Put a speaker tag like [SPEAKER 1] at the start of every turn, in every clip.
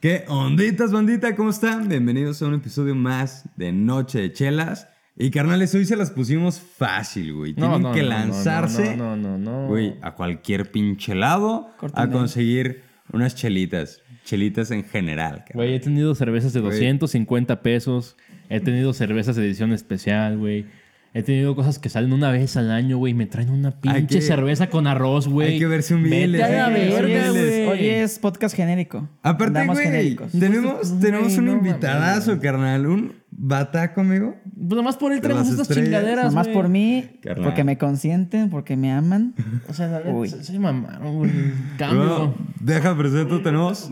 [SPEAKER 1] ¿Qué onditas, bandita? ¿Cómo están? Bienvenidos a un episodio más de Noche de Chelas. Y carnales, hoy se las pusimos fácil, güey. Tienen que lanzarse,
[SPEAKER 2] No, no, no. no.
[SPEAKER 1] güey, a cualquier pinche lado a
[SPEAKER 3] Cortina.
[SPEAKER 1] conseguir unas chelitas. Chelitas en general, carnal.
[SPEAKER 2] Güey, he tenido cervezas de
[SPEAKER 1] Güey.
[SPEAKER 2] 250 pesos. He tenido cervezas de edición especial, güey. He tenido cosas que salen una vez al año, güey. Me traen una
[SPEAKER 1] Hay
[SPEAKER 2] pinche
[SPEAKER 1] que-
[SPEAKER 2] cerveza con arroz, güey.
[SPEAKER 1] hay que verse humildes,
[SPEAKER 2] Vete
[SPEAKER 1] hay
[SPEAKER 2] a la
[SPEAKER 1] que verse
[SPEAKER 2] verga,
[SPEAKER 1] humildes.
[SPEAKER 2] güey.
[SPEAKER 3] Hoy es podcast genérico.
[SPEAKER 1] Aparte,
[SPEAKER 3] Andamos
[SPEAKER 1] güey,
[SPEAKER 3] genéricos.
[SPEAKER 1] tenemos,
[SPEAKER 2] Güey,
[SPEAKER 1] tenemos un
[SPEAKER 2] no mames,
[SPEAKER 1] invitadazo, carnal. Un bataco, amigo.
[SPEAKER 2] Pues nomás por él traemos
[SPEAKER 1] las
[SPEAKER 2] estas
[SPEAKER 1] estrellas.
[SPEAKER 2] chingaderas,
[SPEAKER 3] Nomás
[SPEAKER 2] güey.
[SPEAKER 3] por mí,
[SPEAKER 1] Carnal.
[SPEAKER 3] porque me consienten, porque me aman.
[SPEAKER 2] O sea, la neta,
[SPEAKER 3] Uy.
[SPEAKER 2] soy mamado, güey. Cambio.
[SPEAKER 1] Luego, deja presento, tenemos...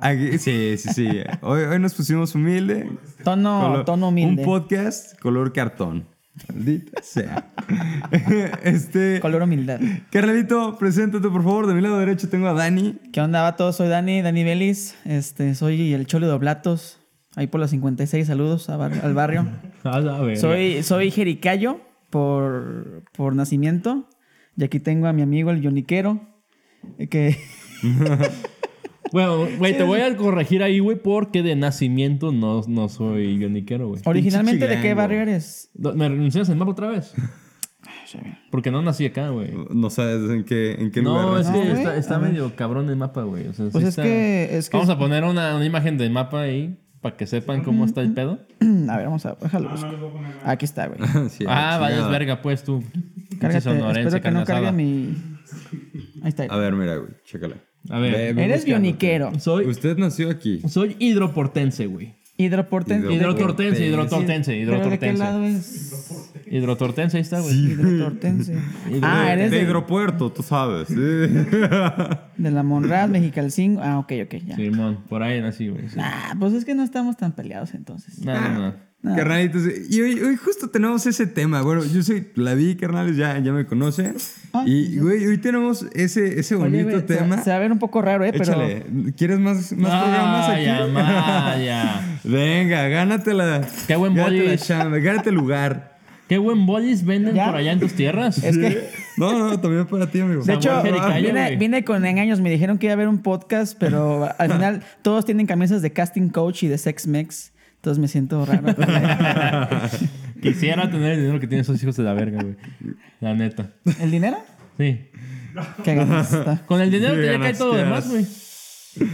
[SPEAKER 1] Aquí, sí, sí, sí. Hoy, hoy nos pusimos humilde.
[SPEAKER 3] Tono,
[SPEAKER 1] Colo-
[SPEAKER 3] tono humilde.
[SPEAKER 1] Un podcast color cartón. Maldita sea. este.
[SPEAKER 3] Color humildad.
[SPEAKER 1] Carnalito, preséntate, por favor. De mi lado derecho tengo a Dani.
[SPEAKER 3] ¿Qué onda, vatos? Soy Dani, Dani Belis. Este, soy el Cholo de Oblatos. Ahí por los 56, saludos a bar- al barrio.
[SPEAKER 2] A la verga.
[SPEAKER 3] Soy, soy jericayo por, por nacimiento. Y aquí tengo a mi amigo el Yoniquero. Que
[SPEAKER 2] Bueno, güey, te voy a corregir ahí, güey, porque de nacimiento no, no soy bioniquero, güey.
[SPEAKER 3] originalmente de qué
[SPEAKER 1] chilango.
[SPEAKER 3] barrio eres?
[SPEAKER 2] Do- ¿Me renuncias el mapa otra vez? Porque no nací acá, güey.
[SPEAKER 1] No sabes en qué, en qué
[SPEAKER 2] No,
[SPEAKER 1] lugar.
[SPEAKER 2] es que
[SPEAKER 3] güey.
[SPEAKER 2] está, está
[SPEAKER 3] A ver.
[SPEAKER 2] medio cabrón el mapa, güey. O sea, sí
[SPEAKER 3] Pues es
[SPEAKER 2] está-
[SPEAKER 3] que, es que.
[SPEAKER 2] Vamos a poner una, una imagen del mapa ahí para que sepan cómo está el pedo.
[SPEAKER 3] A ver, vamos a. Déjalo. busco. Aquí está, güey.
[SPEAKER 1] Sí,
[SPEAKER 2] ah, vayas
[SPEAKER 1] chingada.
[SPEAKER 2] verga, pues tú. Pinche
[SPEAKER 3] Cárgate,
[SPEAKER 2] sonorense,
[SPEAKER 3] espero que no
[SPEAKER 2] carne
[SPEAKER 3] cargue
[SPEAKER 2] asada.
[SPEAKER 3] mi. Ahí está.
[SPEAKER 1] A ver, mira, güey. Chécala.
[SPEAKER 2] A ver.
[SPEAKER 1] Ve, ve
[SPEAKER 3] Eres
[SPEAKER 1] buscando.
[SPEAKER 3] bioniquero.
[SPEAKER 2] Soy,
[SPEAKER 1] Usted nació aquí.
[SPEAKER 2] soy hidroportense, güey.
[SPEAKER 3] Hidroporte.
[SPEAKER 1] Hidro-
[SPEAKER 2] Hidrotortense,
[SPEAKER 3] Hidroportense.
[SPEAKER 2] hidrotortense,
[SPEAKER 3] ¿Pero de qué
[SPEAKER 2] hidrotortense.
[SPEAKER 3] lado es?
[SPEAKER 2] Hidrotortense, ahí está, güey.
[SPEAKER 3] Hidrotortense. ah, eres
[SPEAKER 1] de
[SPEAKER 3] de,
[SPEAKER 1] hidropuerto, tú sabes. sí.
[SPEAKER 3] de la Monraz, Mexicalcingo. Ah, ok, ok, ya.
[SPEAKER 2] Simón, por ahí nací, güey. sí.
[SPEAKER 3] Ah, pues es que no estamos tan peleados entonces.
[SPEAKER 2] No, no, no.
[SPEAKER 3] Ah.
[SPEAKER 1] Carnalitos, y hoy, hoy justo tenemos ese tema. Bueno, yo soy la vi, carnales, ya, ya me conocen.
[SPEAKER 3] Ah,
[SPEAKER 1] y, güey, hoy tenemos ese, ese
[SPEAKER 3] Oye,
[SPEAKER 1] bonito
[SPEAKER 3] güey, se-
[SPEAKER 1] tema.
[SPEAKER 3] Se, va a ver un poco raro, ¿eh? Pero.
[SPEAKER 1] Échale. ¿Quieres más,
[SPEAKER 3] Ah,
[SPEAKER 1] más programas aquí?
[SPEAKER 2] Maya, Maya.
[SPEAKER 1] Venga, gánatela.
[SPEAKER 2] Qué buen
[SPEAKER 1] gánate la
[SPEAKER 2] bolis.
[SPEAKER 1] chamba, gánate el lugar.
[SPEAKER 2] Qué buen bolis venden
[SPEAKER 3] ¿Ya?
[SPEAKER 2] por allá en tus tierras.
[SPEAKER 3] Es que.
[SPEAKER 1] No, no, también para ti, amigo.
[SPEAKER 3] De hecho,
[SPEAKER 2] Samuel Jericaya,
[SPEAKER 3] vine,
[SPEAKER 2] güey.
[SPEAKER 3] vine con engaños. Me dijeron que iba a haber un podcast, pero al final todos tienen camisas de casting coach y de sex mex. Entonces me siento raro.
[SPEAKER 2] Quisiera tener el dinero que tienen esos hijos de la verga, güey. La neta.
[SPEAKER 3] ¿El dinero?
[SPEAKER 2] Sí.
[SPEAKER 3] Qué ganas está.
[SPEAKER 2] Con el dinero
[SPEAKER 1] Sí,
[SPEAKER 2] que ya cae
[SPEAKER 1] ganas,
[SPEAKER 2] todo lo
[SPEAKER 1] ganas.
[SPEAKER 2] demás, güey.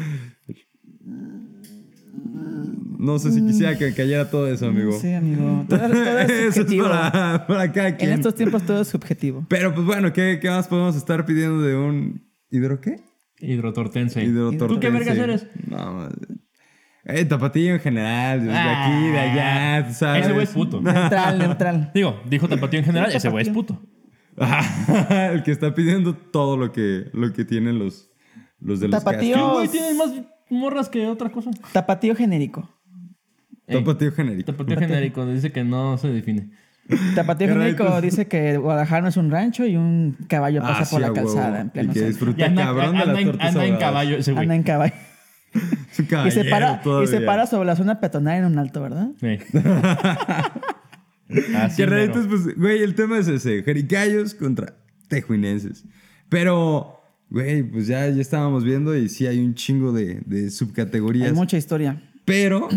[SPEAKER 1] no sé
[SPEAKER 2] Mm.
[SPEAKER 1] si quisiera que me cayera todo eso, amigo.
[SPEAKER 3] Sí, amigo. Todo, todo es
[SPEAKER 1] eso es
[SPEAKER 3] subjetivo.
[SPEAKER 1] para, para cada
[SPEAKER 3] En
[SPEAKER 1] quien.
[SPEAKER 3] estos tiempos todo es subjetivo.
[SPEAKER 1] Pero pues bueno, ¿qué, ¿qué más podemos estar pidiendo de un hidro qué?
[SPEAKER 2] Hidrotortense.
[SPEAKER 1] Hidrotortense.
[SPEAKER 2] ¿Tú qué vergas eres?
[SPEAKER 1] No, madre. Eh, tapatillo en general, de
[SPEAKER 2] Ah.
[SPEAKER 1] aquí, de allá, tú ¿sabes?
[SPEAKER 2] Ese güey es puto.
[SPEAKER 3] Neutral, neutral.
[SPEAKER 2] Digo, dijo Tapatío en general, ese güey es puto.
[SPEAKER 1] El que está pidiendo todo lo que, lo que tienen los, los de los
[SPEAKER 3] Tapatío.
[SPEAKER 2] ¿Qué
[SPEAKER 1] castings.
[SPEAKER 2] güey tiene más morras que otra cosa?
[SPEAKER 3] Tapatío genérico.
[SPEAKER 2] Ey,
[SPEAKER 1] Tapatío genérico.
[SPEAKER 2] Tapatío genérico, dice que no se define.
[SPEAKER 3] Tapatío
[SPEAKER 1] Qué
[SPEAKER 3] genérico
[SPEAKER 1] rayos.
[SPEAKER 3] dice que Guadalajara no es un rancho y un caballo
[SPEAKER 1] Ah,
[SPEAKER 3] pasa por
[SPEAKER 1] sí,
[SPEAKER 3] la
[SPEAKER 1] a huevo.
[SPEAKER 3] calzada en pleno
[SPEAKER 1] Y que
[SPEAKER 3] centro.
[SPEAKER 1] disfruta
[SPEAKER 2] Y anda,
[SPEAKER 1] cabrón de
[SPEAKER 2] anda
[SPEAKER 1] las
[SPEAKER 2] en-
[SPEAKER 1] tortas
[SPEAKER 2] anda en
[SPEAKER 1] ahogadas.
[SPEAKER 2] caballo ese güey.
[SPEAKER 3] Anda en caballo.
[SPEAKER 1] Es un
[SPEAKER 3] Y se,
[SPEAKER 1] caballero
[SPEAKER 3] para, y se
[SPEAKER 1] todavía.
[SPEAKER 3] para sobre la zona peatonal en un alto, ¿verdad?
[SPEAKER 2] Ey. Así
[SPEAKER 1] Que
[SPEAKER 2] mero.
[SPEAKER 1] raritos, pues, güey, el tema es ese. Jericayos contra tejuinenses. Pero, güey, pues ya, ya estábamos viendo y sí hay un chingo de, de subcategorías.
[SPEAKER 3] Hay mucha historia.
[SPEAKER 1] Pero,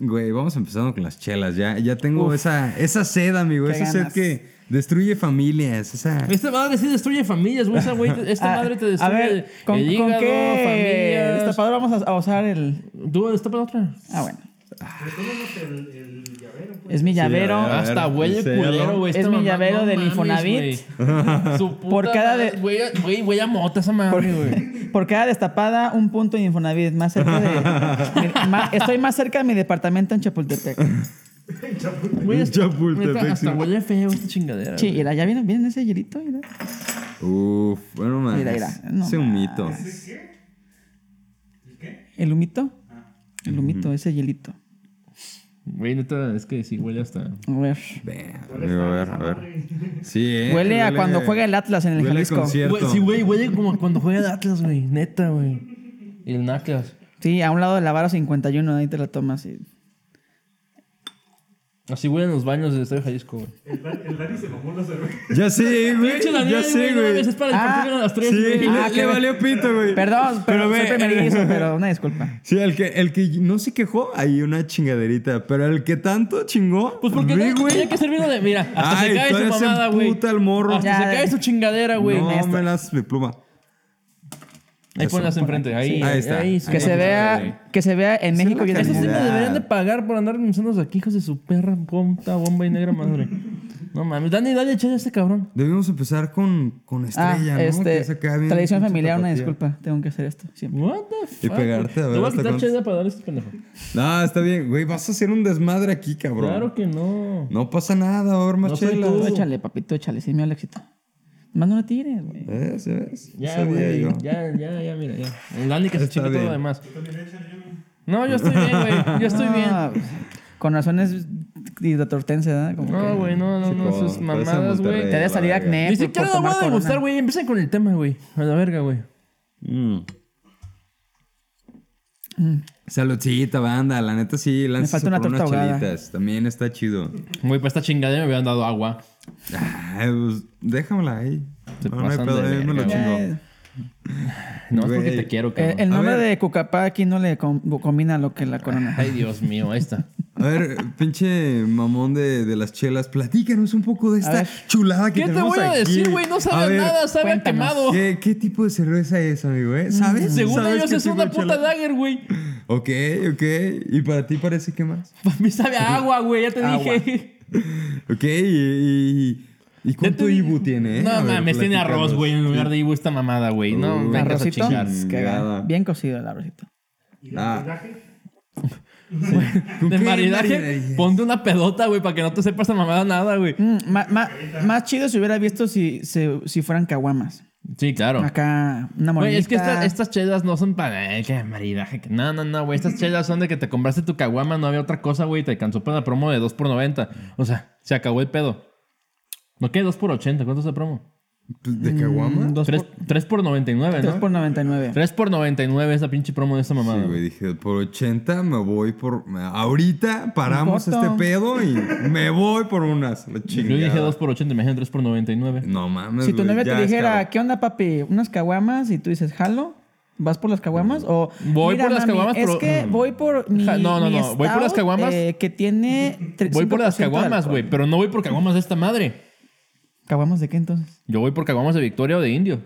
[SPEAKER 1] güey, vamos empezando con las chelas. Ya, ya tengo
[SPEAKER 3] Uf.
[SPEAKER 1] esa, esa sed, amigo.
[SPEAKER 3] Qué
[SPEAKER 1] Esa sed
[SPEAKER 3] ganas.
[SPEAKER 1] que destruye familias. Esa...
[SPEAKER 2] Esta Este madre sí destruye familias, güey. Esta, güey, esta
[SPEAKER 3] Ah,
[SPEAKER 2] madre te destruye.
[SPEAKER 3] A ver, ¿con,
[SPEAKER 2] el
[SPEAKER 3] con
[SPEAKER 2] hígado,
[SPEAKER 3] qué
[SPEAKER 2] familias.
[SPEAKER 3] destapador vamos a, a usar el...?
[SPEAKER 2] Tú destapa otra.
[SPEAKER 3] Ah, bueno. Es mi llavero.
[SPEAKER 1] llavero. A ver,
[SPEAKER 2] Hasta huele
[SPEAKER 1] ¿en serio?
[SPEAKER 2] culero, güey.
[SPEAKER 3] Es
[SPEAKER 2] esta
[SPEAKER 3] mi
[SPEAKER 2] mamá,
[SPEAKER 3] llavero
[SPEAKER 2] no
[SPEAKER 3] del
[SPEAKER 2] mames,
[SPEAKER 3] Infonavit.
[SPEAKER 2] güey. Su puta
[SPEAKER 3] Por cada
[SPEAKER 2] madre,
[SPEAKER 3] de-
[SPEAKER 2] Güey, güey, güey, a mota esa madre, güey.
[SPEAKER 3] Por cada destapada, un punto en Infonavit. Más cerca de. mi- ma- estoy más cerca de mi departamento en Chapultepec.
[SPEAKER 2] Güey, hasta-
[SPEAKER 1] Chapultepec,
[SPEAKER 2] neta,
[SPEAKER 1] sí.
[SPEAKER 2] Hasta huele feo esta chingadera.
[SPEAKER 3] Sí,
[SPEAKER 2] güey.
[SPEAKER 3] mira, ya viene, viene ese hielito. Mira.
[SPEAKER 1] Uf, bueno, man.
[SPEAKER 3] Mira, mira, no
[SPEAKER 1] es un mito.
[SPEAKER 3] El humito. El humito, ese hielito.
[SPEAKER 2] Güey, neta, es que sí huele hasta.
[SPEAKER 3] A ver.
[SPEAKER 1] Ve, amigo, a ver, a ver. Sí, eh,
[SPEAKER 3] Huele a cuando juega el Atlas en el
[SPEAKER 1] huele
[SPEAKER 3] Jalisco.
[SPEAKER 1] concierto.
[SPEAKER 2] Güey, sí, güey, huele como cuando juega el Atlas, güey. Neta, güey. Y el Atlas.
[SPEAKER 3] Sí, a un lado de la vara 51, ahí te la tomas. Y...
[SPEAKER 2] Así huelen los baños del Estadio Jalisco, güey.
[SPEAKER 4] El, Dani- el Dani se mamó la cerveza.
[SPEAKER 1] Ya sé, güey.
[SPEAKER 2] Pinche Daniel,
[SPEAKER 1] Ya sé,
[SPEAKER 2] no mames,
[SPEAKER 1] güey.
[SPEAKER 2] Es para el partido a las tres,
[SPEAKER 1] Sí,
[SPEAKER 2] güey.
[SPEAKER 1] le,
[SPEAKER 3] Ah,
[SPEAKER 1] le
[SPEAKER 3] qué-
[SPEAKER 1] valió pito, güey.
[SPEAKER 3] Perdón, pero,
[SPEAKER 1] ve,
[SPEAKER 3] soy primerizo, pero una disculpa.
[SPEAKER 1] Sí, el que, el que no se quejó, hay una chingaderita. Pero el que tanto chingó.
[SPEAKER 2] Pues porque
[SPEAKER 1] vi,
[SPEAKER 2] tenía,
[SPEAKER 1] güey.
[SPEAKER 2] tenía que ser vino de. Mira, hasta
[SPEAKER 1] Ay,
[SPEAKER 2] se cae su
[SPEAKER 1] todavía se
[SPEAKER 2] mamada, güey.
[SPEAKER 1] emputa el morro.
[SPEAKER 2] Hasta
[SPEAKER 3] Ya,
[SPEAKER 2] se
[SPEAKER 3] ya.
[SPEAKER 2] cae su chingadera, güey.
[SPEAKER 1] no
[SPEAKER 3] Nesta.
[SPEAKER 1] me las de pluma.
[SPEAKER 2] Ahí
[SPEAKER 1] Eso.
[SPEAKER 2] ponlas enfrente. Ahí,
[SPEAKER 1] Sí. Ahí está.
[SPEAKER 2] ahí su
[SPEAKER 3] Que se
[SPEAKER 2] mamada, güey.
[SPEAKER 3] vea, que se vea en
[SPEAKER 1] Esa
[SPEAKER 3] México
[SPEAKER 1] es
[SPEAKER 3] y en
[SPEAKER 1] la
[SPEAKER 3] el
[SPEAKER 1] calidad.
[SPEAKER 2] Eso sí
[SPEAKER 3] mundo.
[SPEAKER 2] me
[SPEAKER 1] Calidad.
[SPEAKER 2] deberían de pagar por andar anunciándonos aquí, hijos de su perra, puta, bomba y negra madre. No mames, dale, dale, echale a este cabrón.
[SPEAKER 1] Debimos empezar con, con
[SPEAKER 3] Ah,
[SPEAKER 1] estrella, ¿no?
[SPEAKER 3] este,
[SPEAKER 1] Que se acaba bien
[SPEAKER 3] tradición
[SPEAKER 1] pinche
[SPEAKER 3] familiar, una
[SPEAKER 1] tapatía.
[SPEAKER 3] disculpa. Tengo que hacer esto siempre.
[SPEAKER 2] What the fuck. güey?
[SPEAKER 1] pegarte, a ver
[SPEAKER 2] Te voy a
[SPEAKER 1] hasta
[SPEAKER 2] quitar
[SPEAKER 1] cuándo.
[SPEAKER 2] chela para darle a este pendejo.
[SPEAKER 1] No, está bien, güey. Vas a hacer un desmadre aquí, cabrón.
[SPEAKER 2] Claro que no.
[SPEAKER 1] No pasa nada, ahora más
[SPEAKER 2] No soy
[SPEAKER 1] chelas.
[SPEAKER 2] tú.
[SPEAKER 3] Échale, papito, échale. Sí, me da el éxito. Más no la tires, güey.
[SPEAKER 1] ¿Ves? ¿Ves?
[SPEAKER 2] Ya,
[SPEAKER 1] Sabía
[SPEAKER 2] güey.
[SPEAKER 1] yo.
[SPEAKER 2] Ya, ya, ya, mira, ya. El Dani que se
[SPEAKER 1] Está
[SPEAKER 2] chingue todo
[SPEAKER 1] bien.
[SPEAKER 2] lo demás. No, yo estoy bien, güey. Yo estoy bien.
[SPEAKER 3] Ah, Con razones hidrotortense, ¿verdad? Como
[SPEAKER 2] No,
[SPEAKER 3] que-
[SPEAKER 2] güey, no, no,
[SPEAKER 1] Sí,
[SPEAKER 2] no.
[SPEAKER 1] como
[SPEAKER 2] Sus
[SPEAKER 1] parece
[SPEAKER 2] mamadas,
[SPEAKER 1] Monterrey,
[SPEAKER 2] güey.
[SPEAKER 3] Te debe
[SPEAKER 1] la
[SPEAKER 3] salir
[SPEAKER 1] verga.
[SPEAKER 3] acné.
[SPEAKER 2] Ni
[SPEAKER 3] por-
[SPEAKER 2] siquiera
[SPEAKER 3] por
[SPEAKER 2] lo voy
[SPEAKER 3] tomar
[SPEAKER 2] a degustar,
[SPEAKER 3] Corona.
[SPEAKER 2] güey. Empiecen con el tema, güey. A la verga, güey.
[SPEAKER 1] Mm. Saludcita, banda. La neta sí, lánzase
[SPEAKER 3] falta una
[SPEAKER 1] por unas
[SPEAKER 3] torta ahogada.
[SPEAKER 1] chelitas. También está chido.
[SPEAKER 2] Güey, para esta chingadera me hubieran dado agua.
[SPEAKER 1] Ay, pues, déjamela ahí.
[SPEAKER 2] Se
[SPEAKER 1] No, no hay
[SPEAKER 2] pasan
[SPEAKER 1] pedo,
[SPEAKER 2] de
[SPEAKER 1] ahí me lo
[SPEAKER 2] verga,
[SPEAKER 1] chingo.
[SPEAKER 3] Eh,
[SPEAKER 2] No, es porque
[SPEAKER 1] Güey.
[SPEAKER 2] te quiero,
[SPEAKER 3] eh,
[SPEAKER 2] cabrón.
[SPEAKER 3] el
[SPEAKER 1] A
[SPEAKER 3] nombre
[SPEAKER 1] ver.
[SPEAKER 3] de Cucapá aquí no le com- combina lo que la corona.
[SPEAKER 2] Ay, Dios mío, ahí está.
[SPEAKER 1] A ver, pinche mamón de, de las chelas, platícanos un poco de esta
[SPEAKER 3] ver.
[SPEAKER 1] chulada que
[SPEAKER 2] ¿Qué te
[SPEAKER 1] tenemos
[SPEAKER 2] voy a
[SPEAKER 1] aquí.
[SPEAKER 2] decir, güey? No
[SPEAKER 1] A
[SPEAKER 2] sabe
[SPEAKER 1] ver,
[SPEAKER 2] nada, sabe a
[SPEAKER 3] cuéntanos.
[SPEAKER 2] quemado.
[SPEAKER 1] ¿Qué, qué tipo de cerveza es, amigo, eh? ¿Sabes?
[SPEAKER 2] Según
[SPEAKER 1] ¿Sabes
[SPEAKER 2] ellos
[SPEAKER 1] qué
[SPEAKER 2] es
[SPEAKER 1] tipo
[SPEAKER 2] una
[SPEAKER 1] de
[SPEAKER 2] puta
[SPEAKER 1] chela?
[SPEAKER 2] lager, güey.
[SPEAKER 1] Ok, ok. ¿Y para ti parece que más?
[SPEAKER 2] Para mí sabe a agua, güey, ya te
[SPEAKER 3] Agua.
[SPEAKER 2] dije.
[SPEAKER 1] Ok, y... y- y cuánto
[SPEAKER 2] te-
[SPEAKER 1] Ibu tiene? eh?
[SPEAKER 2] No
[SPEAKER 1] A ver,
[SPEAKER 2] mames, tiene
[SPEAKER 1] platícanos.
[SPEAKER 2] arroz, güey, en lugar de Ibu esta mamada, güey. No,
[SPEAKER 1] Uh,
[SPEAKER 2] me vengas a
[SPEAKER 3] Arrocito.
[SPEAKER 2] chingar.
[SPEAKER 1] Sí.
[SPEAKER 3] Cagada.
[SPEAKER 1] Chingada.
[SPEAKER 3] Bien cocido el arrocito.
[SPEAKER 4] Y el
[SPEAKER 1] Ah.
[SPEAKER 4] maridaje,
[SPEAKER 1] ¿Con
[SPEAKER 2] De
[SPEAKER 1] qué
[SPEAKER 2] maridaje,
[SPEAKER 1] maridaje?
[SPEAKER 2] ponte una pelota, güey, para que no te sepa esa mamada nada, güey.
[SPEAKER 3] Mm, ma- ma- más chido si hubiera visto si, se- si fueran caguamas.
[SPEAKER 2] Sí, claro.
[SPEAKER 3] Acá, una morenita.
[SPEAKER 2] Güey, es que esta- estas chelas no son para... Ay, qué maridaje. que- No, no, no, güey. Estas chelas son de que te compraste tu caguama, no había otra cosa, güey. Te alcanzó para la promo de 2 por 90. O sea, se acabó el pedo. ¿No qué? 2 por 80. ¿Cuánto es la promo?
[SPEAKER 1] Pues, ¿De caguama?
[SPEAKER 3] Mm, dos
[SPEAKER 2] 3
[SPEAKER 3] por-
[SPEAKER 2] por 99,
[SPEAKER 3] tres
[SPEAKER 2] ¿no?
[SPEAKER 3] por 99.
[SPEAKER 2] 3 por 99 esa pinche promo de esa mamada.
[SPEAKER 1] Sí, güey, dije, por 80 me voy por... me- Ahorita paramos
[SPEAKER 3] No importa.
[SPEAKER 1] este pedo y me voy por unas. La
[SPEAKER 2] Yo
[SPEAKER 1] chingada.
[SPEAKER 2] dije 2 por 80, imagínate 3 por 99.
[SPEAKER 1] No mames,
[SPEAKER 3] Si tu
[SPEAKER 1] güey,
[SPEAKER 3] novia
[SPEAKER 1] ya
[SPEAKER 3] te
[SPEAKER 1] es
[SPEAKER 3] dijera,
[SPEAKER 1] caro.
[SPEAKER 3] ¿qué onda, papi? ¿Unas caguamas? Y tú dices, ¿jalo? ¿Vas por las caguamas? O,
[SPEAKER 2] Voy
[SPEAKER 3] "Mira,
[SPEAKER 2] por las
[SPEAKER 3] mami,
[SPEAKER 2] caguamas,
[SPEAKER 3] Es
[SPEAKER 2] pero-
[SPEAKER 1] Mm.
[SPEAKER 3] que voy por mi.
[SPEAKER 2] Ja, no, no,
[SPEAKER 3] mi
[SPEAKER 2] no, voy por las
[SPEAKER 3] stout,
[SPEAKER 2] caguamas.
[SPEAKER 3] eh, que tiene. tre-
[SPEAKER 2] Voy por las
[SPEAKER 3] 5% de
[SPEAKER 2] caguamas,
[SPEAKER 3] alcohol".
[SPEAKER 2] güey, pero no voy por caguamas de esta madre.
[SPEAKER 3] ¿Caguamas de qué entonces?
[SPEAKER 2] Yo voy por caguamas de Victoria o de Indio.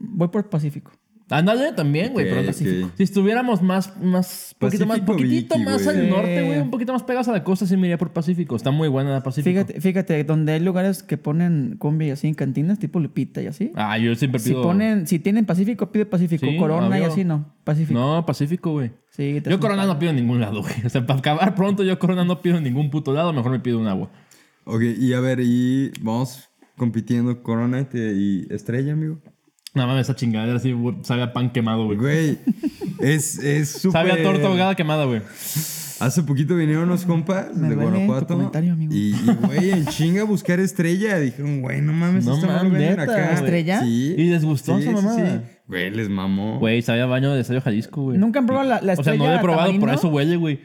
[SPEAKER 3] Voy por Pacífico.
[SPEAKER 2] Ándale también, güey,
[SPEAKER 1] Ok,
[SPEAKER 2] pero
[SPEAKER 1] ok.
[SPEAKER 2] Pacífico. Si estuviéramos más, más, poquito más,
[SPEAKER 1] Pacífico
[SPEAKER 2] poquitito
[SPEAKER 1] Vicky,
[SPEAKER 2] más
[SPEAKER 1] güey.
[SPEAKER 2] al norte,
[SPEAKER 3] Sí.
[SPEAKER 2] güey, un poquito más pegados a la costa, sí me iría por Pacífico. Está muy buena la Pacífico.
[SPEAKER 3] Fíjate, fíjate, donde hay lugares que ponen cumbia y así en cantinas, tipo Lupita y así.
[SPEAKER 2] Ah, yo siempre
[SPEAKER 3] si
[SPEAKER 2] pido.
[SPEAKER 3] ponen, si tienen Pacífico, pide Pacífico.
[SPEAKER 2] Sí,
[SPEAKER 3] Corona y
[SPEAKER 2] obvio.
[SPEAKER 3] así no. Pacífico.
[SPEAKER 2] No, Pacífico, güey.
[SPEAKER 3] Sí, te
[SPEAKER 2] Yo
[SPEAKER 3] hacen
[SPEAKER 2] Corona
[SPEAKER 3] paro.
[SPEAKER 2] no pido en ningún lado, güey. O sea, para acabar pronto, yo Corona no pido en ningún puto lado, mejor me pido un agua.
[SPEAKER 1] Ok, y a ver, y vamos compitiendo Corona te- y Estrella, amigo.
[SPEAKER 2] Nada más esa chingadera así güey, sabe a pan quemado, güey.
[SPEAKER 1] Güey, es es súper...
[SPEAKER 2] Sabe a torta ahogada quemada, güey.
[SPEAKER 1] Hace poquito vinieron unos compas
[SPEAKER 3] Me
[SPEAKER 1] de
[SPEAKER 3] duele tu
[SPEAKER 1] Guanajuato.
[SPEAKER 3] comentario, amigo.
[SPEAKER 1] Y, y, güey, en chinga a buscar Estrella. Dijeron, güey, no mames,
[SPEAKER 2] No
[SPEAKER 1] esta madre
[SPEAKER 2] mames,
[SPEAKER 1] venden
[SPEAKER 2] neta,
[SPEAKER 1] acá.
[SPEAKER 2] güey.
[SPEAKER 3] ¿Estrella?
[SPEAKER 1] Sí.
[SPEAKER 2] ¿Y les gustó
[SPEAKER 1] Sí,
[SPEAKER 2] esa
[SPEAKER 1] sí,
[SPEAKER 2] mamada?
[SPEAKER 1] sí. Güey, les mamó.
[SPEAKER 2] Güey, sabía baño de Estadio Jalisco, güey.
[SPEAKER 3] Nunca han probado la, la
[SPEAKER 2] O sea,
[SPEAKER 3] estrella
[SPEAKER 2] no lo he probado,
[SPEAKER 3] tamarindo,
[SPEAKER 2] pero eso huele, güey.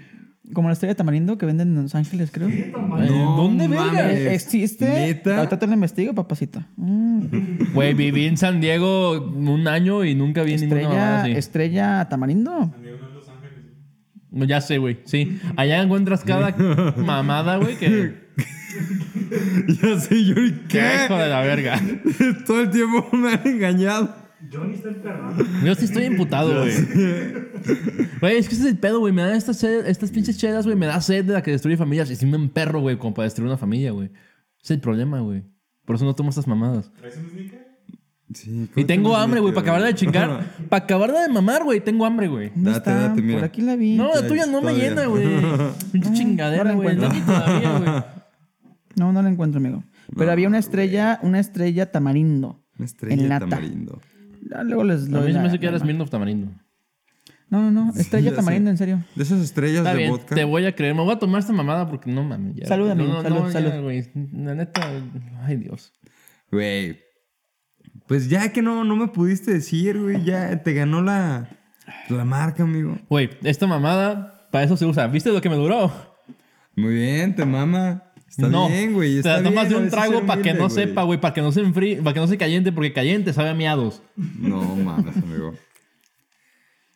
[SPEAKER 3] Como la estrella de tamarindo que venden en Los Ángeles, creo.
[SPEAKER 1] No
[SPEAKER 2] ¿Dónde
[SPEAKER 1] mames.
[SPEAKER 2] verga?
[SPEAKER 3] Eh, ¿Existe?
[SPEAKER 1] ¿Neta?
[SPEAKER 3] Ahorita te lo investigo, papacito. Mm.
[SPEAKER 2] Güey, viví en San Diego un año y nunca vi ninguna mamada
[SPEAKER 3] Estrella,
[SPEAKER 2] así.
[SPEAKER 3] estrella tamarindo.
[SPEAKER 2] No, Ya sé, güey. Sí. Allá encuentras cada mamada, güey, que...
[SPEAKER 1] ya sé, yo, ¿y
[SPEAKER 2] que
[SPEAKER 1] ¿qué?
[SPEAKER 2] hijo de la verga.
[SPEAKER 1] Todo el tiempo me han engañado.
[SPEAKER 4] Johnny está encarnado.
[SPEAKER 2] Yo sí estoy imputado, güey. Güey, es que ese es el pedo, güey. Me dan estas, sed- estas pinches chedas, güey. Me da sed de la que destruye familias. Y sí me emperro, güey, como para destruir una familia, güey. Ese Es el problema, güey. Por eso no tomo estas mamadas.
[SPEAKER 4] ¿Traes un sneaker?
[SPEAKER 1] Sí,
[SPEAKER 2] Y
[SPEAKER 1] ¿cómo
[SPEAKER 2] tengo
[SPEAKER 1] te
[SPEAKER 2] hambre, güey, para
[SPEAKER 1] metieron?
[SPEAKER 2] acabarla de chingar. Para acabarla de mamar, güey. Tengo hambre, güey.
[SPEAKER 3] ¿Dónde
[SPEAKER 1] Date,
[SPEAKER 3] está?
[SPEAKER 1] date, mira.
[SPEAKER 3] Por aquí la vi.
[SPEAKER 2] No,
[SPEAKER 3] No,
[SPEAKER 2] la tuya no
[SPEAKER 1] Está
[SPEAKER 2] me
[SPEAKER 1] bien.
[SPEAKER 2] llena, güey. Pinche chingadera,
[SPEAKER 3] no la
[SPEAKER 2] güey. No,
[SPEAKER 3] encuentro.
[SPEAKER 2] ni todavía, güey.
[SPEAKER 3] no, la encuentro, amigo. Pero había una estrella, una estrella tamarindo.
[SPEAKER 1] Una estrella
[SPEAKER 3] En
[SPEAKER 1] de
[SPEAKER 3] lata.
[SPEAKER 1] tamarindo.
[SPEAKER 3] Ya Luego les
[SPEAKER 2] A
[SPEAKER 3] lo
[SPEAKER 2] mí se me hace
[SPEAKER 3] la-
[SPEAKER 2] que eres
[SPEAKER 3] la-
[SPEAKER 2] Mirnov Tamarindo.
[SPEAKER 3] No, no, no. Estrella
[SPEAKER 1] Ya sé.
[SPEAKER 3] tamarindo, en serio.
[SPEAKER 1] De esas estrellas
[SPEAKER 2] Está
[SPEAKER 1] de
[SPEAKER 2] bien,
[SPEAKER 1] vodka.
[SPEAKER 2] te voy a creer. Me voy a tomar esta mamada porque no mames. ya.
[SPEAKER 3] Salud,
[SPEAKER 2] No,
[SPEAKER 3] amigo,
[SPEAKER 2] No,
[SPEAKER 3] salud,
[SPEAKER 2] no, ya,
[SPEAKER 3] salud.
[SPEAKER 2] güey. La neta, ay Dios.
[SPEAKER 1] Güey. Pues ya que no, no me pudiste decir, güey. Ya te ganó la, la marca, amigo.
[SPEAKER 2] Güey, esta mamada, para eso se usa. ¿Viste lo que me duró?
[SPEAKER 1] Muy bien, te mama. Está
[SPEAKER 2] no,
[SPEAKER 1] bien, güey.
[SPEAKER 2] te la
[SPEAKER 1] Está bien,
[SPEAKER 2] tomas de
[SPEAKER 1] a
[SPEAKER 2] un
[SPEAKER 1] veces
[SPEAKER 2] trago
[SPEAKER 1] ser
[SPEAKER 2] para que
[SPEAKER 1] humilde,
[SPEAKER 2] no
[SPEAKER 1] güey.
[SPEAKER 2] sepa, güey, para que no se enfríe, para que no se caliente, porque caliente sabe a miados.
[SPEAKER 1] No mames, amigo.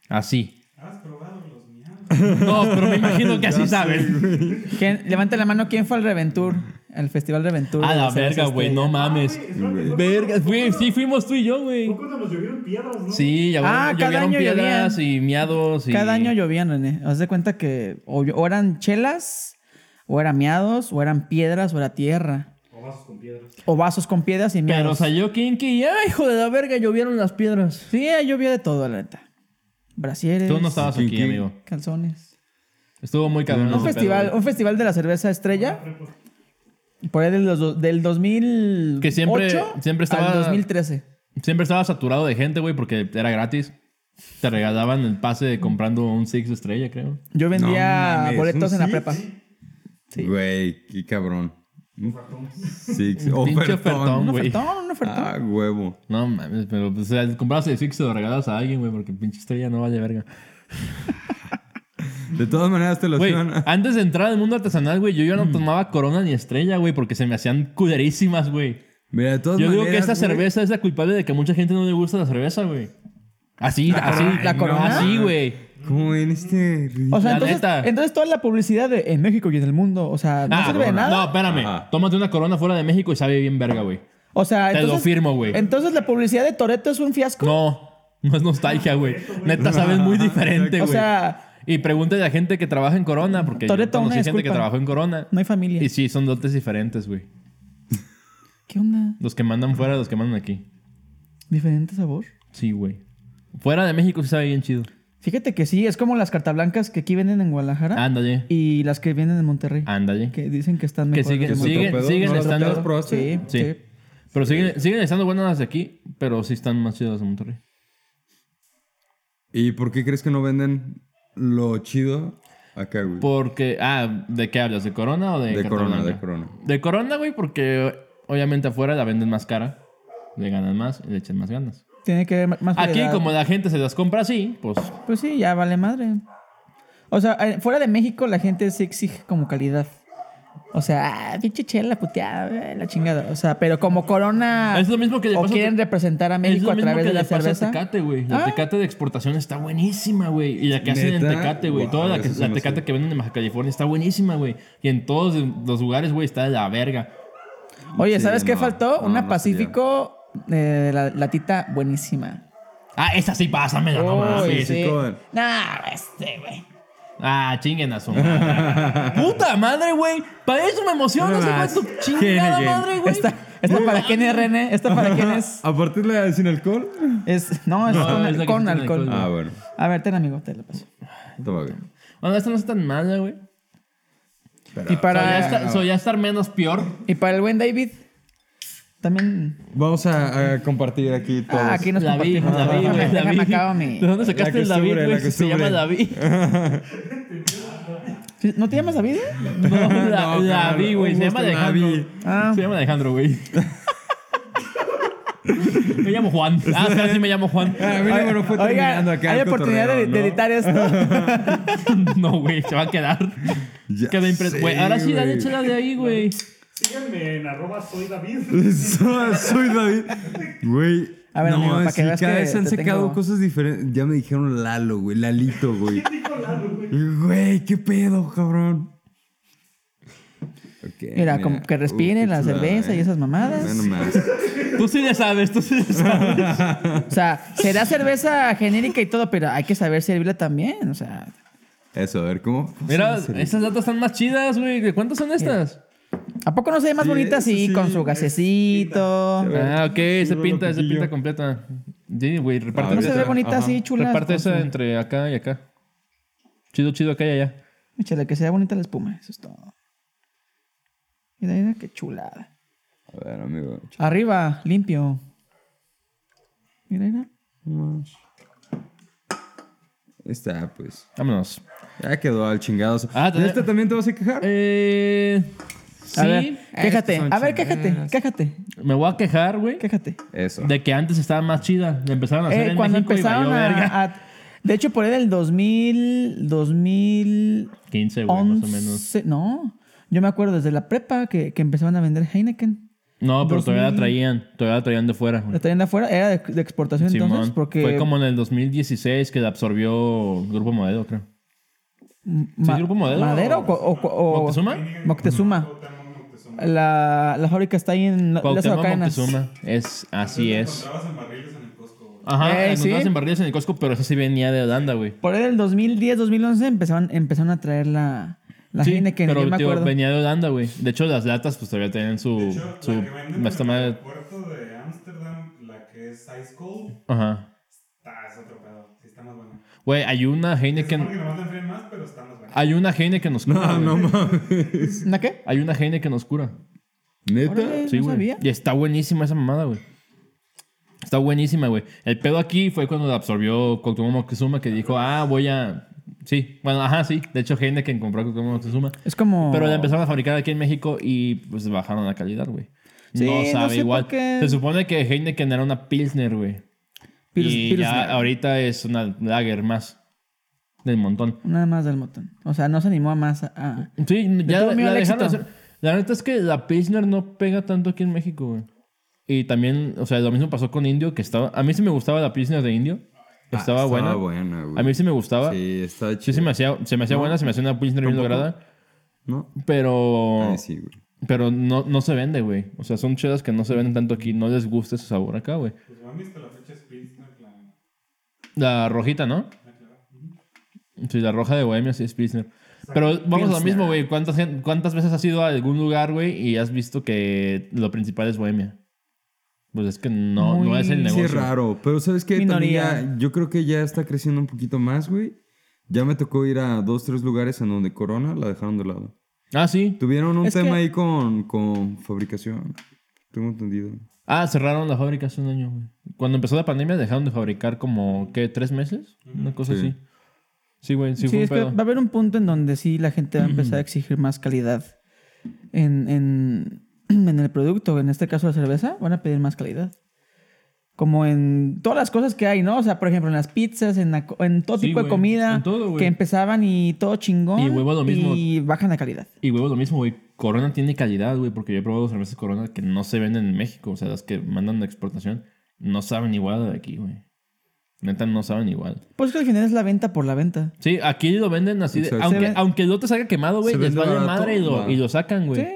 [SPEAKER 2] Así.
[SPEAKER 4] Has probado los miados.
[SPEAKER 2] No, pero me imagino que así saben.
[SPEAKER 3] ¿Quién- levanta la mano, ¿quién fue al Reventur? Al Festival Reventur.
[SPEAKER 2] A
[SPEAKER 3] de
[SPEAKER 2] Ah, la
[SPEAKER 3] las cervezas
[SPEAKER 2] verga, güey,
[SPEAKER 3] estrella.
[SPEAKER 2] no mames.
[SPEAKER 4] Ay, espérate,
[SPEAKER 1] este, ah, Güey.
[SPEAKER 4] fue
[SPEAKER 2] Verga,
[SPEAKER 4] cuando-
[SPEAKER 2] fui- sí,
[SPEAKER 4] fue
[SPEAKER 2] fuimos tú y yo, güey.
[SPEAKER 4] cuando nos llovieron piedras, ¿no?
[SPEAKER 2] Sí, ya
[SPEAKER 3] Ah, cada
[SPEAKER 2] llovieron
[SPEAKER 3] año
[SPEAKER 2] piedras y miados y...
[SPEAKER 3] Cada año llovían, René. Haz de cuenta que o, llo- o eran chelas, o eran miados, o eran piedras, o era tierra.
[SPEAKER 4] O vasos con piedras.
[SPEAKER 3] O vasos con piedras y
[SPEAKER 2] Pero
[SPEAKER 3] miados.
[SPEAKER 2] salió Kinky y, ¡ay, hijo de la verga! Llovieron las piedras.
[SPEAKER 3] Sí, ahí llovió de todo, la neta. Brasieres,
[SPEAKER 2] Tú no estabas aquí,
[SPEAKER 1] Kinky.
[SPEAKER 2] amigo.
[SPEAKER 3] calzones.
[SPEAKER 2] Estuvo muy cabrón.
[SPEAKER 3] Un
[SPEAKER 2] ese
[SPEAKER 3] festival,
[SPEAKER 2] pedo,
[SPEAKER 3] un festival de la cerveza estrella. Por ahí del, dos- del 2008
[SPEAKER 2] Que siempre- siempre estaba-
[SPEAKER 3] al 2013.
[SPEAKER 2] güey. Siempre estaba saturado de gente, güey, porque era gratis. Te regalaban el pase de comprando un Six Estrella, creo.
[SPEAKER 3] Yo vendía
[SPEAKER 1] No mames,
[SPEAKER 3] boletos
[SPEAKER 1] ¿un
[SPEAKER 3] en la
[SPEAKER 1] six?
[SPEAKER 3] prepa. Sí.
[SPEAKER 1] Güey, qué cabrón. Six.
[SPEAKER 2] Pinche
[SPEAKER 1] Ofertón.
[SPEAKER 2] ofertón,
[SPEAKER 3] Un
[SPEAKER 2] güey.
[SPEAKER 3] ofertón, un ofertón.
[SPEAKER 1] Ah, huevo.
[SPEAKER 2] No mames, pero pues, o sea, comprabas el Six y se lo regalabas a alguien, güey, porque pinche estrella no vale verga.
[SPEAKER 1] De todas maneras te lo
[SPEAKER 2] Güey, ah,
[SPEAKER 1] iban a-
[SPEAKER 2] antes de entrar al mundo artesanal, güey, yo ya no tomaba corona ni estrella, güey, porque se me hacían cuderísimas, güey.
[SPEAKER 1] Mira, de todas
[SPEAKER 2] Yo digo
[SPEAKER 1] maneras.
[SPEAKER 2] que esta
[SPEAKER 1] güey,
[SPEAKER 2] cerveza es la culpable de que a mucha gente no le gusta la cerveza, güey. Así, así.
[SPEAKER 3] la corona.
[SPEAKER 2] Así, güey.
[SPEAKER 1] Como en este.
[SPEAKER 3] O sea,
[SPEAKER 2] La
[SPEAKER 3] entonces,
[SPEAKER 2] neta.
[SPEAKER 3] entonces toda la publicidad de, en México y en el mundo, o sea, no
[SPEAKER 2] Ah,
[SPEAKER 3] sirve de nada.
[SPEAKER 2] No, espérame.
[SPEAKER 1] Ajá.
[SPEAKER 2] Tómate una corona fuera de México y sabe bien verga, güey.
[SPEAKER 3] O sea,
[SPEAKER 2] Te lo
[SPEAKER 3] entonces,
[SPEAKER 2] firmo, güey.
[SPEAKER 3] Entonces la publicidad de Toreto es un fiasco.
[SPEAKER 2] No, no es nostalgia, güey. Neta, sabes muy diferente,
[SPEAKER 3] o
[SPEAKER 2] güey.
[SPEAKER 3] sea,
[SPEAKER 2] y pregúntale a la gente que trabaja en Corona, porque yo
[SPEAKER 3] Toretto,
[SPEAKER 2] conocí
[SPEAKER 3] una
[SPEAKER 2] gente que
[SPEAKER 3] disculpa.
[SPEAKER 2] trabajó en Corona.
[SPEAKER 3] no hay familia.
[SPEAKER 2] Y sí, son dotes diferentes, güey.
[SPEAKER 3] ¿Qué onda?
[SPEAKER 2] Los que mandan fuera, los que mandan aquí.
[SPEAKER 3] ¿Diferente sabor?
[SPEAKER 2] Sí, güey. Fuera de México sí sabe bien chido.
[SPEAKER 3] Fíjate que sí, es como las cartablancas que aquí venden en Guadalajara
[SPEAKER 2] Ándale,
[SPEAKER 3] y las que vienen en Monterrey.
[SPEAKER 2] ándale.
[SPEAKER 3] Que dicen que están
[SPEAKER 2] ah, Que
[SPEAKER 3] mejor.
[SPEAKER 2] siguen,
[SPEAKER 3] las de
[SPEAKER 2] siguen,
[SPEAKER 1] pedo?
[SPEAKER 2] siguen
[SPEAKER 1] ¿No las
[SPEAKER 2] estando.
[SPEAKER 1] otras
[SPEAKER 3] Monterrey.
[SPEAKER 1] probaste?
[SPEAKER 3] Sí,
[SPEAKER 2] Sí.
[SPEAKER 3] sí.
[SPEAKER 2] Pero siguen, siguen estando buenas las de aquí, pero sí están más chidas las de Monterrey.
[SPEAKER 1] ¿Y por qué crees que no venden lo chido acá, güey?
[SPEAKER 2] Porque, ah, ¿de qué hablas? ¿De Corona o de
[SPEAKER 1] De Corona,
[SPEAKER 2] Cartablanca?
[SPEAKER 1] de Corona.
[SPEAKER 2] De Corona, güey, porque obviamente afuera la venden más cara, le ganan más y le echan más ganas.
[SPEAKER 3] Tiene que haber más
[SPEAKER 2] Aquí,
[SPEAKER 3] variedad.
[SPEAKER 2] como la gente se las compra así, pues
[SPEAKER 3] Pues sí, ya vale madre. O sea, eh, fuera de México la gente sí exige como calidad. O sea, ah, pinche chela puteada, eh, la chingada. O sea, pero como corona.
[SPEAKER 2] Es lo mismo que le
[SPEAKER 3] Ah. O
[SPEAKER 2] pasa a
[SPEAKER 3] quieren
[SPEAKER 2] Te-
[SPEAKER 3] representar a
[SPEAKER 2] es
[SPEAKER 3] México
[SPEAKER 2] lo
[SPEAKER 3] a
[SPEAKER 2] mismo
[SPEAKER 3] través
[SPEAKER 2] que
[SPEAKER 3] de
[SPEAKER 2] le
[SPEAKER 3] la
[SPEAKER 2] pasa a
[SPEAKER 3] cerveza.
[SPEAKER 2] Tecate, güey. La
[SPEAKER 3] Ah.
[SPEAKER 2] Tecate de exportación está buenísima, güey. Y la que hacen en
[SPEAKER 1] ¿Neta?
[SPEAKER 2] Tecate, güey. Toda la,
[SPEAKER 1] Wow,
[SPEAKER 2] que-
[SPEAKER 1] eso se
[SPEAKER 2] la
[SPEAKER 1] me
[SPEAKER 2] Tecate
[SPEAKER 1] hace-
[SPEAKER 2] que venden en Baja California está buenísima, güey. Y en todos los lugares, güey, está de la verga.
[SPEAKER 3] Oye,
[SPEAKER 1] Sí,
[SPEAKER 3] ¿sabes qué
[SPEAKER 1] no,
[SPEAKER 3] faltó?
[SPEAKER 1] no,
[SPEAKER 3] Una
[SPEAKER 1] no
[SPEAKER 3] Pacífico eh, la latita buenísima.
[SPEAKER 2] Ah, esa sí, pásamela, no
[SPEAKER 3] Uy,
[SPEAKER 2] mames.
[SPEAKER 1] sí, con-
[SPEAKER 3] Nah, este, güey.
[SPEAKER 2] Ah, chinguen a su madre. Puta madre, güey. Para eso me emociona, ese güey. Tu chingada
[SPEAKER 1] Chinguen.
[SPEAKER 2] madre, güey.
[SPEAKER 3] ¿Esta, esta para quién es, René? ¿Esta para quién es?
[SPEAKER 1] ¿A partir de la sin alcohol?
[SPEAKER 3] es no, es
[SPEAKER 2] No,
[SPEAKER 3] con,
[SPEAKER 2] es la que
[SPEAKER 3] con
[SPEAKER 2] tiene
[SPEAKER 3] alcohol.
[SPEAKER 2] alcohol.
[SPEAKER 1] Ah, bueno.
[SPEAKER 3] A ver, ten, amigo, te lo paso.
[SPEAKER 1] Toma bien.
[SPEAKER 2] Bueno, esta no es tan mala, güey. Para...
[SPEAKER 3] y,
[SPEAKER 2] ya,
[SPEAKER 3] para,
[SPEAKER 2] está- so ya estar menos peor.
[SPEAKER 3] y para el buen David, también.
[SPEAKER 1] Vamos a, a compartir aquí todos.
[SPEAKER 3] Ah, aquí nos
[SPEAKER 2] la vi,
[SPEAKER 3] compartimos.
[SPEAKER 2] la vi,
[SPEAKER 3] Déjame-
[SPEAKER 2] güey, la
[SPEAKER 3] déjame
[SPEAKER 2] vi.
[SPEAKER 3] acabo mi-
[SPEAKER 2] ¿De dónde sacaste
[SPEAKER 1] La
[SPEAKER 2] el David,
[SPEAKER 1] costumbre, la
[SPEAKER 2] güey? Si Se llama
[SPEAKER 1] costumbre.
[SPEAKER 2] David.
[SPEAKER 3] ¿Sí? ¿No te llamas David?
[SPEAKER 2] No, la,
[SPEAKER 1] No,
[SPEAKER 2] la
[SPEAKER 1] cabrón,
[SPEAKER 2] vi, güey.
[SPEAKER 1] un
[SPEAKER 2] Se llama
[SPEAKER 1] gusto, la
[SPEAKER 2] Alejandro.
[SPEAKER 1] vi.
[SPEAKER 3] Ah.
[SPEAKER 2] Se llama Alejandro, güey. Me llamo Juan. Ah, sí, sí me llamo Juan.
[SPEAKER 1] Ah, mira, bueno, fue
[SPEAKER 3] Oiga,
[SPEAKER 1] terminando acá.
[SPEAKER 3] hay
[SPEAKER 1] el
[SPEAKER 3] oportunidad de,
[SPEAKER 1] cotorreo,
[SPEAKER 3] de
[SPEAKER 1] ¿no?
[SPEAKER 3] editar esto.
[SPEAKER 2] No, güey, se va a quedar.
[SPEAKER 1] Ya
[SPEAKER 2] Queda impreso.
[SPEAKER 1] sé,
[SPEAKER 2] Güey, ahora sí, dale
[SPEAKER 1] güey.
[SPEAKER 2] chela de ahí, güey.
[SPEAKER 4] Síganme en arroba soy David.
[SPEAKER 1] Soy soy David. Güey.
[SPEAKER 3] A ver, amigo, para que veas
[SPEAKER 1] cada
[SPEAKER 3] que
[SPEAKER 1] vez han
[SPEAKER 3] te
[SPEAKER 1] sacado
[SPEAKER 3] tengo-
[SPEAKER 1] cosas diferentes. Ya me dijeron Lalo, güey. Lalito, güey. Güey, qué pedo, cabrón. Ok,
[SPEAKER 3] Mira, como que respire
[SPEAKER 1] qué
[SPEAKER 3] la
[SPEAKER 1] chulada,
[SPEAKER 3] cerveza y esas mamadas.
[SPEAKER 1] Ve nomás.
[SPEAKER 2] Tú sí le sabes, tú sí le sabes.
[SPEAKER 3] o sea, será cerveza genérica y todo, pero hay que saber servirla también. O sea,
[SPEAKER 1] Eso, a ver, ¿cómo?
[SPEAKER 2] Mira, esas datas están más chidas, güey. ¿De cuántas son estas?
[SPEAKER 3] ¿a poco no se ve más
[SPEAKER 1] Sí,
[SPEAKER 3] bonita
[SPEAKER 1] eso
[SPEAKER 3] así,
[SPEAKER 1] sí,
[SPEAKER 3] con su gasecito?
[SPEAKER 1] Sí,
[SPEAKER 2] Ah, ok, se
[SPEAKER 1] bueno,
[SPEAKER 2] pinta, se
[SPEAKER 1] poquillo.
[SPEAKER 2] pinta completa. Sí, güey, reparte
[SPEAKER 1] A
[SPEAKER 3] ¿No
[SPEAKER 1] ver,
[SPEAKER 3] se ve
[SPEAKER 1] esa-
[SPEAKER 3] bonita
[SPEAKER 1] ajá.
[SPEAKER 3] así, chula?
[SPEAKER 2] Reparte
[SPEAKER 3] Con
[SPEAKER 2] esa
[SPEAKER 3] su-
[SPEAKER 2] entre acá y acá. Chido, chido, acá y allá.
[SPEAKER 3] Échale, que sea bonita la espuma, eso es todo. Mira, mira, qué chulada.
[SPEAKER 1] A ver, amigo.
[SPEAKER 3] Arriba, limpio. Mira, mira.
[SPEAKER 1] Ahí Está, pues.
[SPEAKER 2] Vámonos.
[SPEAKER 1] Ya quedó al chingazo.
[SPEAKER 2] Ah, te-
[SPEAKER 1] ¿De esta también te vas a quejar?
[SPEAKER 2] Eh,
[SPEAKER 3] A
[SPEAKER 2] sí,
[SPEAKER 3] ver, quéjate.
[SPEAKER 1] son
[SPEAKER 3] A ver, quéjate, quéjate,
[SPEAKER 2] me voy a quejar, güey,
[SPEAKER 3] quéjate.
[SPEAKER 1] Eso.
[SPEAKER 2] de que antes estaba más chida. La empezaron a hacer
[SPEAKER 3] Eh,
[SPEAKER 2] en
[SPEAKER 3] cuando
[SPEAKER 2] México y
[SPEAKER 3] empezaron
[SPEAKER 2] valió
[SPEAKER 3] a,
[SPEAKER 2] verga.
[SPEAKER 3] a- De hecho, por ahí del 2000, 2011.
[SPEAKER 2] 15, güey, más o menos.
[SPEAKER 3] No, yo me acuerdo desde la prepa que, que empezaban a vender Heineken.
[SPEAKER 2] No, pero todavía la
[SPEAKER 3] 2000.
[SPEAKER 2] traían. Todavía la traían de fuera, güey.
[SPEAKER 3] La traían de afuera, era de, de exportación entonces,
[SPEAKER 2] Simón.
[SPEAKER 3] porque.
[SPEAKER 2] Fue como en el 2016 que la absorbió Grupo Modelo, creo.
[SPEAKER 3] Ma-
[SPEAKER 2] sí, Grupo Modelo.
[SPEAKER 3] ¿Madero o, o- o-
[SPEAKER 2] ¿Moctezuma?
[SPEAKER 3] Moctezuma. La, la fábrica está ahí en la
[SPEAKER 2] Cuauhtémoc Moctezuma. Es, así es.
[SPEAKER 5] Encontrabas en barriles en el Costco.
[SPEAKER 2] Ajá,
[SPEAKER 3] Eh,
[SPEAKER 2] eh,
[SPEAKER 3] sí.
[SPEAKER 2] en barriles en el Costco, pero esa sí venía de Holanda, güey.
[SPEAKER 3] Por ahí del 2010, 2011 empezaron, empezaron a traer la, la
[SPEAKER 2] sí,
[SPEAKER 3] Heineken,
[SPEAKER 2] pero
[SPEAKER 3] yo me
[SPEAKER 2] tío,
[SPEAKER 3] acuerdo.
[SPEAKER 2] venía de Holanda, güey. De hecho, las latas pues todavía tenían su...
[SPEAKER 5] De hecho,
[SPEAKER 2] su
[SPEAKER 5] la que venden en
[SPEAKER 2] esta
[SPEAKER 5] el
[SPEAKER 2] madre-
[SPEAKER 5] aeropuerto de Ámsterdam, la que es Ice Cold,
[SPEAKER 2] Ajá.
[SPEAKER 5] está, es otro pedo. Sí, está más buena.
[SPEAKER 2] Güey, hay una
[SPEAKER 5] Se supone que
[SPEAKER 2] Heineken...
[SPEAKER 5] nomás la enfrían más, pero está más buena.
[SPEAKER 2] Hay una Heineken oscura.
[SPEAKER 1] No,
[SPEAKER 2] güey.
[SPEAKER 1] Ah, no mames.
[SPEAKER 3] ¿Una qué?
[SPEAKER 2] Hay una Heineken oscura.
[SPEAKER 1] ¿Neta?
[SPEAKER 3] Órale,
[SPEAKER 2] Sí,
[SPEAKER 3] no
[SPEAKER 2] güey.
[SPEAKER 3] sabía.
[SPEAKER 2] y está buenísima esa mamada, güey. Está buenísima, güey. El pedo aquí fue cuando la absorbió Cuauhtémoc Moctezuma que dijo, ah, voy a... Sí, bueno, ajá, sí. De hecho, Heineken compró a Cuauhtémoc Moctezuma.
[SPEAKER 3] Es como.
[SPEAKER 2] Pero la empezaron a fabricar aquí en México y pues bajaron la calidad, güey.
[SPEAKER 3] Sí,
[SPEAKER 2] no
[SPEAKER 3] no
[SPEAKER 2] sabe
[SPEAKER 3] sé
[SPEAKER 2] igual.
[SPEAKER 3] por qué.
[SPEAKER 2] Se supone que Heineken era una Pilsner, güey.
[SPEAKER 3] Pils-
[SPEAKER 2] y
[SPEAKER 3] Pilsner.
[SPEAKER 2] ya ahorita es una lager más del montón.
[SPEAKER 3] Nada más del montón. O sea, no se animó a más a- a-
[SPEAKER 2] Sí, ya
[SPEAKER 3] tuvo
[SPEAKER 2] la,
[SPEAKER 3] miedo
[SPEAKER 2] la dejaron
[SPEAKER 3] al éxito.
[SPEAKER 2] hacer. La neta es que la Pilsner no pega tanto aquí en México, güey. Y también, o sea, lo mismo pasó con Indio, que estaba... A mí sí me gustaba la Pilsner de Indio.
[SPEAKER 1] Ah,
[SPEAKER 2] Estaba buena.
[SPEAKER 1] buena, güey.
[SPEAKER 2] A mí sí me gustaba. Sí,
[SPEAKER 1] Sí, estaba
[SPEAKER 2] se me
[SPEAKER 1] chido.
[SPEAKER 2] hacía, se me hacía buena, se me hacía una Pilsner bien
[SPEAKER 1] Tampoco.
[SPEAKER 2] lograda.
[SPEAKER 1] ¿No?
[SPEAKER 2] Pero...
[SPEAKER 1] Ay, sí, güey.
[SPEAKER 2] Pero no, no se vende, güey. O sea, son chelas que no se venden tanto aquí. No les gusta ese sabor acá, güey.
[SPEAKER 5] Pues yo han visto la fecha Spitz, no la, Ah,
[SPEAKER 2] La rojita, ¿no?
[SPEAKER 5] la clara.
[SPEAKER 2] Sí, la roja de Bohemia sí es Pilsner. Pero vamos a lo
[SPEAKER 3] Pilsner.
[SPEAKER 2] mismo, güey. ¿Cuántas, gen- ¿Cuántas veces has ido a algún lugar, güey, y has visto que lo principal es Bohemia? Pues es que no,
[SPEAKER 3] Muy-
[SPEAKER 2] no es el
[SPEAKER 3] sí,
[SPEAKER 1] Sí,
[SPEAKER 2] negocio.
[SPEAKER 1] es raro. Pero ¿sabes qué? También
[SPEAKER 3] Minoría.
[SPEAKER 1] ya- yo creo que ya está creciendo un poquito más, güey. Ya me tocó ir a dos, tres lugares en donde Corona la dejaron de lado.
[SPEAKER 2] Ah, sí.
[SPEAKER 1] Tuvieron un
[SPEAKER 3] Es
[SPEAKER 1] tema
[SPEAKER 3] que-
[SPEAKER 1] ahí con, con fabricación. Tengo entendido.
[SPEAKER 2] Ah, cerraron la fábrica hace un año, güey. Cuando empezó la pandemia dejaron de fabricar como, ¿qué? ¿Tres meses? Una cosa
[SPEAKER 1] Sí.
[SPEAKER 2] así. Sí, güey. Sí,
[SPEAKER 3] Sí,
[SPEAKER 2] fue un
[SPEAKER 3] es que
[SPEAKER 2] pedo.
[SPEAKER 3] va a haber un punto en donde sí la gente va a empezar a exigir más calidad en, en, en el producto. En este caso, la cerveza, van a pedir más calidad. Como en todas las cosas que hay, ¿no? O sea, por ejemplo, en las pizzas, en, la co- en todo
[SPEAKER 2] Sí,
[SPEAKER 3] tipo de
[SPEAKER 2] güey.
[SPEAKER 3] comida.
[SPEAKER 2] En todo, güey.
[SPEAKER 3] que empezaban y todo chingón.
[SPEAKER 2] Y huevo lo mismo.
[SPEAKER 3] Y bajan la calidad.
[SPEAKER 2] Y huevo, lo mismo, güey. Corona tiene calidad, güey, porque yo he probado cervezas Corona que no se venden en México, o sea, las que mandan de exportación, no saben igual a de aquí, güey. Neta, no saben igual.
[SPEAKER 3] Pues que al final es la venta por la venta.
[SPEAKER 2] Sí, aquí lo venden así de.
[SPEAKER 1] Exacto.
[SPEAKER 2] Aunque,
[SPEAKER 3] Se ven-
[SPEAKER 2] aunque el lote salga quemado, güey,
[SPEAKER 1] se
[SPEAKER 2] les
[SPEAKER 1] vende
[SPEAKER 2] vale
[SPEAKER 1] barato,
[SPEAKER 2] madre y lo,
[SPEAKER 1] va.
[SPEAKER 2] y lo sacan, güey.
[SPEAKER 3] Sí.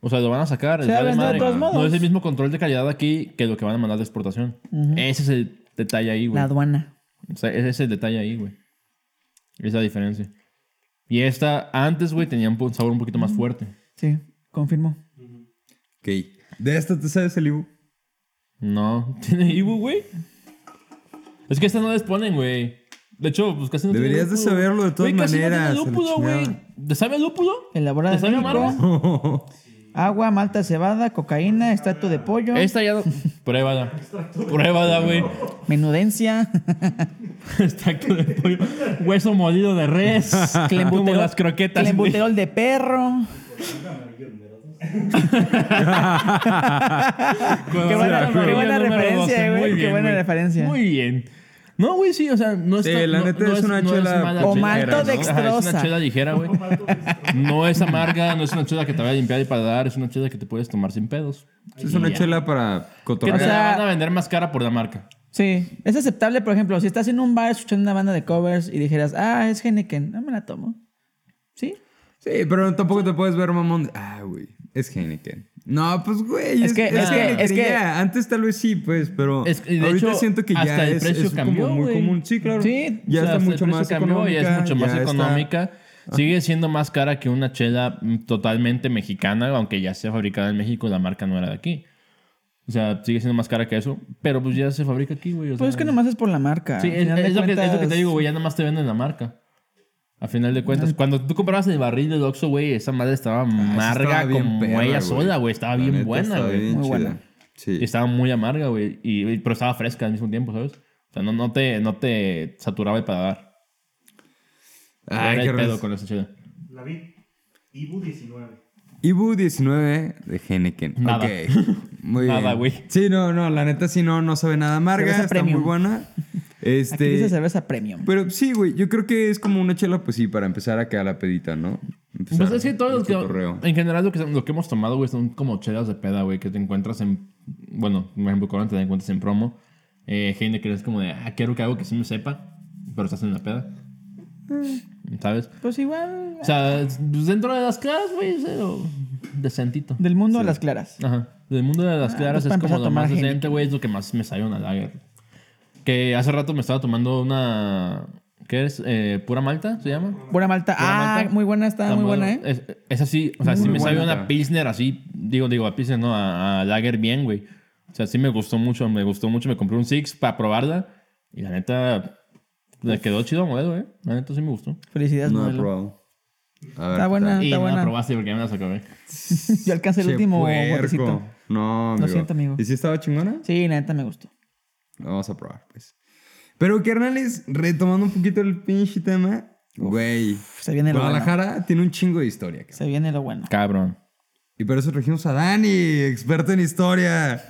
[SPEAKER 2] O sea, lo van a sacar, les
[SPEAKER 3] Se
[SPEAKER 2] vale
[SPEAKER 3] vende de
[SPEAKER 2] madre.
[SPEAKER 3] todos
[SPEAKER 2] No
[SPEAKER 3] modos.
[SPEAKER 2] es el mismo control de calidad aquí que lo que van a mandar de exportación. Ese es el detalle ahí, güey.
[SPEAKER 3] La aduana.
[SPEAKER 2] O sea, ese es el detalle ahí, güey. Esa es la diferencia. Y esta, antes, güey, tenía un po- sabor un poquito más fuerte.
[SPEAKER 3] Sí, confirmo.
[SPEAKER 1] Ok. ¿De esta te sabes el Ibu?
[SPEAKER 2] No, tiene Ibu, güey. Es que estas no les ponen, güey. De hecho, pues casi no tiene
[SPEAKER 1] Deberías de
[SPEAKER 2] lúpulo.
[SPEAKER 1] saberlo de todas
[SPEAKER 2] Güey, casi
[SPEAKER 1] maneras,
[SPEAKER 2] No
[SPEAKER 1] a la
[SPEAKER 2] tiene lúpulo, güey.
[SPEAKER 1] chingada.
[SPEAKER 2] ¿Te sabe a lúpulo?
[SPEAKER 3] Elaborada
[SPEAKER 2] ¿Te
[SPEAKER 3] en
[SPEAKER 2] sabe
[SPEAKER 3] México.
[SPEAKER 2] amargo?
[SPEAKER 3] Agua, malta, cebada, cocaína, extracto de pollo,
[SPEAKER 2] Esta ya. no- Pruébala. Pruébala, güey.
[SPEAKER 3] menudencia,
[SPEAKER 2] Extracto de pollo. Hueso molido de res. Como
[SPEAKER 3] Clembuterol-
[SPEAKER 2] las croquetas. güey.
[SPEAKER 3] clenbuterol de perro.
[SPEAKER 2] Cuando
[SPEAKER 3] Qué
[SPEAKER 2] se
[SPEAKER 3] buena-
[SPEAKER 2] la
[SPEAKER 3] qué
[SPEAKER 2] juega
[SPEAKER 3] buena
[SPEAKER 2] número
[SPEAKER 3] referencia,
[SPEAKER 2] 12.
[SPEAKER 3] güey.
[SPEAKER 2] Muy
[SPEAKER 3] Qué
[SPEAKER 2] bien,
[SPEAKER 3] buena
[SPEAKER 2] güey.
[SPEAKER 3] referencia.
[SPEAKER 2] Muy bien. No, güey, sí, o sea, no está.
[SPEAKER 1] Sí, la
[SPEAKER 2] no-
[SPEAKER 1] neta
[SPEAKER 2] no
[SPEAKER 1] es una
[SPEAKER 2] no
[SPEAKER 1] chela
[SPEAKER 2] mala
[SPEAKER 1] o
[SPEAKER 2] chela,
[SPEAKER 3] malto
[SPEAKER 2] ¿no? Ajá, Es
[SPEAKER 3] dextrosa.
[SPEAKER 2] una chela ligera, güey. No es amarga, no es una chela que te vaya a limpiar y para dar, es una chela que te puedes tomar sin pedos.
[SPEAKER 1] Es una
[SPEAKER 2] Y ya.
[SPEAKER 1] chela para
[SPEAKER 2] Que
[SPEAKER 1] cotorrear.
[SPEAKER 2] te
[SPEAKER 3] O sea-
[SPEAKER 2] la van a vender más cara por la marca.
[SPEAKER 3] Sí, es aceptable, por ejemplo, si estás en un bar escuchando una banda de covers y dijeras, ah, es Heineken, no me la tomo. ¿Sí?
[SPEAKER 1] Sí, pero tampoco te puedes ver mamón. de, Ah, güey. Es Heineken. No, pues, güey.
[SPEAKER 3] Es que- es que- es que-
[SPEAKER 1] Heineken, ya. Antes tal vez sí, pues, pero
[SPEAKER 2] Es que, de
[SPEAKER 1] ahorita
[SPEAKER 2] hecho,
[SPEAKER 1] siento que ya
[SPEAKER 2] hasta el
[SPEAKER 1] es,
[SPEAKER 2] precio
[SPEAKER 1] es
[SPEAKER 2] cambió,
[SPEAKER 1] como muy
[SPEAKER 2] güey.
[SPEAKER 1] común. Sí, claro.
[SPEAKER 3] Sí,
[SPEAKER 1] ya
[SPEAKER 2] O sea,
[SPEAKER 1] está
[SPEAKER 2] hasta el
[SPEAKER 1] mucho
[SPEAKER 2] precio
[SPEAKER 1] más
[SPEAKER 2] cambió,
[SPEAKER 1] económica.
[SPEAKER 2] Ya es mucho más
[SPEAKER 1] ya está- Ah.
[SPEAKER 2] económica. Sigue siendo más cara que una chela mm, totalmente mexicana, aunque ya sea fabricada en México, la marca no era de aquí. O sea, sigue siendo más cara que eso, pero pues ya se fabrica aquí, güey. o
[SPEAKER 3] Pues es
[SPEAKER 2] sea,
[SPEAKER 3] que nomás es por la marca.
[SPEAKER 2] Sí,
[SPEAKER 3] Al
[SPEAKER 2] es,
[SPEAKER 3] final de
[SPEAKER 2] es lo que, es lo que
[SPEAKER 3] cuentas,
[SPEAKER 2] te digo, güey. Ya nada más te venden la marca. A final de cuentas. Cuando tú comprabas el barril del Oxxo, güey, esa madre estaba amarga
[SPEAKER 1] Ah, estaba bien
[SPEAKER 2] como
[SPEAKER 1] perra,
[SPEAKER 2] ella
[SPEAKER 1] güey.
[SPEAKER 2] sola, güey. Estaba
[SPEAKER 1] La
[SPEAKER 2] bien
[SPEAKER 1] neta,
[SPEAKER 2] buena, Este,
[SPEAKER 1] estaba
[SPEAKER 2] güey.
[SPEAKER 1] bien
[SPEAKER 3] Muy
[SPEAKER 1] chida.
[SPEAKER 3] buena.
[SPEAKER 1] Sí.
[SPEAKER 2] Y Estaba muy amarga, güey. Y, y- pero estaba fresca al mismo tiempo, ¿sabes? O sea, no, no, te, no te saturaba el paladar.
[SPEAKER 1] Ay,
[SPEAKER 2] Era
[SPEAKER 1] qué
[SPEAKER 2] el pedo
[SPEAKER 1] res-
[SPEAKER 2] con esa chela.
[SPEAKER 4] La vi. Ibu 19.
[SPEAKER 1] Ibu 19 de Heineken. Ok.
[SPEAKER 2] Nada.
[SPEAKER 1] Muy bien.
[SPEAKER 2] Nada, güey.
[SPEAKER 1] Sí, no, no, la neta sí no, no sabe nada amarga,
[SPEAKER 3] Cerveza
[SPEAKER 1] está
[SPEAKER 3] premium.
[SPEAKER 1] muy buena.
[SPEAKER 3] Aquí dice
[SPEAKER 1] Este.
[SPEAKER 3] cerveza premium.
[SPEAKER 1] Pero sí, güey, yo creo que es como una chela, pues sí, para empezar acá la pedita, ¿no? Empezar
[SPEAKER 2] Pues es que todos
[SPEAKER 1] el
[SPEAKER 2] los que.
[SPEAKER 1] cotorreo.
[SPEAKER 2] En general, lo que, lo que hemos tomado, güey, son como chelas de peda, güey, que te encuentras en. Bueno, por ejemplo, Corona te la encuentras en promo. Eh, gente que es como de, ah, quiero que algo que sí me sepa, pero estás en la peda. ¿Sabes?
[SPEAKER 3] Pues igual.
[SPEAKER 2] O sea, es- pues dentro de las claras, güey, es lo decentito.
[SPEAKER 3] Del mundo a las claras.
[SPEAKER 2] Ajá. Del mundo de las claras
[SPEAKER 3] pues para
[SPEAKER 2] es como
[SPEAKER 3] empezar a
[SPEAKER 2] lo más
[SPEAKER 3] tomar
[SPEAKER 2] decente, güey, es lo que más me salió una lager. Que hace rato me estaba tomando una. ¿Qué es? Eh, ¿Pura malta se llama?
[SPEAKER 3] Buena malta.
[SPEAKER 2] Buena
[SPEAKER 3] Ah,
[SPEAKER 2] malta.
[SPEAKER 3] muy buena, está muy
[SPEAKER 2] Amado,
[SPEAKER 3] buena, ¿eh?
[SPEAKER 2] Es, es así, o sea, sí
[SPEAKER 1] Muy
[SPEAKER 2] me sabe
[SPEAKER 1] buena.
[SPEAKER 2] una Pilsner así, digo, digo, a Pilsner, no, a, a Lager bien, güey. O sea, sí me gustó mucho, me gustó mucho. Me compré un Six para probarla y la neta, le quedó chido a modelo, eh. La neta sí me gustó.
[SPEAKER 3] Felicidades,
[SPEAKER 1] No he
[SPEAKER 3] modelo.
[SPEAKER 1] probado. A ver,
[SPEAKER 3] Está buena,
[SPEAKER 2] y
[SPEAKER 3] Ah, está
[SPEAKER 2] no la
[SPEAKER 3] buena.
[SPEAKER 2] probaste porque ya me la acabé.
[SPEAKER 3] Yo alcancé el
[SPEAKER 1] Che,
[SPEAKER 3] último eh,
[SPEAKER 1] puerco.
[SPEAKER 3] botecito.
[SPEAKER 1] No, amigo.
[SPEAKER 3] siento, amigo.
[SPEAKER 1] ¿Y si estaba chingona?
[SPEAKER 3] Sí, la neta me gustó.
[SPEAKER 1] La Vamos a probar, pues. Pero, carnales, retomando un poquito el pinche tema, güey.
[SPEAKER 3] Se viene lo bueno.
[SPEAKER 1] Guadalajara tiene un chingo de historia, cabrón.
[SPEAKER 3] Se viene lo bueno.
[SPEAKER 2] Cabrón.
[SPEAKER 1] Y por eso trajimos a Dani, experto en historia.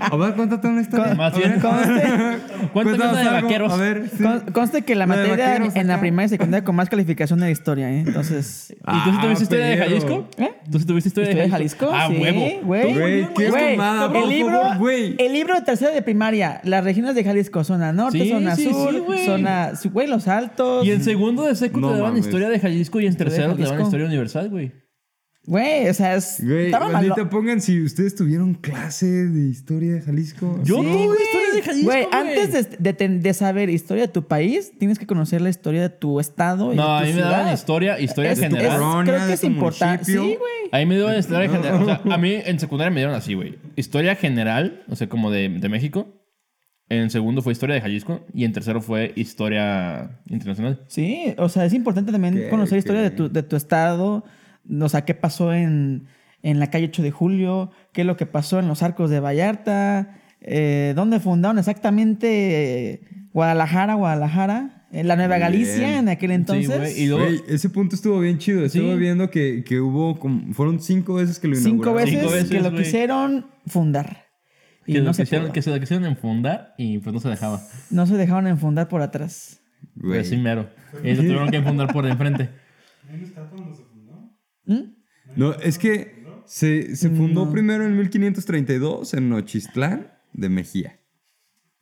[SPEAKER 1] a ver, cuéntate una historia.
[SPEAKER 2] Más
[SPEAKER 1] A ver,
[SPEAKER 2] bien,
[SPEAKER 1] cuéntanos
[SPEAKER 2] cuéntame una de
[SPEAKER 1] algo.
[SPEAKER 2] vaqueros.
[SPEAKER 1] A ver, sí.
[SPEAKER 3] este- Con- conste que la
[SPEAKER 1] Lo de
[SPEAKER 3] materia
[SPEAKER 1] vaqueros
[SPEAKER 3] en la
[SPEAKER 1] acá.
[SPEAKER 3] primaria y secundaria con más calificación de historia, ¿eh? Entonces.
[SPEAKER 2] ¿Y tú sí tuviste historia de
[SPEAKER 1] pero-
[SPEAKER 2] Jalisco?
[SPEAKER 3] ¿Eh?
[SPEAKER 2] ¿Tú sí tuviste historia
[SPEAKER 3] ¿Historia
[SPEAKER 2] de
[SPEAKER 3] de Jalisco?
[SPEAKER 2] Ah,
[SPEAKER 3] Sí,
[SPEAKER 2] huevo.
[SPEAKER 3] güey.
[SPEAKER 1] Güey, qué
[SPEAKER 3] Güey,
[SPEAKER 1] mamada, por
[SPEAKER 3] el libro,
[SPEAKER 1] favor, güey.
[SPEAKER 3] el libro de tercero de primaria, las regiones de Jalisco, zona norte,
[SPEAKER 2] Sí,
[SPEAKER 3] zona
[SPEAKER 2] sí, sí,
[SPEAKER 3] sur,
[SPEAKER 2] güey.
[SPEAKER 3] zona, su- güey, los altos,
[SPEAKER 2] Y en segundo de secu
[SPEAKER 1] No
[SPEAKER 2] te daban
[SPEAKER 1] mames.
[SPEAKER 2] historia de Jalisco y en
[SPEAKER 3] Historia de
[SPEAKER 2] tercero te daban
[SPEAKER 3] Jalisco.
[SPEAKER 2] historia universal, güey.
[SPEAKER 3] güey, o sea, es,
[SPEAKER 1] Güey,
[SPEAKER 3] estaba malo.
[SPEAKER 1] maldita, pongan si ustedes tuvieron clase de historia de Jalisco.
[SPEAKER 2] Yo
[SPEAKER 3] Sí,
[SPEAKER 2] tuve
[SPEAKER 3] güey.
[SPEAKER 2] historia de Jalisco,
[SPEAKER 3] Güey,
[SPEAKER 2] güey.
[SPEAKER 3] antes de, de ten- de saber historia de tu país, tienes que conocer la historia de tu estado y
[SPEAKER 2] No,
[SPEAKER 3] de
[SPEAKER 2] a
[SPEAKER 3] tu
[SPEAKER 2] mí me
[SPEAKER 3] ciudad.
[SPEAKER 2] daban historia, historia
[SPEAKER 3] Es-
[SPEAKER 2] general.
[SPEAKER 3] es- creo que
[SPEAKER 1] de
[SPEAKER 3] es
[SPEAKER 1] tu
[SPEAKER 3] importante. Sí,
[SPEAKER 1] municipio.
[SPEAKER 3] güey.
[SPEAKER 2] Ahí me dio historia general. O sea, a mí en secundaria me dieron así, güey. Historia general, o sea, como de, de México. En segundo fue historia de Jalisco. Y en tercero fue historia internacional.
[SPEAKER 3] Sí, o sea, es importante también
[SPEAKER 1] Qué-
[SPEAKER 3] conocer
[SPEAKER 1] qué-
[SPEAKER 3] historia de tu, de tu estado, o sea, qué pasó en, en la calle 8 de Julio, qué es lo que pasó en los arcos de Vallarta, eh, dónde fundaron exactamente eh, Guadalajara, Guadalajara, en la Nueva
[SPEAKER 1] Muy
[SPEAKER 3] Galicia
[SPEAKER 1] bien.
[SPEAKER 3] en aquel entonces.
[SPEAKER 2] güey, y luego-
[SPEAKER 1] Güey, ese punto estuvo bien chido. Estuve
[SPEAKER 2] Sí.
[SPEAKER 1] viendo que, que hubo como- fueron cinco veces que lo
[SPEAKER 3] cinco,
[SPEAKER 1] inauguraron.
[SPEAKER 3] veces
[SPEAKER 2] Cinco veces,
[SPEAKER 3] que lo
[SPEAKER 2] güey.
[SPEAKER 3] quisieron fundar. Y
[SPEAKER 2] Que,
[SPEAKER 3] no
[SPEAKER 2] lo
[SPEAKER 3] se,
[SPEAKER 2] quisieron,
[SPEAKER 3] pudo.
[SPEAKER 2] que se lo quisieron enfundar y pues no se dejaba.
[SPEAKER 3] no se dejaron enfundar por atrás.
[SPEAKER 1] Güey.
[SPEAKER 2] Pero Pues sí, mero. Y lo tuvieron que enfundar por de enfrente.
[SPEAKER 5] ¿No hay una estatua donde se fundó?
[SPEAKER 3] ¿Mm?
[SPEAKER 1] No, es que se, se fundó primero en 1532 en Nochistlán de Mejía.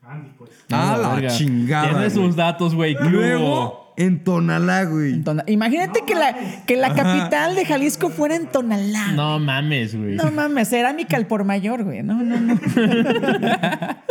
[SPEAKER 5] Andy, pues.
[SPEAKER 1] ¡A la
[SPEAKER 2] verga.
[SPEAKER 1] chingada,
[SPEAKER 2] Tiene
[SPEAKER 1] güey!
[SPEAKER 2] sus datos, güey. ¿qué hubo?
[SPEAKER 1] Luego en Tonalá, güey.
[SPEAKER 3] Tona- Imagínate que la, que la capital de Jalisco fuera en Tonalá.
[SPEAKER 2] No mames, güey.
[SPEAKER 3] No mames, cerámica al por mayor, güey. No, no, no.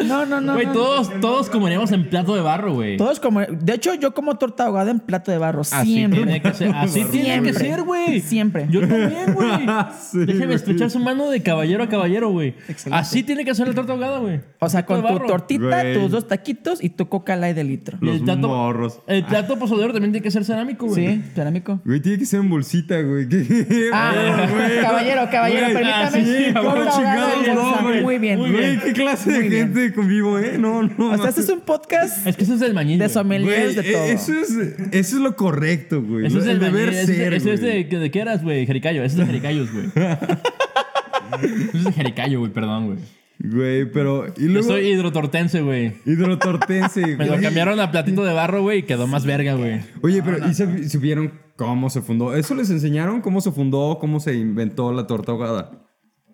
[SPEAKER 3] No, no, no.
[SPEAKER 2] Güey,
[SPEAKER 3] no.
[SPEAKER 2] todos, todos comeríamos en plato de barro, güey.
[SPEAKER 3] Todos como. De hecho, yo como torta ahogada en plato de barro.
[SPEAKER 1] Ah,
[SPEAKER 2] Así
[SPEAKER 3] siempre.
[SPEAKER 2] tiene que ser. Así tiene que
[SPEAKER 3] Siempre.
[SPEAKER 2] ser, güey.
[SPEAKER 3] Siempre.
[SPEAKER 2] Yo también, güey.
[SPEAKER 1] Ah, Sí,
[SPEAKER 2] Déjeme
[SPEAKER 1] güey.
[SPEAKER 2] estrechar su mano de caballero a caballero, güey.
[SPEAKER 3] Excelente.
[SPEAKER 2] Así tiene que ser la torta ahogada, güey.
[SPEAKER 3] O sea,
[SPEAKER 2] Plato
[SPEAKER 3] con
[SPEAKER 2] de
[SPEAKER 3] tu
[SPEAKER 2] barro.
[SPEAKER 3] tortita,
[SPEAKER 1] Güey.
[SPEAKER 3] tus dos taquitos y tu coca light de litro.
[SPEAKER 2] Y
[SPEAKER 1] Los morros.
[SPEAKER 2] El plato pozolero también tiene que ser cerámico, güey.
[SPEAKER 3] Sí, cerámico.
[SPEAKER 1] Güey, tiene que ser en bolsita, güey. ¿Qué?
[SPEAKER 3] Ah,
[SPEAKER 1] güey.
[SPEAKER 3] caballero, caballero,
[SPEAKER 1] Güey,
[SPEAKER 3] permítame.
[SPEAKER 1] así,
[SPEAKER 3] Torta
[SPEAKER 1] ¿cómo
[SPEAKER 3] ahogada
[SPEAKER 1] chingados
[SPEAKER 3] en
[SPEAKER 1] no,
[SPEAKER 3] bolsa.
[SPEAKER 1] güey?
[SPEAKER 3] Muy bien, muy
[SPEAKER 1] Güey,
[SPEAKER 3] bien.
[SPEAKER 1] qué clase de
[SPEAKER 3] Muy bien.
[SPEAKER 1] gente convivo, ¿eh? No, no.
[SPEAKER 3] O sea, este es un podcast
[SPEAKER 2] Es que eso es el mañil.
[SPEAKER 3] de
[SPEAKER 2] güey.
[SPEAKER 1] Güey,
[SPEAKER 3] sommeliers de
[SPEAKER 1] eh,
[SPEAKER 3] todo.
[SPEAKER 1] Eso es, eso es lo correcto, güey.
[SPEAKER 2] Eso es
[SPEAKER 1] el
[SPEAKER 2] el
[SPEAKER 1] deber
[SPEAKER 2] mañil,
[SPEAKER 1] ser,
[SPEAKER 2] Eso es de,
[SPEAKER 1] güey.
[SPEAKER 2] de, de qué eras, güey. Jericayo. Eso es de Jericayos, güey. Eso es de Jericayo, güey. Perdón, güey.
[SPEAKER 1] Güey, pero... Y
[SPEAKER 2] Yo
[SPEAKER 1] luego...
[SPEAKER 2] soy hidrotortense, güey.
[SPEAKER 1] Hidrotortense, güey.
[SPEAKER 2] Me lo cambiaron Ah, a platito de barro, güey, y quedó más verga, güey.
[SPEAKER 1] Oye, pero ¿y sab- supieron cómo se fundó? ¿Eso les enseñaron? ¿Cómo se fundó? ¿Cómo se inventó la torta ahogada?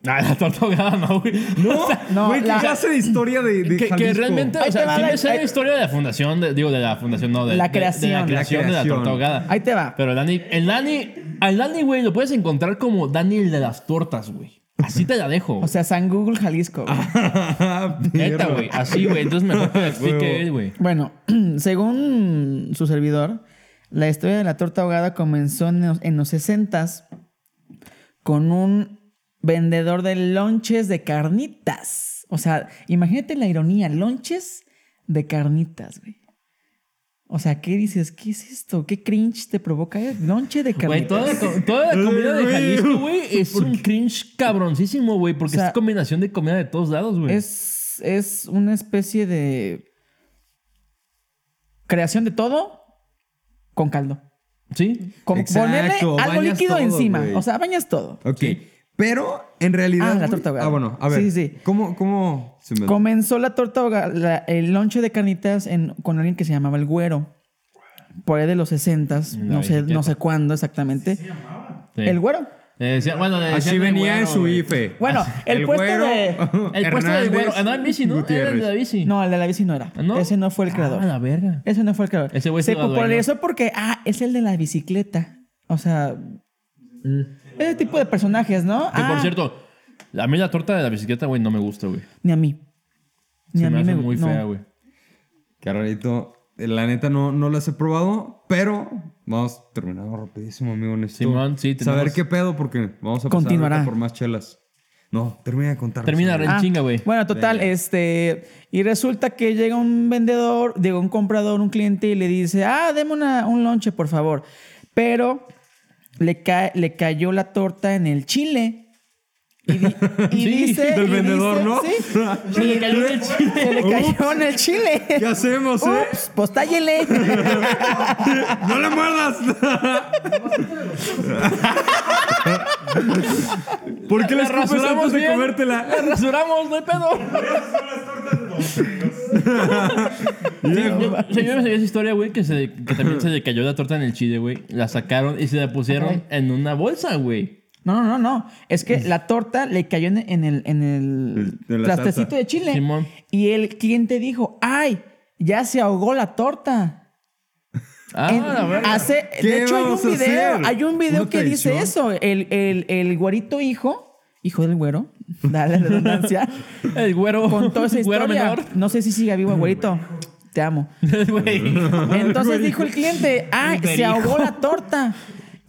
[SPEAKER 2] Ah, la torta ahogada no, güey.
[SPEAKER 1] No,
[SPEAKER 3] no,
[SPEAKER 1] güey, ¿qué
[SPEAKER 3] la-
[SPEAKER 1] clase de historia de, de
[SPEAKER 2] que, que
[SPEAKER 1] Jalisco?
[SPEAKER 2] realmente,
[SPEAKER 3] Ahí
[SPEAKER 2] o
[SPEAKER 3] te
[SPEAKER 2] sea,
[SPEAKER 3] va
[SPEAKER 2] sí
[SPEAKER 3] la-
[SPEAKER 2] me sé la
[SPEAKER 3] ahí-
[SPEAKER 2] historia de la fundación, de- digo, de la fundación, no, de
[SPEAKER 3] La
[SPEAKER 2] de- de
[SPEAKER 3] creación.
[SPEAKER 2] la creación de la
[SPEAKER 1] creación.
[SPEAKER 2] torta ahogada.
[SPEAKER 3] Ahí te va.
[SPEAKER 2] Pero Dani, el Dani, al Dani, güey, lo puedes encontrar como Dani el de las tortas, güey. Así te la dejo.
[SPEAKER 3] O sea, San Google Jalisco. güey.
[SPEAKER 1] Ah,
[SPEAKER 2] neta, güey. Así, güey. Entonces mejor que me explique, él, güey.
[SPEAKER 3] Bueno, según su servidor, la historia de la torta ahogada comenzó en los, en los 60s con un vendedor de lonches de carnitas. O sea, imagínate la ironía, lonches de carnitas, güey. O sea, ¿qué dices? ¿Qué es esto? ¿Qué cringe te provoca? eh? Lonche de
[SPEAKER 2] Güey,
[SPEAKER 3] carnitas.
[SPEAKER 2] toda, la co- toda la comida de
[SPEAKER 1] Güey.
[SPEAKER 2] Jalisco, güey, es un cringe cabroncísimo, güey, porque
[SPEAKER 3] O sea,
[SPEAKER 2] es combinación de comida de todos lados, güey.
[SPEAKER 3] Es, es una especie de creación de todo con caldo.
[SPEAKER 2] Sí.
[SPEAKER 3] Con
[SPEAKER 1] Exacto,
[SPEAKER 3] ponerle algo
[SPEAKER 1] bañas
[SPEAKER 3] líquido
[SPEAKER 1] todo,
[SPEAKER 3] encima.
[SPEAKER 1] güey.
[SPEAKER 3] O sea, bañas todo.
[SPEAKER 1] Ok, Pero en realidad.
[SPEAKER 3] Ah, la
[SPEAKER 1] güey-
[SPEAKER 3] torta ahogada.
[SPEAKER 1] Ah, bueno, a ver.
[SPEAKER 3] Sí, sí.
[SPEAKER 1] ¿Cómo, cómo se me-
[SPEAKER 3] Comenzó la torta ahoga- la- el lonche de carnitas en- con alguien que se llamaba El Güero. Por ahí de los 60s,
[SPEAKER 2] La
[SPEAKER 3] no sé,
[SPEAKER 2] viejita.
[SPEAKER 3] no sé cuándo exactamente.
[SPEAKER 2] Sí.
[SPEAKER 3] El Güero.
[SPEAKER 2] Le decía- bueno, le
[SPEAKER 1] Así
[SPEAKER 2] decían el
[SPEAKER 1] venía en
[SPEAKER 2] güero,
[SPEAKER 1] su
[SPEAKER 2] güey.
[SPEAKER 1] IFE.
[SPEAKER 3] Bueno, el, puesto
[SPEAKER 1] güero,
[SPEAKER 3] de.
[SPEAKER 2] El puesto del
[SPEAKER 1] Hernández
[SPEAKER 2] güero. Ah, No, el bici, ¿no? Era el de la
[SPEAKER 1] Gutiérrez.
[SPEAKER 2] bici.
[SPEAKER 3] No, el de la bici no era.
[SPEAKER 2] Ah, ¿no?
[SPEAKER 3] Ese no fue el creador.
[SPEAKER 2] Ah, la verga.
[SPEAKER 3] Ese no fue el creador.
[SPEAKER 2] Ese güey se
[SPEAKER 3] se
[SPEAKER 2] lo adueñó.
[SPEAKER 3] popularizó porque, ah, es el de la bicicleta. O sea, ese tipo de personajes, ¿no?
[SPEAKER 2] Mm. Que por
[SPEAKER 3] Ah,
[SPEAKER 2] cierto, a mí la torta de la bicicleta, güey, no me gusta, güey.
[SPEAKER 3] Ni a mí. Ni
[SPEAKER 2] Se
[SPEAKER 3] a
[SPEAKER 2] me
[SPEAKER 3] mí
[SPEAKER 2] hace
[SPEAKER 3] me
[SPEAKER 2] muy
[SPEAKER 3] no.
[SPEAKER 2] fea, güey.
[SPEAKER 1] Carrerito, eh, la neta no, no las he probado, pero vamos, terminamos rapidísimo, amigo. Necesito
[SPEAKER 2] Simón, sí, tenemos-
[SPEAKER 1] saber qué pedo porque vamos a pasar
[SPEAKER 3] Continuará.
[SPEAKER 1] ahorita por más chelas. No, termina de contar.
[SPEAKER 2] Termina, Ren. En chinga, güey.
[SPEAKER 3] Ah, Bueno, total, este. Y resulta que llega un vendedor, digo, un comprador, un cliente y le dice, ah, deme una- un lonche, por favor. Pero le, ca- le cayó la torta en el chile. Y, di- y
[SPEAKER 2] Sí,
[SPEAKER 3] dice.
[SPEAKER 1] del
[SPEAKER 3] y
[SPEAKER 1] vendedor,
[SPEAKER 3] dice-
[SPEAKER 1] ¿no?
[SPEAKER 3] Sí.
[SPEAKER 2] Se le cayó en el chile.
[SPEAKER 3] Se le cayó en el chile.
[SPEAKER 1] ¿Qué hacemos, eh?
[SPEAKER 3] Ups, pues tállele.
[SPEAKER 1] ¡No le muerdas! ¿Por qué la escupes antes de
[SPEAKER 2] bien.
[SPEAKER 1] comértela?
[SPEAKER 2] La rasuramos, no hay pedo.
[SPEAKER 5] Esas son las tortas de Don Fríos.
[SPEAKER 2] Yo, o sea, yo me sabía esa historia, güey, que, se- que también se le cayó la torta en el chile, güey. La sacaron y se la pusieron en una bolsa, güey.
[SPEAKER 3] No, no, no, no. Es que la torta le cayó en, en el, en el
[SPEAKER 1] El- de la
[SPEAKER 3] plastecito
[SPEAKER 1] salsa.
[SPEAKER 3] de chile.
[SPEAKER 2] Simón.
[SPEAKER 3] Y el cliente dijo, ay, ya se ahogó la torta.
[SPEAKER 2] Ah,
[SPEAKER 3] En-
[SPEAKER 2] la verga.
[SPEAKER 3] hace-
[SPEAKER 1] ¿Qué
[SPEAKER 3] de hecho, hay
[SPEAKER 1] vamos
[SPEAKER 3] un
[SPEAKER 1] a
[SPEAKER 3] video,
[SPEAKER 1] hacer?
[SPEAKER 3] hay un video
[SPEAKER 1] ¿Una
[SPEAKER 3] que dice eso.
[SPEAKER 1] traición?
[SPEAKER 3] El, el, el güerito hijo, hijo del güero, da la redundancia,
[SPEAKER 2] El güero.
[SPEAKER 3] contó esa
[SPEAKER 2] Güero
[SPEAKER 3] historia.
[SPEAKER 2] menor.
[SPEAKER 3] No sé si siga vivo, güerito. Te amo.
[SPEAKER 2] Güey.
[SPEAKER 3] Entonces dijo el cliente, ah,
[SPEAKER 2] Del
[SPEAKER 3] se ahogó la torta.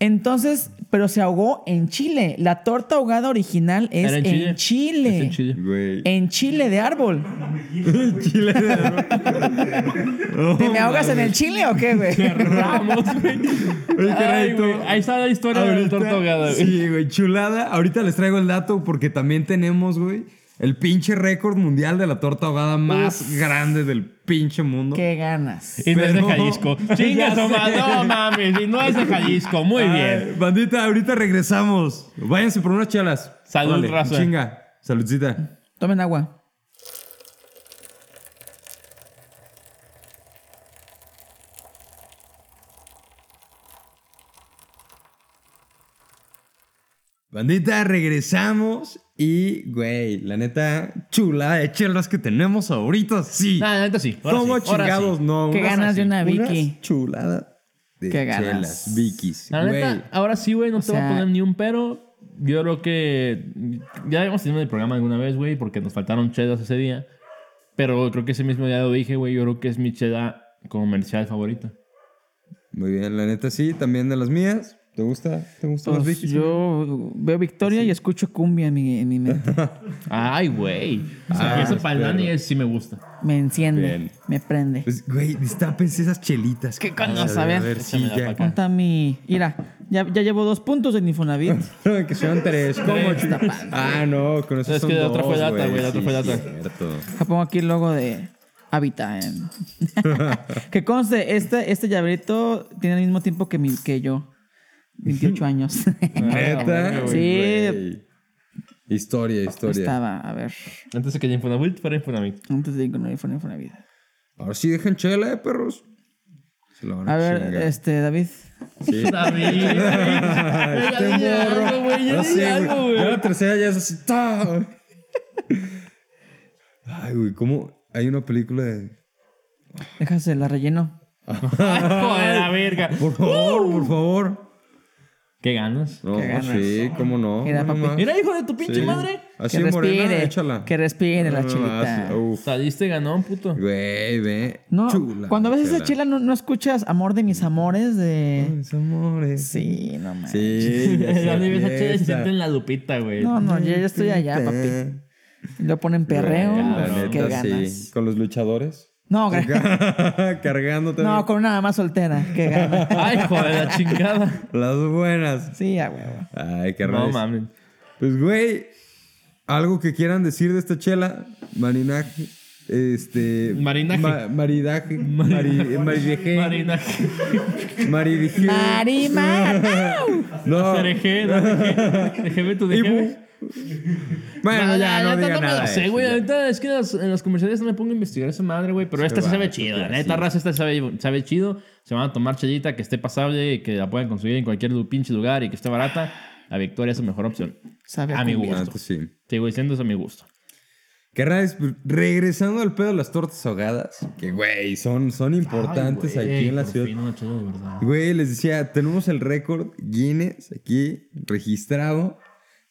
[SPEAKER 3] Entonces, pero se ahogó en Chile. La torta ahogada original es
[SPEAKER 2] Era
[SPEAKER 3] en, Chile.
[SPEAKER 2] Es en Chile.
[SPEAKER 1] Güey.
[SPEAKER 3] En Chile de árbol.
[SPEAKER 1] Chile
[SPEAKER 3] ¿Te me ahogas en el Chile o qué, güey?
[SPEAKER 2] Vamos, güey.
[SPEAKER 1] Oye, qué
[SPEAKER 2] Ay,
[SPEAKER 1] rarito.
[SPEAKER 2] güey, Ahí está la historia de la
[SPEAKER 1] Ahorita-
[SPEAKER 2] torta ahogada, güey.
[SPEAKER 1] Sí, güey, chulada. Ahorita les traigo el dato porque también tenemos, güey, el pinche récord mundial de la torta ahogada más grande del pinche mundo.
[SPEAKER 3] Qué ganas.
[SPEAKER 2] Y no es de
[SPEAKER 1] Pero-
[SPEAKER 2] Jalisco. Chinga, su madre. no mames. Y no es de Jalisco. Muy
[SPEAKER 1] Ay,
[SPEAKER 2] bien.
[SPEAKER 1] Bandita, ahorita regresamos. Váyanse por unas chelas.
[SPEAKER 2] Salud,
[SPEAKER 1] Órale,
[SPEAKER 2] raza.
[SPEAKER 1] Chinga. Saludcita.
[SPEAKER 3] Tomen agua.
[SPEAKER 1] Bandita, regresamos. Y, güey, la neta, chulada de chelas que tenemos ahorita. Sí.
[SPEAKER 3] Ah,
[SPEAKER 2] Nah, la neta sí. Ahora
[SPEAKER 1] ¿Cómo
[SPEAKER 2] sí, ahora
[SPEAKER 1] chingados?
[SPEAKER 2] sí.
[SPEAKER 1] No,
[SPEAKER 3] Qué
[SPEAKER 1] unas
[SPEAKER 3] ganas de
[SPEAKER 1] así,
[SPEAKER 3] una Vicky.
[SPEAKER 1] unas Chulada de
[SPEAKER 3] Qué ganas.
[SPEAKER 1] chelas, Vicky's.
[SPEAKER 2] La neta,
[SPEAKER 1] güey.
[SPEAKER 2] ahora sí, güey, no te voy
[SPEAKER 3] sea-
[SPEAKER 2] a poner ni un pero. Yo creo que ya habíamos tenido el programa alguna vez, güey, porque nos faltaron chelas ese día. Pero creo que ese mismo día lo dije, güey, yo creo que es mi chela comercial favorita.
[SPEAKER 1] Muy bien, la neta sí, también de las mías. ¿Te gusta? ¿Te gustan las
[SPEAKER 3] Pues
[SPEAKER 1] Vicky's?
[SPEAKER 3] yo veo Victoria y escucho cumbia en mi, en mi mente.
[SPEAKER 2] Ay, güey. Ah, O sea, eso para el Dani es- sí me gusta.
[SPEAKER 3] Me enciende,
[SPEAKER 1] Bien.
[SPEAKER 3] me prende.
[SPEAKER 1] Pues, güey, destápense esas chelitas. ¿Qué
[SPEAKER 3] cosas?
[SPEAKER 1] A
[SPEAKER 3] A
[SPEAKER 1] ver,
[SPEAKER 3] ver.
[SPEAKER 1] a ver, sí,
[SPEAKER 2] Échamela
[SPEAKER 1] ya.
[SPEAKER 2] pa' acá.
[SPEAKER 3] Ponta mi... Mira, ya, ya llevo dos puntos en Infonavit.
[SPEAKER 1] que sean tres. ¿Cómo, chica? Ah, no, con eso
[SPEAKER 2] Es
[SPEAKER 1] son
[SPEAKER 2] que la otra
[SPEAKER 1] dos,
[SPEAKER 2] fue lata, güey, la otra
[SPEAKER 1] sí,
[SPEAKER 2] fue lata.
[SPEAKER 1] cierto.
[SPEAKER 3] Ya pongo aquí el logo de Habitat. en- que conste, este, este llaverito tiene el mismo tiempo que, mi, que yo. 28 años.
[SPEAKER 1] ¿Neta?
[SPEAKER 3] Sí.
[SPEAKER 1] Güey. Historia, historia.
[SPEAKER 3] Estaba, a ver.
[SPEAKER 2] Antes de que Infonavit fuera Infonavit.
[SPEAKER 3] Antes de ir con el Infonavit, Infonavit.
[SPEAKER 1] Ahora sí dejen chela, eh, perros. Se la van
[SPEAKER 3] A ver,
[SPEAKER 1] chingar.
[SPEAKER 3] este, David.
[SPEAKER 1] Sí.
[SPEAKER 2] David,
[SPEAKER 1] Este
[SPEAKER 2] Ya dile
[SPEAKER 1] morro.
[SPEAKER 2] algo, güey, ya
[SPEAKER 1] No
[SPEAKER 2] dile
[SPEAKER 1] sé, güey.
[SPEAKER 2] algo, güey.
[SPEAKER 1] Ya la tercera ya es así. ¡ta! Ay, güey, ¿cómo? Hay una película de.
[SPEAKER 3] Déjase, la relleno.
[SPEAKER 2] hijo de la verga.
[SPEAKER 1] Por favor, por favor.
[SPEAKER 2] ¿Qué ganas?
[SPEAKER 1] No,
[SPEAKER 3] Qué ganas.
[SPEAKER 1] sí, cómo no.
[SPEAKER 3] Mira,
[SPEAKER 1] no
[SPEAKER 3] papi.
[SPEAKER 1] más.
[SPEAKER 2] Mira, hijo de tu pinche
[SPEAKER 1] Sí.
[SPEAKER 2] madre.
[SPEAKER 1] Así
[SPEAKER 3] que
[SPEAKER 1] en morena,
[SPEAKER 3] respire.
[SPEAKER 1] échala.
[SPEAKER 3] Que respire la
[SPEAKER 1] No, no,
[SPEAKER 3] chelita.
[SPEAKER 1] así, uf.
[SPEAKER 2] Saliste ganón, puto.
[SPEAKER 1] Güey, ve.
[SPEAKER 3] No,
[SPEAKER 1] Chula
[SPEAKER 3] cuando ves esa
[SPEAKER 1] chela.
[SPEAKER 3] chela no, no escuchas Amor de mis amores de...
[SPEAKER 1] Mis amores.
[SPEAKER 3] Sí, no mames.
[SPEAKER 1] Sí. ya
[SPEAKER 2] Ya ni ves a Chile se
[SPEAKER 1] fiesta.
[SPEAKER 2] siente en la lupita, güey.
[SPEAKER 3] No, no, yo ya estoy allá, papi. Lo ponen perreo,
[SPEAKER 1] Güey,
[SPEAKER 3] uf,
[SPEAKER 1] la
[SPEAKER 3] qué
[SPEAKER 1] neta,
[SPEAKER 3] ganas.
[SPEAKER 1] sí. Con los luchadores.
[SPEAKER 3] No, gra-
[SPEAKER 1] Cargándote.
[SPEAKER 3] no, con una más soltera, qué ganas.
[SPEAKER 2] Ay, hijo de la chingada.
[SPEAKER 1] Las buenas.
[SPEAKER 3] Sí, a huevo.
[SPEAKER 1] Ay, qué
[SPEAKER 2] No
[SPEAKER 1] raro.
[SPEAKER 2] mames.
[SPEAKER 1] Pues, güey, algo que quieran decir de esta chela, marinaje, Este.
[SPEAKER 2] Marinaje.
[SPEAKER 1] ma- maridaje. Mari, maridaje.
[SPEAKER 2] Marinaje.
[SPEAKER 1] maridaje- No.
[SPEAKER 2] Dejé, no, dejé. Déjeme tu
[SPEAKER 1] Ibu.
[SPEAKER 2] dejé.
[SPEAKER 1] Bueno, ya, no
[SPEAKER 2] neta,
[SPEAKER 1] diga
[SPEAKER 2] me
[SPEAKER 1] nada.
[SPEAKER 2] lo
[SPEAKER 1] de
[SPEAKER 2] sé,
[SPEAKER 1] eso,
[SPEAKER 2] güey.
[SPEAKER 1] ya.
[SPEAKER 2] Ahorita es que en los- en los comerciales no me pongo a investigar esa madre, güey. Pero
[SPEAKER 1] Qué
[SPEAKER 2] esta sí sabe
[SPEAKER 1] barato,
[SPEAKER 2] chido. La
[SPEAKER 1] güey,
[SPEAKER 2] neta,
[SPEAKER 1] sí.
[SPEAKER 2] raza, esta sabe, sabe chido. Se van a tomar chellita que esté pasable, que la puedan conseguir en cualquier lu- pinche lugar y que esté barata. La Victoria es la mejor opción.
[SPEAKER 3] Sabe a
[SPEAKER 2] A mi
[SPEAKER 3] cumbia.
[SPEAKER 1] La
[SPEAKER 2] gusto.
[SPEAKER 1] neta, sí.
[SPEAKER 2] Sigo diciendo eso a mi gusto.
[SPEAKER 1] Carnales, pues, regresando al pedo de las tortas ahogadas, que güey, son, son importantes
[SPEAKER 2] Ay, güey,
[SPEAKER 1] aquí en la
[SPEAKER 2] por
[SPEAKER 1] ciudad.
[SPEAKER 2] fin una chela de verdad.
[SPEAKER 1] Güey, les decía, tenemos el récord Guinness aquí registrado,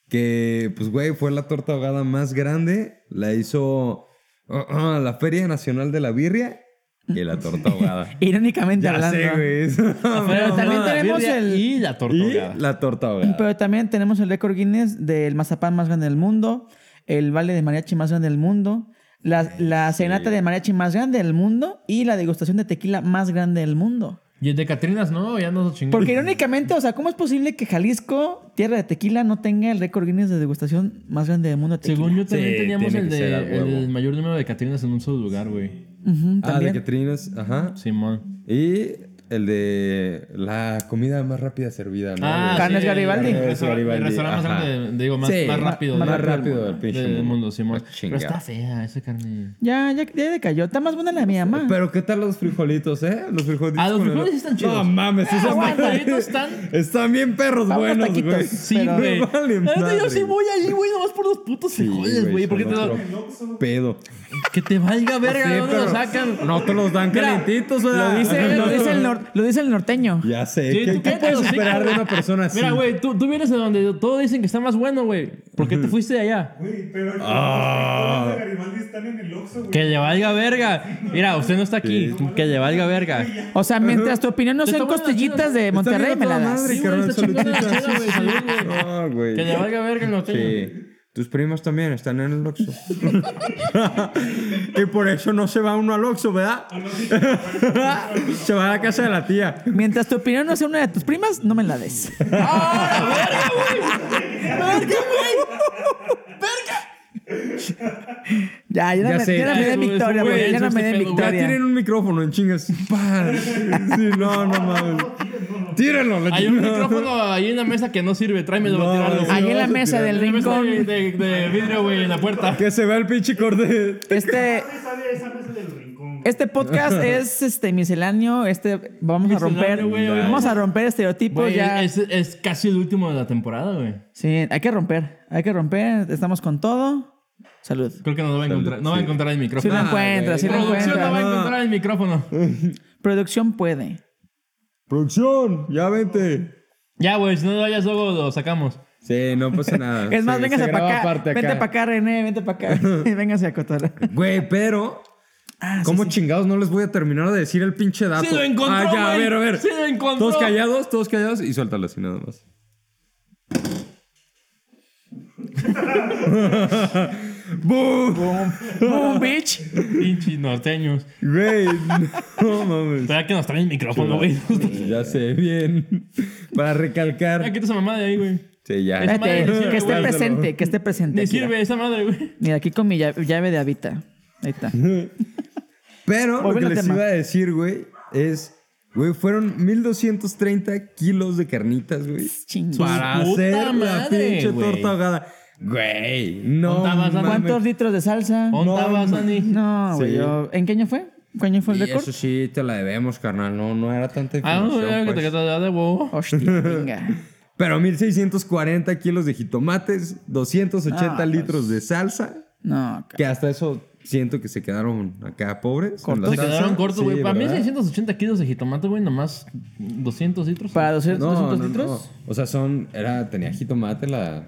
[SPEAKER 1] que pues güey, fue la torta ahogada más grande, la hizo ah, ah, la Feria Nacional de la Birria y la torta ahogada.
[SPEAKER 3] Irónicamente
[SPEAKER 1] ya
[SPEAKER 3] hablando.
[SPEAKER 1] sé, güey. es una
[SPEAKER 2] Pero
[SPEAKER 1] mamada.
[SPEAKER 2] también tenemos
[SPEAKER 3] birria
[SPEAKER 2] el... Y la torta
[SPEAKER 1] Y
[SPEAKER 2] ahogada.
[SPEAKER 1] la torta ahogada.
[SPEAKER 3] Pero también tenemos el récord Guinness del mazapán más grande del mundo, el vale de mariachi más grande del mundo, la, la cenata de mariachi más grande del mundo y la degustación de tequila más grande del mundo.
[SPEAKER 2] Y el de Catrinas, no, ya nos lo chingamos.
[SPEAKER 3] Porque irónicamente, o sea, ¿cómo es posible que Jalisco, tierra de tequila, no tenga el récord Guinness de degustación más grande del mundo? de tequila?
[SPEAKER 2] Según yo también
[SPEAKER 1] Sí,
[SPEAKER 2] teníamos
[SPEAKER 1] tiene
[SPEAKER 2] el,
[SPEAKER 1] que ser a
[SPEAKER 2] de,
[SPEAKER 1] huevo.
[SPEAKER 2] el mayor número de Catrinas en un solo lugar, güey.
[SPEAKER 3] Ujú,
[SPEAKER 1] Ah, de
[SPEAKER 3] también.
[SPEAKER 1] Catrinas, ajá.
[SPEAKER 2] Simón.
[SPEAKER 1] Y el de la comida más rápida servida, ¿no?
[SPEAKER 2] Ah,
[SPEAKER 1] De-
[SPEAKER 3] Carnes
[SPEAKER 2] sí, el-
[SPEAKER 3] Garibaldi.
[SPEAKER 2] El
[SPEAKER 1] Carnes
[SPEAKER 2] restaurante el
[SPEAKER 1] Garibaldi,
[SPEAKER 2] restaurante más
[SPEAKER 1] ajá.
[SPEAKER 2] grande, digo, más,
[SPEAKER 1] Sí,
[SPEAKER 2] más
[SPEAKER 1] ma-
[SPEAKER 2] rápido.
[SPEAKER 1] más
[SPEAKER 2] del-
[SPEAKER 1] rápido del pinche
[SPEAKER 2] del
[SPEAKER 1] mundo.
[SPEAKER 2] mundo, Simón.
[SPEAKER 1] Ah,
[SPEAKER 2] Pero
[SPEAKER 1] chingada.
[SPEAKER 2] está fea esa carne.
[SPEAKER 3] Ya, ya, ya decayó. Está más buena la de mi mamá.
[SPEAKER 1] Pero ¿qué tal los frijolitos, eh? Los frijolitos.
[SPEAKER 2] Ah, los
[SPEAKER 1] con el-
[SPEAKER 2] frijoles están chidos.
[SPEAKER 1] No mames, esos
[SPEAKER 2] aguanta,
[SPEAKER 1] frijoles
[SPEAKER 2] ahorita están-
[SPEAKER 1] Están bien perros
[SPEAKER 3] Vamos,
[SPEAKER 1] buenos,
[SPEAKER 3] taquitos.
[SPEAKER 1] güey.
[SPEAKER 3] Sí, Pero- güey.
[SPEAKER 1] No valen
[SPEAKER 2] La neta, yo
[SPEAKER 1] madre.
[SPEAKER 2] sí voy allí, güey, nomás por los putos
[SPEAKER 1] Sí,
[SPEAKER 2] frijoles, güey. porque
[SPEAKER 1] son
[SPEAKER 2] te lo-
[SPEAKER 1] otro pedo.
[SPEAKER 2] Que te valga verga
[SPEAKER 1] Pues Sí,
[SPEAKER 2] de dónde
[SPEAKER 1] pero
[SPEAKER 2] lo sacan.
[SPEAKER 1] No te los dan
[SPEAKER 2] Mira,
[SPEAKER 1] calentitos, ¿verdad?
[SPEAKER 3] Lo dice, lo dice el nor- lo dice el norteño.
[SPEAKER 1] Ya sé.
[SPEAKER 2] Sí,
[SPEAKER 1] ¿Qué, qué
[SPEAKER 2] tú cállate
[SPEAKER 1] puedes
[SPEAKER 2] los hocico,
[SPEAKER 1] esperar de
[SPEAKER 2] güey.
[SPEAKER 1] una persona así?
[SPEAKER 2] Mira, güey, tú, tú vienes de donde todos dicen que está más bueno, güey. ¿Por qué te fuiste de allá?
[SPEAKER 5] Güey, pero
[SPEAKER 1] Ah.
[SPEAKER 5] los frijoles de Garibaldi están en el Oxxo, güey.
[SPEAKER 2] Que le valga verga. Mira, usted no está aquí. Que le valga verga.
[SPEAKER 3] O sea, mientras tu opinión no
[SPEAKER 2] Está
[SPEAKER 3] sean
[SPEAKER 2] buena la chela.
[SPEAKER 3] costillitas
[SPEAKER 1] Está
[SPEAKER 3] de
[SPEAKER 1] bien a
[SPEAKER 3] Monterrey, me
[SPEAKER 1] toda
[SPEAKER 3] la das.
[SPEAKER 1] madre,
[SPEAKER 2] Sí, güey,
[SPEAKER 1] carnal,
[SPEAKER 2] está chingona la
[SPEAKER 1] saludita.
[SPEAKER 2] chela, güey, salud, güey.
[SPEAKER 1] No, güey.
[SPEAKER 2] Que le valga verga el norteño.
[SPEAKER 1] Sí. Tus primos también están en el Oxxo. y por eso no se va uno al Oxxo, ¿verdad?
[SPEAKER 2] Ah,
[SPEAKER 1] se va a la casa de la tía.
[SPEAKER 3] Mientras tu opinión no sea una de tus primas, no me la des. ¡Ah, la verga, güey! ¡Verga, güey! ¡Verga! Ya, ya, no
[SPEAKER 1] Ya
[SPEAKER 3] me,
[SPEAKER 1] sé.
[SPEAKER 3] ya no me
[SPEAKER 2] Ay,
[SPEAKER 3] den
[SPEAKER 2] güey,
[SPEAKER 3] victoria,
[SPEAKER 2] es un
[SPEAKER 3] güey. Ya
[SPEAKER 2] güey,
[SPEAKER 3] no
[SPEAKER 2] es
[SPEAKER 3] me
[SPEAKER 2] un
[SPEAKER 3] den
[SPEAKER 2] pedo, güey.
[SPEAKER 1] Ya
[SPEAKER 3] victoria.
[SPEAKER 1] tienen Ah, un micrófono en chingas. Pa. Sí, no, no mames. Tírenlo, la
[SPEAKER 2] Hay un
[SPEAKER 1] chingada.
[SPEAKER 2] micrófono ahí en la mesa que no sirve. Tráemelo
[SPEAKER 1] No,
[SPEAKER 2] a tirarlo.
[SPEAKER 1] sí,
[SPEAKER 2] güey.
[SPEAKER 3] Ahí en la mesa del
[SPEAKER 2] En la mesa
[SPEAKER 3] rincón,
[SPEAKER 2] de, de- de vidrio, güey, en la puerta.
[SPEAKER 1] Que se vea el pinche corte.
[SPEAKER 3] este,
[SPEAKER 4] ¿Dónde sale esa mesa del rincón?
[SPEAKER 3] este podcast es este misceláneo. Este, vamos a romper,
[SPEAKER 2] Misceláneo, güey, güey.
[SPEAKER 3] vamos a romper estereotipos
[SPEAKER 2] Güey,
[SPEAKER 3] pues ya.
[SPEAKER 2] es, es casi el último de la temporada, güey.
[SPEAKER 3] Sí, hay que romper, hay que romper. Estamos con todo. Salud.
[SPEAKER 2] Creo que no lo va a encontrar. No va a encontrar el
[SPEAKER 3] Si
[SPEAKER 2] micrófono.
[SPEAKER 3] lo
[SPEAKER 1] Ah,
[SPEAKER 3] encuentras, si
[SPEAKER 1] güey.
[SPEAKER 3] lo
[SPEAKER 2] Producción no va a
[SPEAKER 3] encuentras.
[SPEAKER 2] encontrar el micrófono.
[SPEAKER 3] Producción puede.
[SPEAKER 1] Producción, ya vente.
[SPEAKER 2] Ya, güey, si no lo vayas luego lo sacamos.
[SPEAKER 1] Sí, no pasa nada.
[SPEAKER 3] Es más,
[SPEAKER 1] Se-
[SPEAKER 3] véngase
[SPEAKER 1] se
[SPEAKER 3] para
[SPEAKER 1] graba
[SPEAKER 3] acá.
[SPEAKER 1] aparte
[SPEAKER 3] Vente para acá, René, vente para acá. véngase a cotar.
[SPEAKER 1] Güey, pero. ¿Cómo chingados no les voy a terminar de decir el pinche dato?
[SPEAKER 2] Sí lo encontró,
[SPEAKER 1] Ah, ya, a
[SPEAKER 2] güey.
[SPEAKER 1] ver, a ver.
[SPEAKER 2] Sí lo encontró.
[SPEAKER 1] Todos callados, todos callados y suéltalo así nada más. ¡Bum!
[SPEAKER 3] Boom, bitch.
[SPEAKER 2] Pinches norteños.
[SPEAKER 1] Güey, no mames.
[SPEAKER 2] Espera que nos traen el micrófono, güey.
[SPEAKER 1] Ya sé, bien. Para
[SPEAKER 2] Ah,
[SPEAKER 1] recalcar.
[SPEAKER 2] Quita esa mamá de ahí, güey.
[SPEAKER 1] Sí, ya.
[SPEAKER 2] Es-
[SPEAKER 3] Espérate,
[SPEAKER 2] madre,
[SPEAKER 3] que esté
[SPEAKER 1] guárdalo.
[SPEAKER 3] presente, que esté presente.
[SPEAKER 2] Ni
[SPEAKER 3] aquí,
[SPEAKER 2] sirve esa madre, güey.
[SPEAKER 3] Mira, aquí con mi lla- llave de habita. Ahí está.
[SPEAKER 1] Pero lo
[SPEAKER 3] Volviendo
[SPEAKER 1] que
[SPEAKER 3] al
[SPEAKER 1] les
[SPEAKER 3] tema.
[SPEAKER 1] iba a decir, güey, es. Güey, fueron 1230 kilos de carnitas, güey.
[SPEAKER 3] Chingues.
[SPEAKER 1] Para
[SPEAKER 2] Su Pues, puta
[SPEAKER 1] hacer la
[SPEAKER 2] madre,
[SPEAKER 1] pinche
[SPEAKER 2] güey.
[SPEAKER 1] torta ahogada. Güey, no.
[SPEAKER 2] Contabas, Dani.
[SPEAKER 1] mames.
[SPEAKER 3] ¿Cuántos litros de salsa?
[SPEAKER 2] ¿Dónde estabas,
[SPEAKER 1] no.
[SPEAKER 2] Dani?
[SPEAKER 3] No, güey.
[SPEAKER 1] Sí.
[SPEAKER 3] yo- ¿En qué año fue? ¿Qué año fue el
[SPEAKER 1] Y eso
[SPEAKER 3] récord?
[SPEAKER 1] sí te la debemos, carnal. No, no era tanta
[SPEAKER 2] Ah, no,
[SPEAKER 1] información.
[SPEAKER 2] ya que
[SPEAKER 1] pues.
[SPEAKER 2] te quedas de bobo.
[SPEAKER 3] Hostia, venga.
[SPEAKER 1] Pero 1640 kilos de jitomates, 280
[SPEAKER 3] Ah, pues.
[SPEAKER 1] litros de salsa.
[SPEAKER 3] No, ca-
[SPEAKER 1] Que hasta eso siento que se quedaron acá pobres. con la
[SPEAKER 2] Se
[SPEAKER 1] salsa.
[SPEAKER 2] quedaron cortos,
[SPEAKER 1] Sí,
[SPEAKER 2] güey. Para mí
[SPEAKER 1] ¿verdad?
[SPEAKER 2] 680 kilos de jitomate, güey, nomás 200 litros.
[SPEAKER 3] ¿Para 200,
[SPEAKER 1] No,
[SPEAKER 3] 200
[SPEAKER 1] no,
[SPEAKER 3] litros?
[SPEAKER 1] no. O sea, son. Era, tenía jitomate la,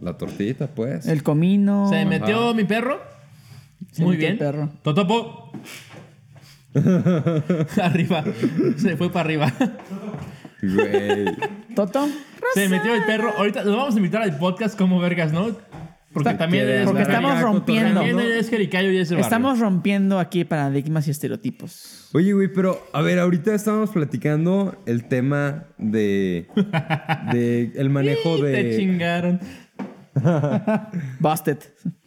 [SPEAKER 1] la tortita, pues.
[SPEAKER 3] El comino.
[SPEAKER 2] Se metió mi perro.
[SPEAKER 3] Se
[SPEAKER 2] Muy
[SPEAKER 3] metió
[SPEAKER 2] bien.
[SPEAKER 3] el perro.
[SPEAKER 2] Totopo. arriba. Se fue para arriba.
[SPEAKER 1] Güey.
[SPEAKER 3] Toto.
[SPEAKER 2] Se metió el perro. Ahorita lo vamos a invitar al podcast como vergas, ¿no? Porque
[SPEAKER 3] Está-
[SPEAKER 2] también
[SPEAKER 1] ¿Quieres
[SPEAKER 2] es
[SPEAKER 3] Porque
[SPEAKER 1] dar
[SPEAKER 3] estamos
[SPEAKER 1] acá
[SPEAKER 3] rompiendo.
[SPEAKER 1] cotorreando?
[SPEAKER 2] También es Jericayo y ese barrio.
[SPEAKER 3] Estamos rompiendo aquí paradigmas y estereotipos.
[SPEAKER 1] Oye, güey, pero a ver, ahorita estábamos platicando el tema de. de el manejo
[SPEAKER 2] Te
[SPEAKER 1] de.
[SPEAKER 2] chingaron.
[SPEAKER 3] Busted.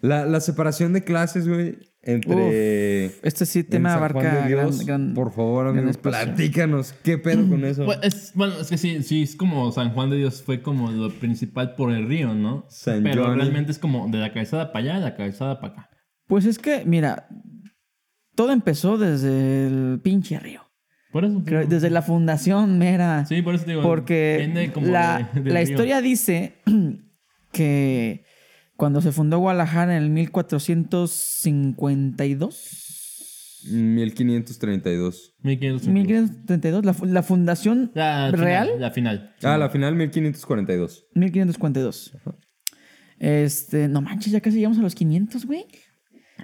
[SPEAKER 1] La, la separación de clases, güey, entre.
[SPEAKER 3] Este sí tema
[SPEAKER 1] en San Juan
[SPEAKER 3] abarca
[SPEAKER 1] de Dios.
[SPEAKER 3] gran, gran-
[SPEAKER 1] Por favor,
[SPEAKER 3] gran
[SPEAKER 1] amigo,
[SPEAKER 3] espacio.
[SPEAKER 1] platícanos. ¿Qué pedo con eso?
[SPEAKER 2] Bueno es, bueno, es que sí, sí, es como San Juan de Dios fue como lo principal por el río, ¿no?
[SPEAKER 1] San
[SPEAKER 2] Pero
[SPEAKER 1] Johnny.
[SPEAKER 2] realmente es como de la calzada para allá, de la calzada para acá.
[SPEAKER 3] Pues es que, mira, todo empezó desde el pinche río.
[SPEAKER 2] Por eso.
[SPEAKER 3] Creo-
[SPEAKER 1] Mm.
[SPEAKER 3] Desde la fundación mera.
[SPEAKER 2] Sí, por eso te digo.
[SPEAKER 3] Porque
[SPEAKER 2] viene como
[SPEAKER 3] la,
[SPEAKER 2] de- del
[SPEAKER 3] la
[SPEAKER 2] río.
[SPEAKER 3] historia dice que cuando se fundó Guadalajara en el 1452,
[SPEAKER 1] 1532.
[SPEAKER 2] 1500.
[SPEAKER 3] 1532, la, fu- la fundación
[SPEAKER 2] La final,
[SPEAKER 3] real,
[SPEAKER 2] La final.
[SPEAKER 1] Ah, la final 1542.
[SPEAKER 3] 1552. Este, no manches, ya casi llegamos a los 500, güey.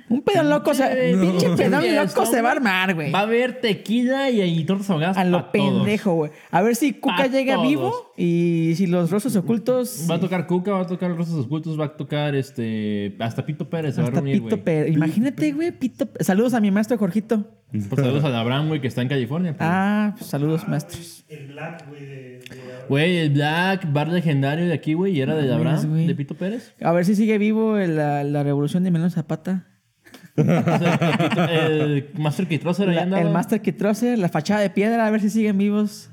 [SPEAKER 3] Un pedón loco, o sea, pinche pedón loco se va a armar, güey.
[SPEAKER 2] Va a haber tequila y, y tortas ahogadas.
[SPEAKER 3] A
[SPEAKER 2] pa'
[SPEAKER 3] lo
[SPEAKER 2] todos.
[SPEAKER 3] pendejo, güey. A ver si Cuca
[SPEAKER 2] Pa'
[SPEAKER 3] llega
[SPEAKER 2] todos.
[SPEAKER 3] vivo y si los rostros ocultos.
[SPEAKER 2] Va a tocar Cuca, va a tocar Rosas Ocultos, va a tocar este. Hasta Pito Pérez se va a
[SPEAKER 3] Hasta
[SPEAKER 2] reunir,
[SPEAKER 3] Pito
[SPEAKER 2] güey.
[SPEAKER 3] Pérez. Imagínate, güey, Pito. Pérez. Saludos a mi maestro Jorgito.
[SPEAKER 2] Pues saludos a Abraham, güey, que está en California. pues.
[SPEAKER 3] Ah, pues, saludos, maestros.
[SPEAKER 4] El Black, güey, de, de-
[SPEAKER 2] Güey, el Black, bar legendario de aquí, güey, y era de
[SPEAKER 3] mames,
[SPEAKER 2] Abraham,
[SPEAKER 3] güey.
[SPEAKER 2] de Pito Pérez.
[SPEAKER 3] A ver si sigue vivo el- la, la revolución de Melón Zapata.
[SPEAKER 2] O sea, el Master Kitroser ahí
[SPEAKER 3] La-
[SPEAKER 2] andaba.
[SPEAKER 3] el Master Kitroser, la fachada de piedra, a ver si siguen vivos.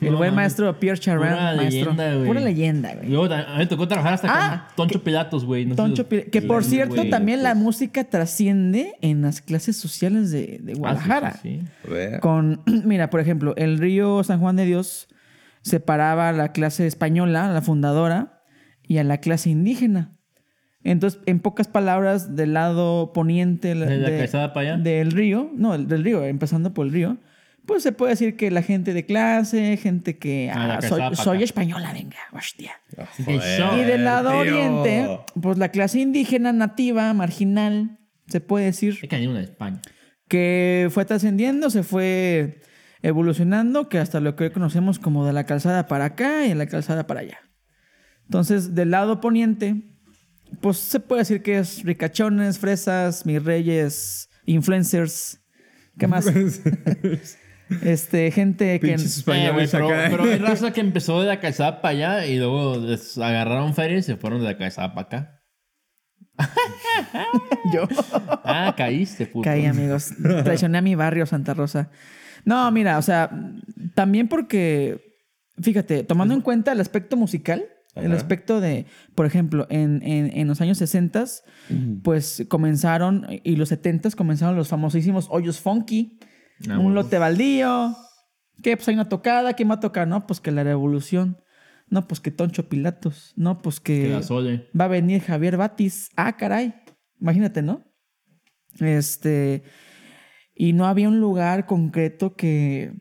[SPEAKER 3] El
[SPEAKER 2] No
[SPEAKER 3] buen
[SPEAKER 2] mames.
[SPEAKER 3] maestro Pierre Charan.
[SPEAKER 2] Pura
[SPEAKER 3] maestro.
[SPEAKER 2] leyenda, güey.
[SPEAKER 3] Pura leyenda, güey.
[SPEAKER 2] Luego ta- a mí me tocó trabajar hasta
[SPEAKER 3] Ah,
[SPEAKER 2] con Toncho Pilatos, güey. no sé
[SPEAKER 3] Toncho
[SPEAKER 2] los-
[SPEAKER 3] Pire- Que por
[SPEAKER 2] Sí,
[SPEAKER 3] cierto,
[SPEAKER 2] güey. Ah,
[SPEAKER 3] también la música trasciende en las clases sociales de, de
[SPEAKER 2] Ah, sí, sí,
[SPEAKER 3] Guadalajara.
[SPEAKER 2] sí.
[SPEAKER 1] A ver.
[SPEAKER 3] Con, mira, por ejemplo, el río San Juan de Dios separaba a la clase española, la fundadora, y a la clase indígena. Entonces, en pocas palabras, del lado poniente la-
[SPEAKER 2] ¿De la calzada para allá?
[SPEAKER 3] del río, no, el- del río, empezando por el río, pues se puede decir que la gente de clase, gente que
[SPEAKER 2] Ah, la
[SPEAKER 3] ah,
[SPEAKER 2] calzada
[SPEAKER 3] soy,
[SPEAKER 2] para
[SPEAKER 3] soy
[SPEAKER 2] acá.
[SPEAKER 3] española, venga, hostia.
[SPEAKER 2] Joder,
[SPEAKER 3] Y del lado
[SPEAKER 1] Ah, Eh, tío.
[SPEAKER 3] oriente, pues la clase indígena, nativa, marginal, se puede decir
[SPEAKER 2] Hay que añadir una de España.
[SPEAKER 3] que fue trascendiendo, se fue evolucionando, que hasta lo que hoy conocemos como de la calzada para acá y de la calzada para allá. Entonces, del lado poniente, pues se puede decir que es ricachones, fresas, mis reyes, influencers, ¿qué más? este, gente que...
[SPEAKER 1] Pinches
[SPEAKER 2] Eh, güey,
[SPEAKER 1] españoles
[SPEAKER 2] pero,
[SPEAKER 1] acá.
[SPEAKER 2] pero hay raza que empezó de la calzada para allá y luego les agarraron feria y se fueron de la calzada para acá.
[SPEAKER 3] Yo
[SPEAKER 2] Ah, caíste, puto.
[SPEAKER 3] caí, amigos. Traicioné a mi barrio, Santa Rosa. No, mira, o sea, también porque, fíjate, tomando en cuenta el aspecto musical, el
[SPEAKER 1] Ajá.
[SPEAKER 3] aspecto de, por ejemplo, en, en- en los años 60, pues comenzaron, y los 70 comenzaron los famosísimos hoyos funky,
[SPEAKER 2] Ah,
[SPEAKER 3] un
[SPEAKER 2] huevo.
[SPEAKER 3] lote baldío, que pues hay una tocada, ¿quién va a tocar? No, pues que la revolución, no, pues que Toncho Pilatos, no, pues
[SPEAKER 2] Que
[SPEAKER 3] que
[SPEAKER 2] la sole.
[SPEAKER 3] va a venir Javier Batis. Ah, caray. Imagínate, ¿no? Este. Y no había un lugar concreto que.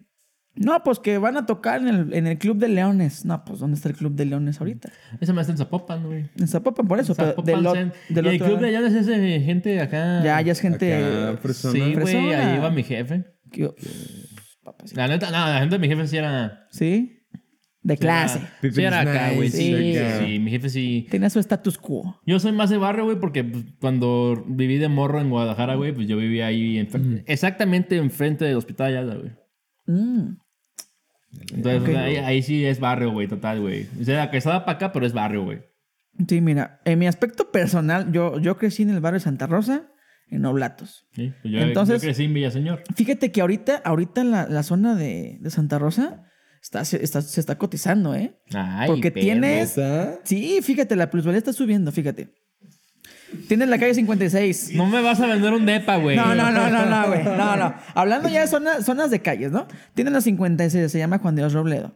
[SPEAKER 3] No, pues que van a tocar en el, en el Club de Leones. No, pues ¿dónde está el Club de Leones ahorita?
[SPEAKER 2] Esa me está en Zapopan, güey.
[SPEAKER 3] En Zapopan, por eso. pero
[SPEAKER 2] Zapopan
[SPEAKER 3] del o-
[SPEAKER 2] Cent-
[SPEAKER 3] del
[SPEAKER 2] y el
[SPEAKER 3] otro
[SPEAKER 2] club
[SPEAKER 3] lado.
[SPEAKER 2] de allá es ese de gente acá.
[SPEAKER 3] Ya, ya es gente.
[SPEAKER 1] Acá, persona.
[SPEAKER 2] Sí, güey,
[SPEAKER 3] Fresona.
[SPEAKER 2] ahí iba mi jefe.
[SPEAKER 3] que- Papacito.
[SPEAKER 2] La neta, no, la gente de mi jefe sí era.
[SPEAKER 3] ¿Sí? De
[SPEAKER 2] sí era-
[SPEAKER 3] clase.
[SPEAKER 2] Sí, era acá, güey. Sí,
[SPEAKER 3] Sí.
[SPEAKER 2] sí, sí, mi jefe sí.
[SPEAKER 3] Tenía su status quo.
[SPEAKER 2] Yo soy más de barrio, güey, porque pues, cuando viví de morro en Guadalajara, güey, pues yo vivía ahí en- exactamente enfrente del hospital Ayala, güey.
[SPEAKER 3] Mm.
[SPEAKER 2] Entonces, o sea, ahí, ahí sí es barrio, güey, total, güey. O sea, la calzada para acá, pero es barrio, güey.
[SPEAKER 3] Sí, mira, en mi aspecto personal, yo, yo crecí en el barrio de Santa Rosa, en Oblatos.
[SPEAKER 2] Sí, pues yo,
[SPEAKER 3] Entonces-
[SPEAKER 2] yo crecí en Villaseñor.
[SPEAKER 3] Fíjate que ahorita, ahorita la, la zona de, de Santa Rosa está, se, está, se está cotizando, ¿eh?
[SPEAKER 2] Ay,
[SPEAKER 3] Porque
[SPEAKER 2] perro.
[SPEAKER 3] tienes-
[SPEAKER 1] ¿Esa?
[SPEAKER 3] Sí, fíjate, la plusvalía está subiendo, fíjate. Tienes la calle 56.
[SPEAKER 2] No me vas a vender un depa, güey.
[SPEAKER 3] No, no, no, no, no, güey. No, no. Hablando ya de zona- zonas de calles, ¿no? Tienen la 56, se llama Juan Dios Robledo.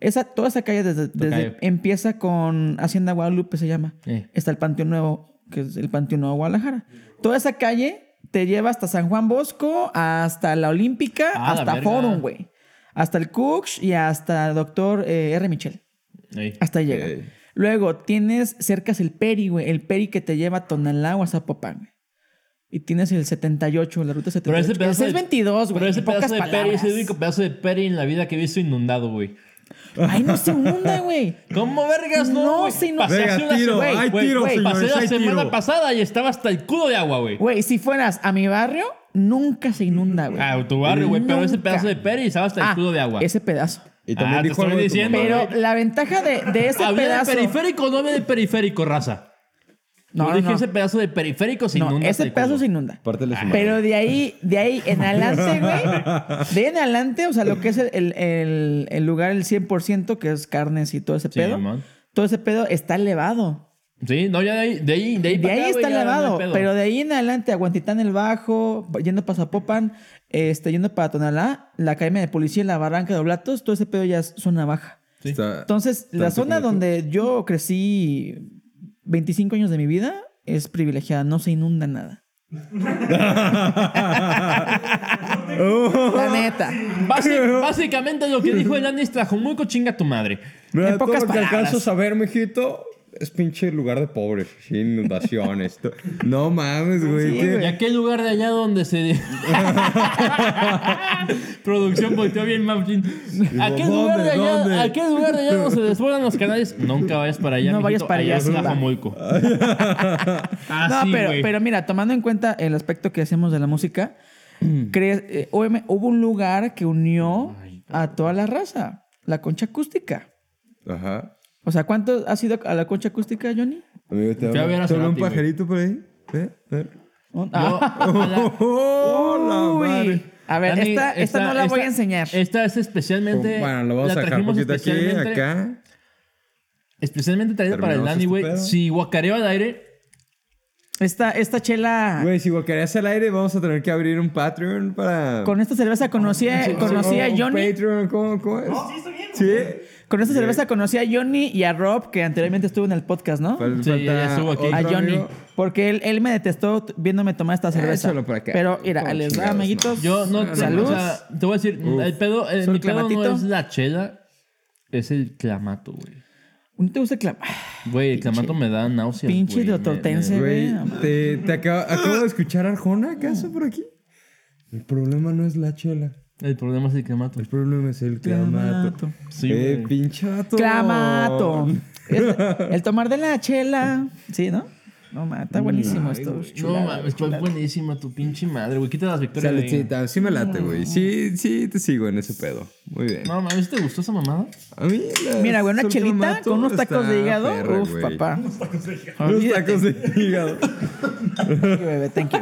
[SPEAKER 3] Esa, toda esa calle desde, desde-
[SPEAKER 2] Tocayo.
[SPEAKER 3] empieza con Hacienda Guadalupe, se llama.
[SPEAKER 2] Eh.
[SPEAKER 3] Está el Panteón Nuevo, que es el Panteón Nuevo Guadalajara. Toda esa calle te lleva hasta San Juan Bosco, hasta la Olímpica,
[SPEAKER 2] Ah, la
[SPEAKER 3] hasta
[SPEAKER 2] verga.
[SPEAKER 3] Forum, güey. Hasta el Cooks y hasta Doctor eh, R. Michel.
[SPEAKER 2] Ey.
[SPEAKER 3] Hasta ahí llega.
[SPEAKER 1] Ok.
[SPEAKER 3] Luego tienes cercas el Peri, güey. El Peri que te lleva a Tonalá o a Zapopan, güey. Y tienes el 78, la ruta 78.
[SPEAKER 2] Pero ese pedazo. de-
[SPEAKER 3] es 22, güey.
[SPEAKER 2] Pero ese
[SPEAKER 3] en pocas
[SPEAKER 2] pedazo de Peri es el
[SPEAKER 3] palabras.
[SPEAKER 2] único pedazo de Peri en la vida que he visto inundado, güey.
[SPEAKER 3] Ay, no se inunda, güey.
[SPEAKER 2] ¿Cómo vergas no?
[SPEAKER 3] No,
[SPEAKER 2] güey?
[SPEAKER 3] sí, no.
[SPEAKER 2] Pasé
[SPEAKER 1] Venga,
[SPEAKER 2] hace una
[SPEAKER 1] tiro,
[SPEAKER 2] semana-
[SPEAKER 1] hay
[SPEAKER 2] güey,
[SPEAKER 1] tiro,
[SPEAKER 2] güey, Pasé
[SPEAKER 1] señores,
[SPEAKER 2] la
[SPEAKER 1] hay
[SPEAKER 2] semana
[SPEAKER 1] tiro.
[SPEAKER 2] pasada y estaba hasta el culo de agua, güey.
[SPEAKER 3] Güey, si fueras a mi barrio, nunca se inunda, güey.
[SPEAKER 2] A tu barrio, güey. Pero ese
[SPEAKER 3] Nunca.
[SPEAKER 2] pedazo de Peri estaba hasta el
[SPEAKER 3] Ah,
[SPEAKER 2] culo de agua.
[SPEAKER 3] Ese pedazo.
[SPEAKER 1] Y también
[SPEAKER 2] Ah, te
[SPEAKER 1] dijo
[SPEAKER 2] estoy
[SPEAKER 1] algo de tu
[SPEAKER 2] diciendo,
[SPEAKER 1] mamá.
[SPEAKER 3] Pero la ventaja de, de ese
[SPEAKER 2] ¿Había de
[SPEAKER 3] pedazo.
[SPEAKER 2] periférico o no había de periférico, raza? No,
[SPEAKER 3] No, no,
[SPEAKER 2] dije
[SPEAKER 3] no.
[SPEAKER 2] ese pedazo de periférico se
[SPEAKER 3] no,
[SPEAKER 2] inunda.
[SPEAKER 3] ese
[SPEAKER 2] te
[SPEAKER 3] pedazo
[SPEAKER 2] juro.
[SPEAKER 3] se inunda.
[SPEAKER 1] Pártele su madre.
[SPEAKER 3] Pero de ahí, de ahí en adelante, güey. De ahí en adelante, o sea, lo que es el, el- el- el lugar, el 100%, que es carnes y todo ese
[SPEAKER 2] Sí,
[SPEAKER 3] pedo.
[SPEAKER 2] man.
[SPEAKER 3] Todo ese pedo está elevado.
[SPEAKER 2] Sí, no, ya de ahí, de ahí, de ahí,
[SPEAKER 3] De
[SPEAKER 2] para
[SPEAKER 3] ahí
[SPEAKER 2] acá, güey, ya
[SPEAKER 3] está
[SPEAKER 2] no
[SPEAKER 3] elevado,
[SPEAKER 2] hay pedo.
[SPEAKER 3] pero de ahí en adelante, Aguantitán el Bajo, yendo para Zapopan, este, yendo para Tonalá, la Academia de Policía, la Barranca de Oblatos, todo ese pedo ya es zona baja.
[SPEAKER 2] Sí.
[SPEAKER 1] Está-
[SPEAKER 3] Entonces, la
[SPEAKER 1] Tanto
[SPEAKER 3] zona
[SPEAKER 1] como tú.
[SPEAKER 3] donde yo crecí 25 años de mi vida es privilegiada, no se inunda nada.
[SPEAKER 1] Uh,
[SPEAKER 3] La neta.
[SPEAKER 2] Basi- básicamente lo que dijo el Andis Trajomulco, chinga tu madre.
[SPEAKER 1] Mira,
[SPEAKER 3] En pocas
[SPEAKER 1] todo lo que
[SPEAKER 3] palabras.
[SPEAKER 1] alcanzo a saber, mijito, es pinche lugar de pobres, sí, inundaciones. to- no mames, güey.
[SPEAKER 3] Sí,
[SPEAKER 1] que-
[SPEAKER 2] ¿Y
[SPEAKER 3] güey.
[SPEAKER 2] aquel lugar de allá donde se. Producción volteó bien, Mauchin. Aquel,
[SPEAKER 1] ¿Dónde?
[SPEAKER 2] lugar de
[SPEAKER 1] ¿Dónde?
[SPEAKER 2] allá- aquel lugar de allá donde se desbordan los canales. Nunca vayas para allá.
[SPEAKER 3] No
[SPEAKER 2] mijito.
[SPEAKER 3] vayas para allá,
[SPEAKER 2] es
[SPEAKER 3] sí, va.
[SPEAKER 2] Trajomulco.
[SPEAKER 1] Ah,
[SPEAKER 3] No,
[SPEAKER 2] Así,
[SPEAKER 3] pero,
[SPEAKER 2] güey.
[SPEAKER 3] pero mira, tomando en cuenta el aspecto que hacemos de la música, crees, eh, OM hubo un lugar que unió a toda la raza, la concha acústica.
[SPEAKER 1] Ajá.
[SPEAKER 3] O sea, ¿cuánto has ido a la concha acústica, Johnny?
[SPEAKER 1] Amigo, te
[SPEAKER 2] Fui a ver a
[SPEAKER 1] hablo- te hablo un
[SPEAKER 2] Cerati, güey.
[SPEAKER 1] pajarito por ahí. ¿Eh? ¿Eh?
[SPEAKER 3] Un-
[SPEAKER 2] Yo-
[SPEAKER 3] Ah,
[SPEAKER 1] ¡Oh,
[SPEAKER 3] uy.
[SPEAKER 1] la madre!
[SPEAKER 3] A ver,
[SPEAKER 2] Dani,
[SPEAKER 3] esta, esta, no la voy a
[SPEAKER 2] esta-
[SPEAKER 3] enseñar.
[SPEAKER 2] Esta es especialmente.
[SPEAKER 1] Bueno, lo vamos
[SPEAKER 2] la
[SPEAKER 1] a dejar un
[SPEAKER 2] trajimos
[SPEAKER 1] poquito aquí,
[SPEAKER 2] especialmente-
[SPEAKER 1] acá.
[SPEAKER 2] Especialmente traída para el
[SPEAKER 1] Terminamos
[SPEAKER 2] Dani,
[SPEAKER 1] este
[SPEAKER 2] güey.
[SPEAKER 1] pedo.
[SPEAKER 2] Si guacareo al aire,
[SPEAKER 3] Esta, esta chela.
[SPEAKER 1] Güey, si guacareas al aire, vamos a tener que abrir un Patreon para.
[SPEAKER 3] Con esta cerveza conocí a, conocí a
[SPEAKER 1] un- un
[SPEAKER 3] Johnny.
[SPEAKER 1] Patreon, ¿cómo, cómo es?
[SPEAKER 4] No, sí, estoy bien.
[SPEAKER 1] Sí.
[SPEAKER 3] Con esta cerveza conocí a Johnny y a Rob, que anteriormente estuvo en el podcast, ¿no?
[SPEAKER 1] Fal-
[SPEAKER 2] Sí,
[SPEAKER 1] falta
[SPEAKER 2] ya estuvo aquí.
[SPEAKER 1] otro
[SPEAKER 3] A Johnny.
[SPEAKER 1] amigo.
[SPEAKER 3] Porque él, él me detestó t- viéndome tomar esta cerveza.
[SPEAKER 1] Échalo para acá.
[SPEAKER 3] Pero mira,
[SPEAKER 1] Como
[SPEAKER 3] les va,
[SPEAKER 1] chingados,
[SPEAKER 3] amiguitos.
[SPEAKER 2] yo no. te-
[SPEAKER 3] Salud.
[SPEAKER 2] o sea, te voy a decir,
[SPEAKER 1] Uf.
[SPEAKER 2] el pedo, eh,
[SPEAKER 3] Solo
[SPEAKER 2] mi pedo no
[SPEAKER 3] clamatito.
[SPEAKER 2] es la chela, es el clamato, güey.
[SPEAKER 3] ¿No te gusta el clama?
[SPEAKER 2] Güey, el clamato me da náuseas.
[SPEAKER 3] Pinche
[SPEAKER 2] güey, me-
[SPEAKER 3] dotortense.
[SPEAKER 1] Güey,
[SPEAKER 3] Sí, güey.
[SPEAKER 1] te, te acabo, acabo de escuchar a Arjona, ¿acaso por aquí? El problema no es la chela.
[SPEAKER 2] me- El problema es el clamato.
[SPEAKER 1] El problema es el clamato.
[SPEAKER 3] Clamato.
[SPEAKER 2] Sí,
[SPEAKER 1] eh,
[SPEAKER 2] güey.
[SPEAKER 1] pinchato.
[SPEAKER 3] Clamato. Este- el tomar de la chela. Sí, ¿no? No, ma, está buenísimo esto.
[SPEAKER 2] No
[SPEAKER 3] chulada,
[SPEAKER 2] mames, pues, fue
[SPEAKER 3] chulada.
[SPEAKER 2] buenísima tu pinche madre, güey. Quita las victorias. de ahí.
[SPEAKER 1] Saludcita, sí me late, güey. Sí, sí, te sigo en ese pedo. Muy bien.
[SPEAKER 2] No mames, ¿te gustó esa mamada?
[SPEAKER 1] A mí la-
[SPEAKER 3] Mira, güey, una
[SPEAKER 1] el
[SPEAKER 3] chelita
[SPEAKER 1] clamato
[SPEAKER 3] con unos tacos
[SPEAKER 1] está
[SPEAKER 3] de hígado.
[SPEAKER 1] perra,
[SPEAKER 3] Uf,
[SPEAKER 1] güey.
[SPEAKER 3] papá.
[SPEAKER 1] Unos tacos de hígado.
[SPEAKER 3] Thank you, bebé, thank you.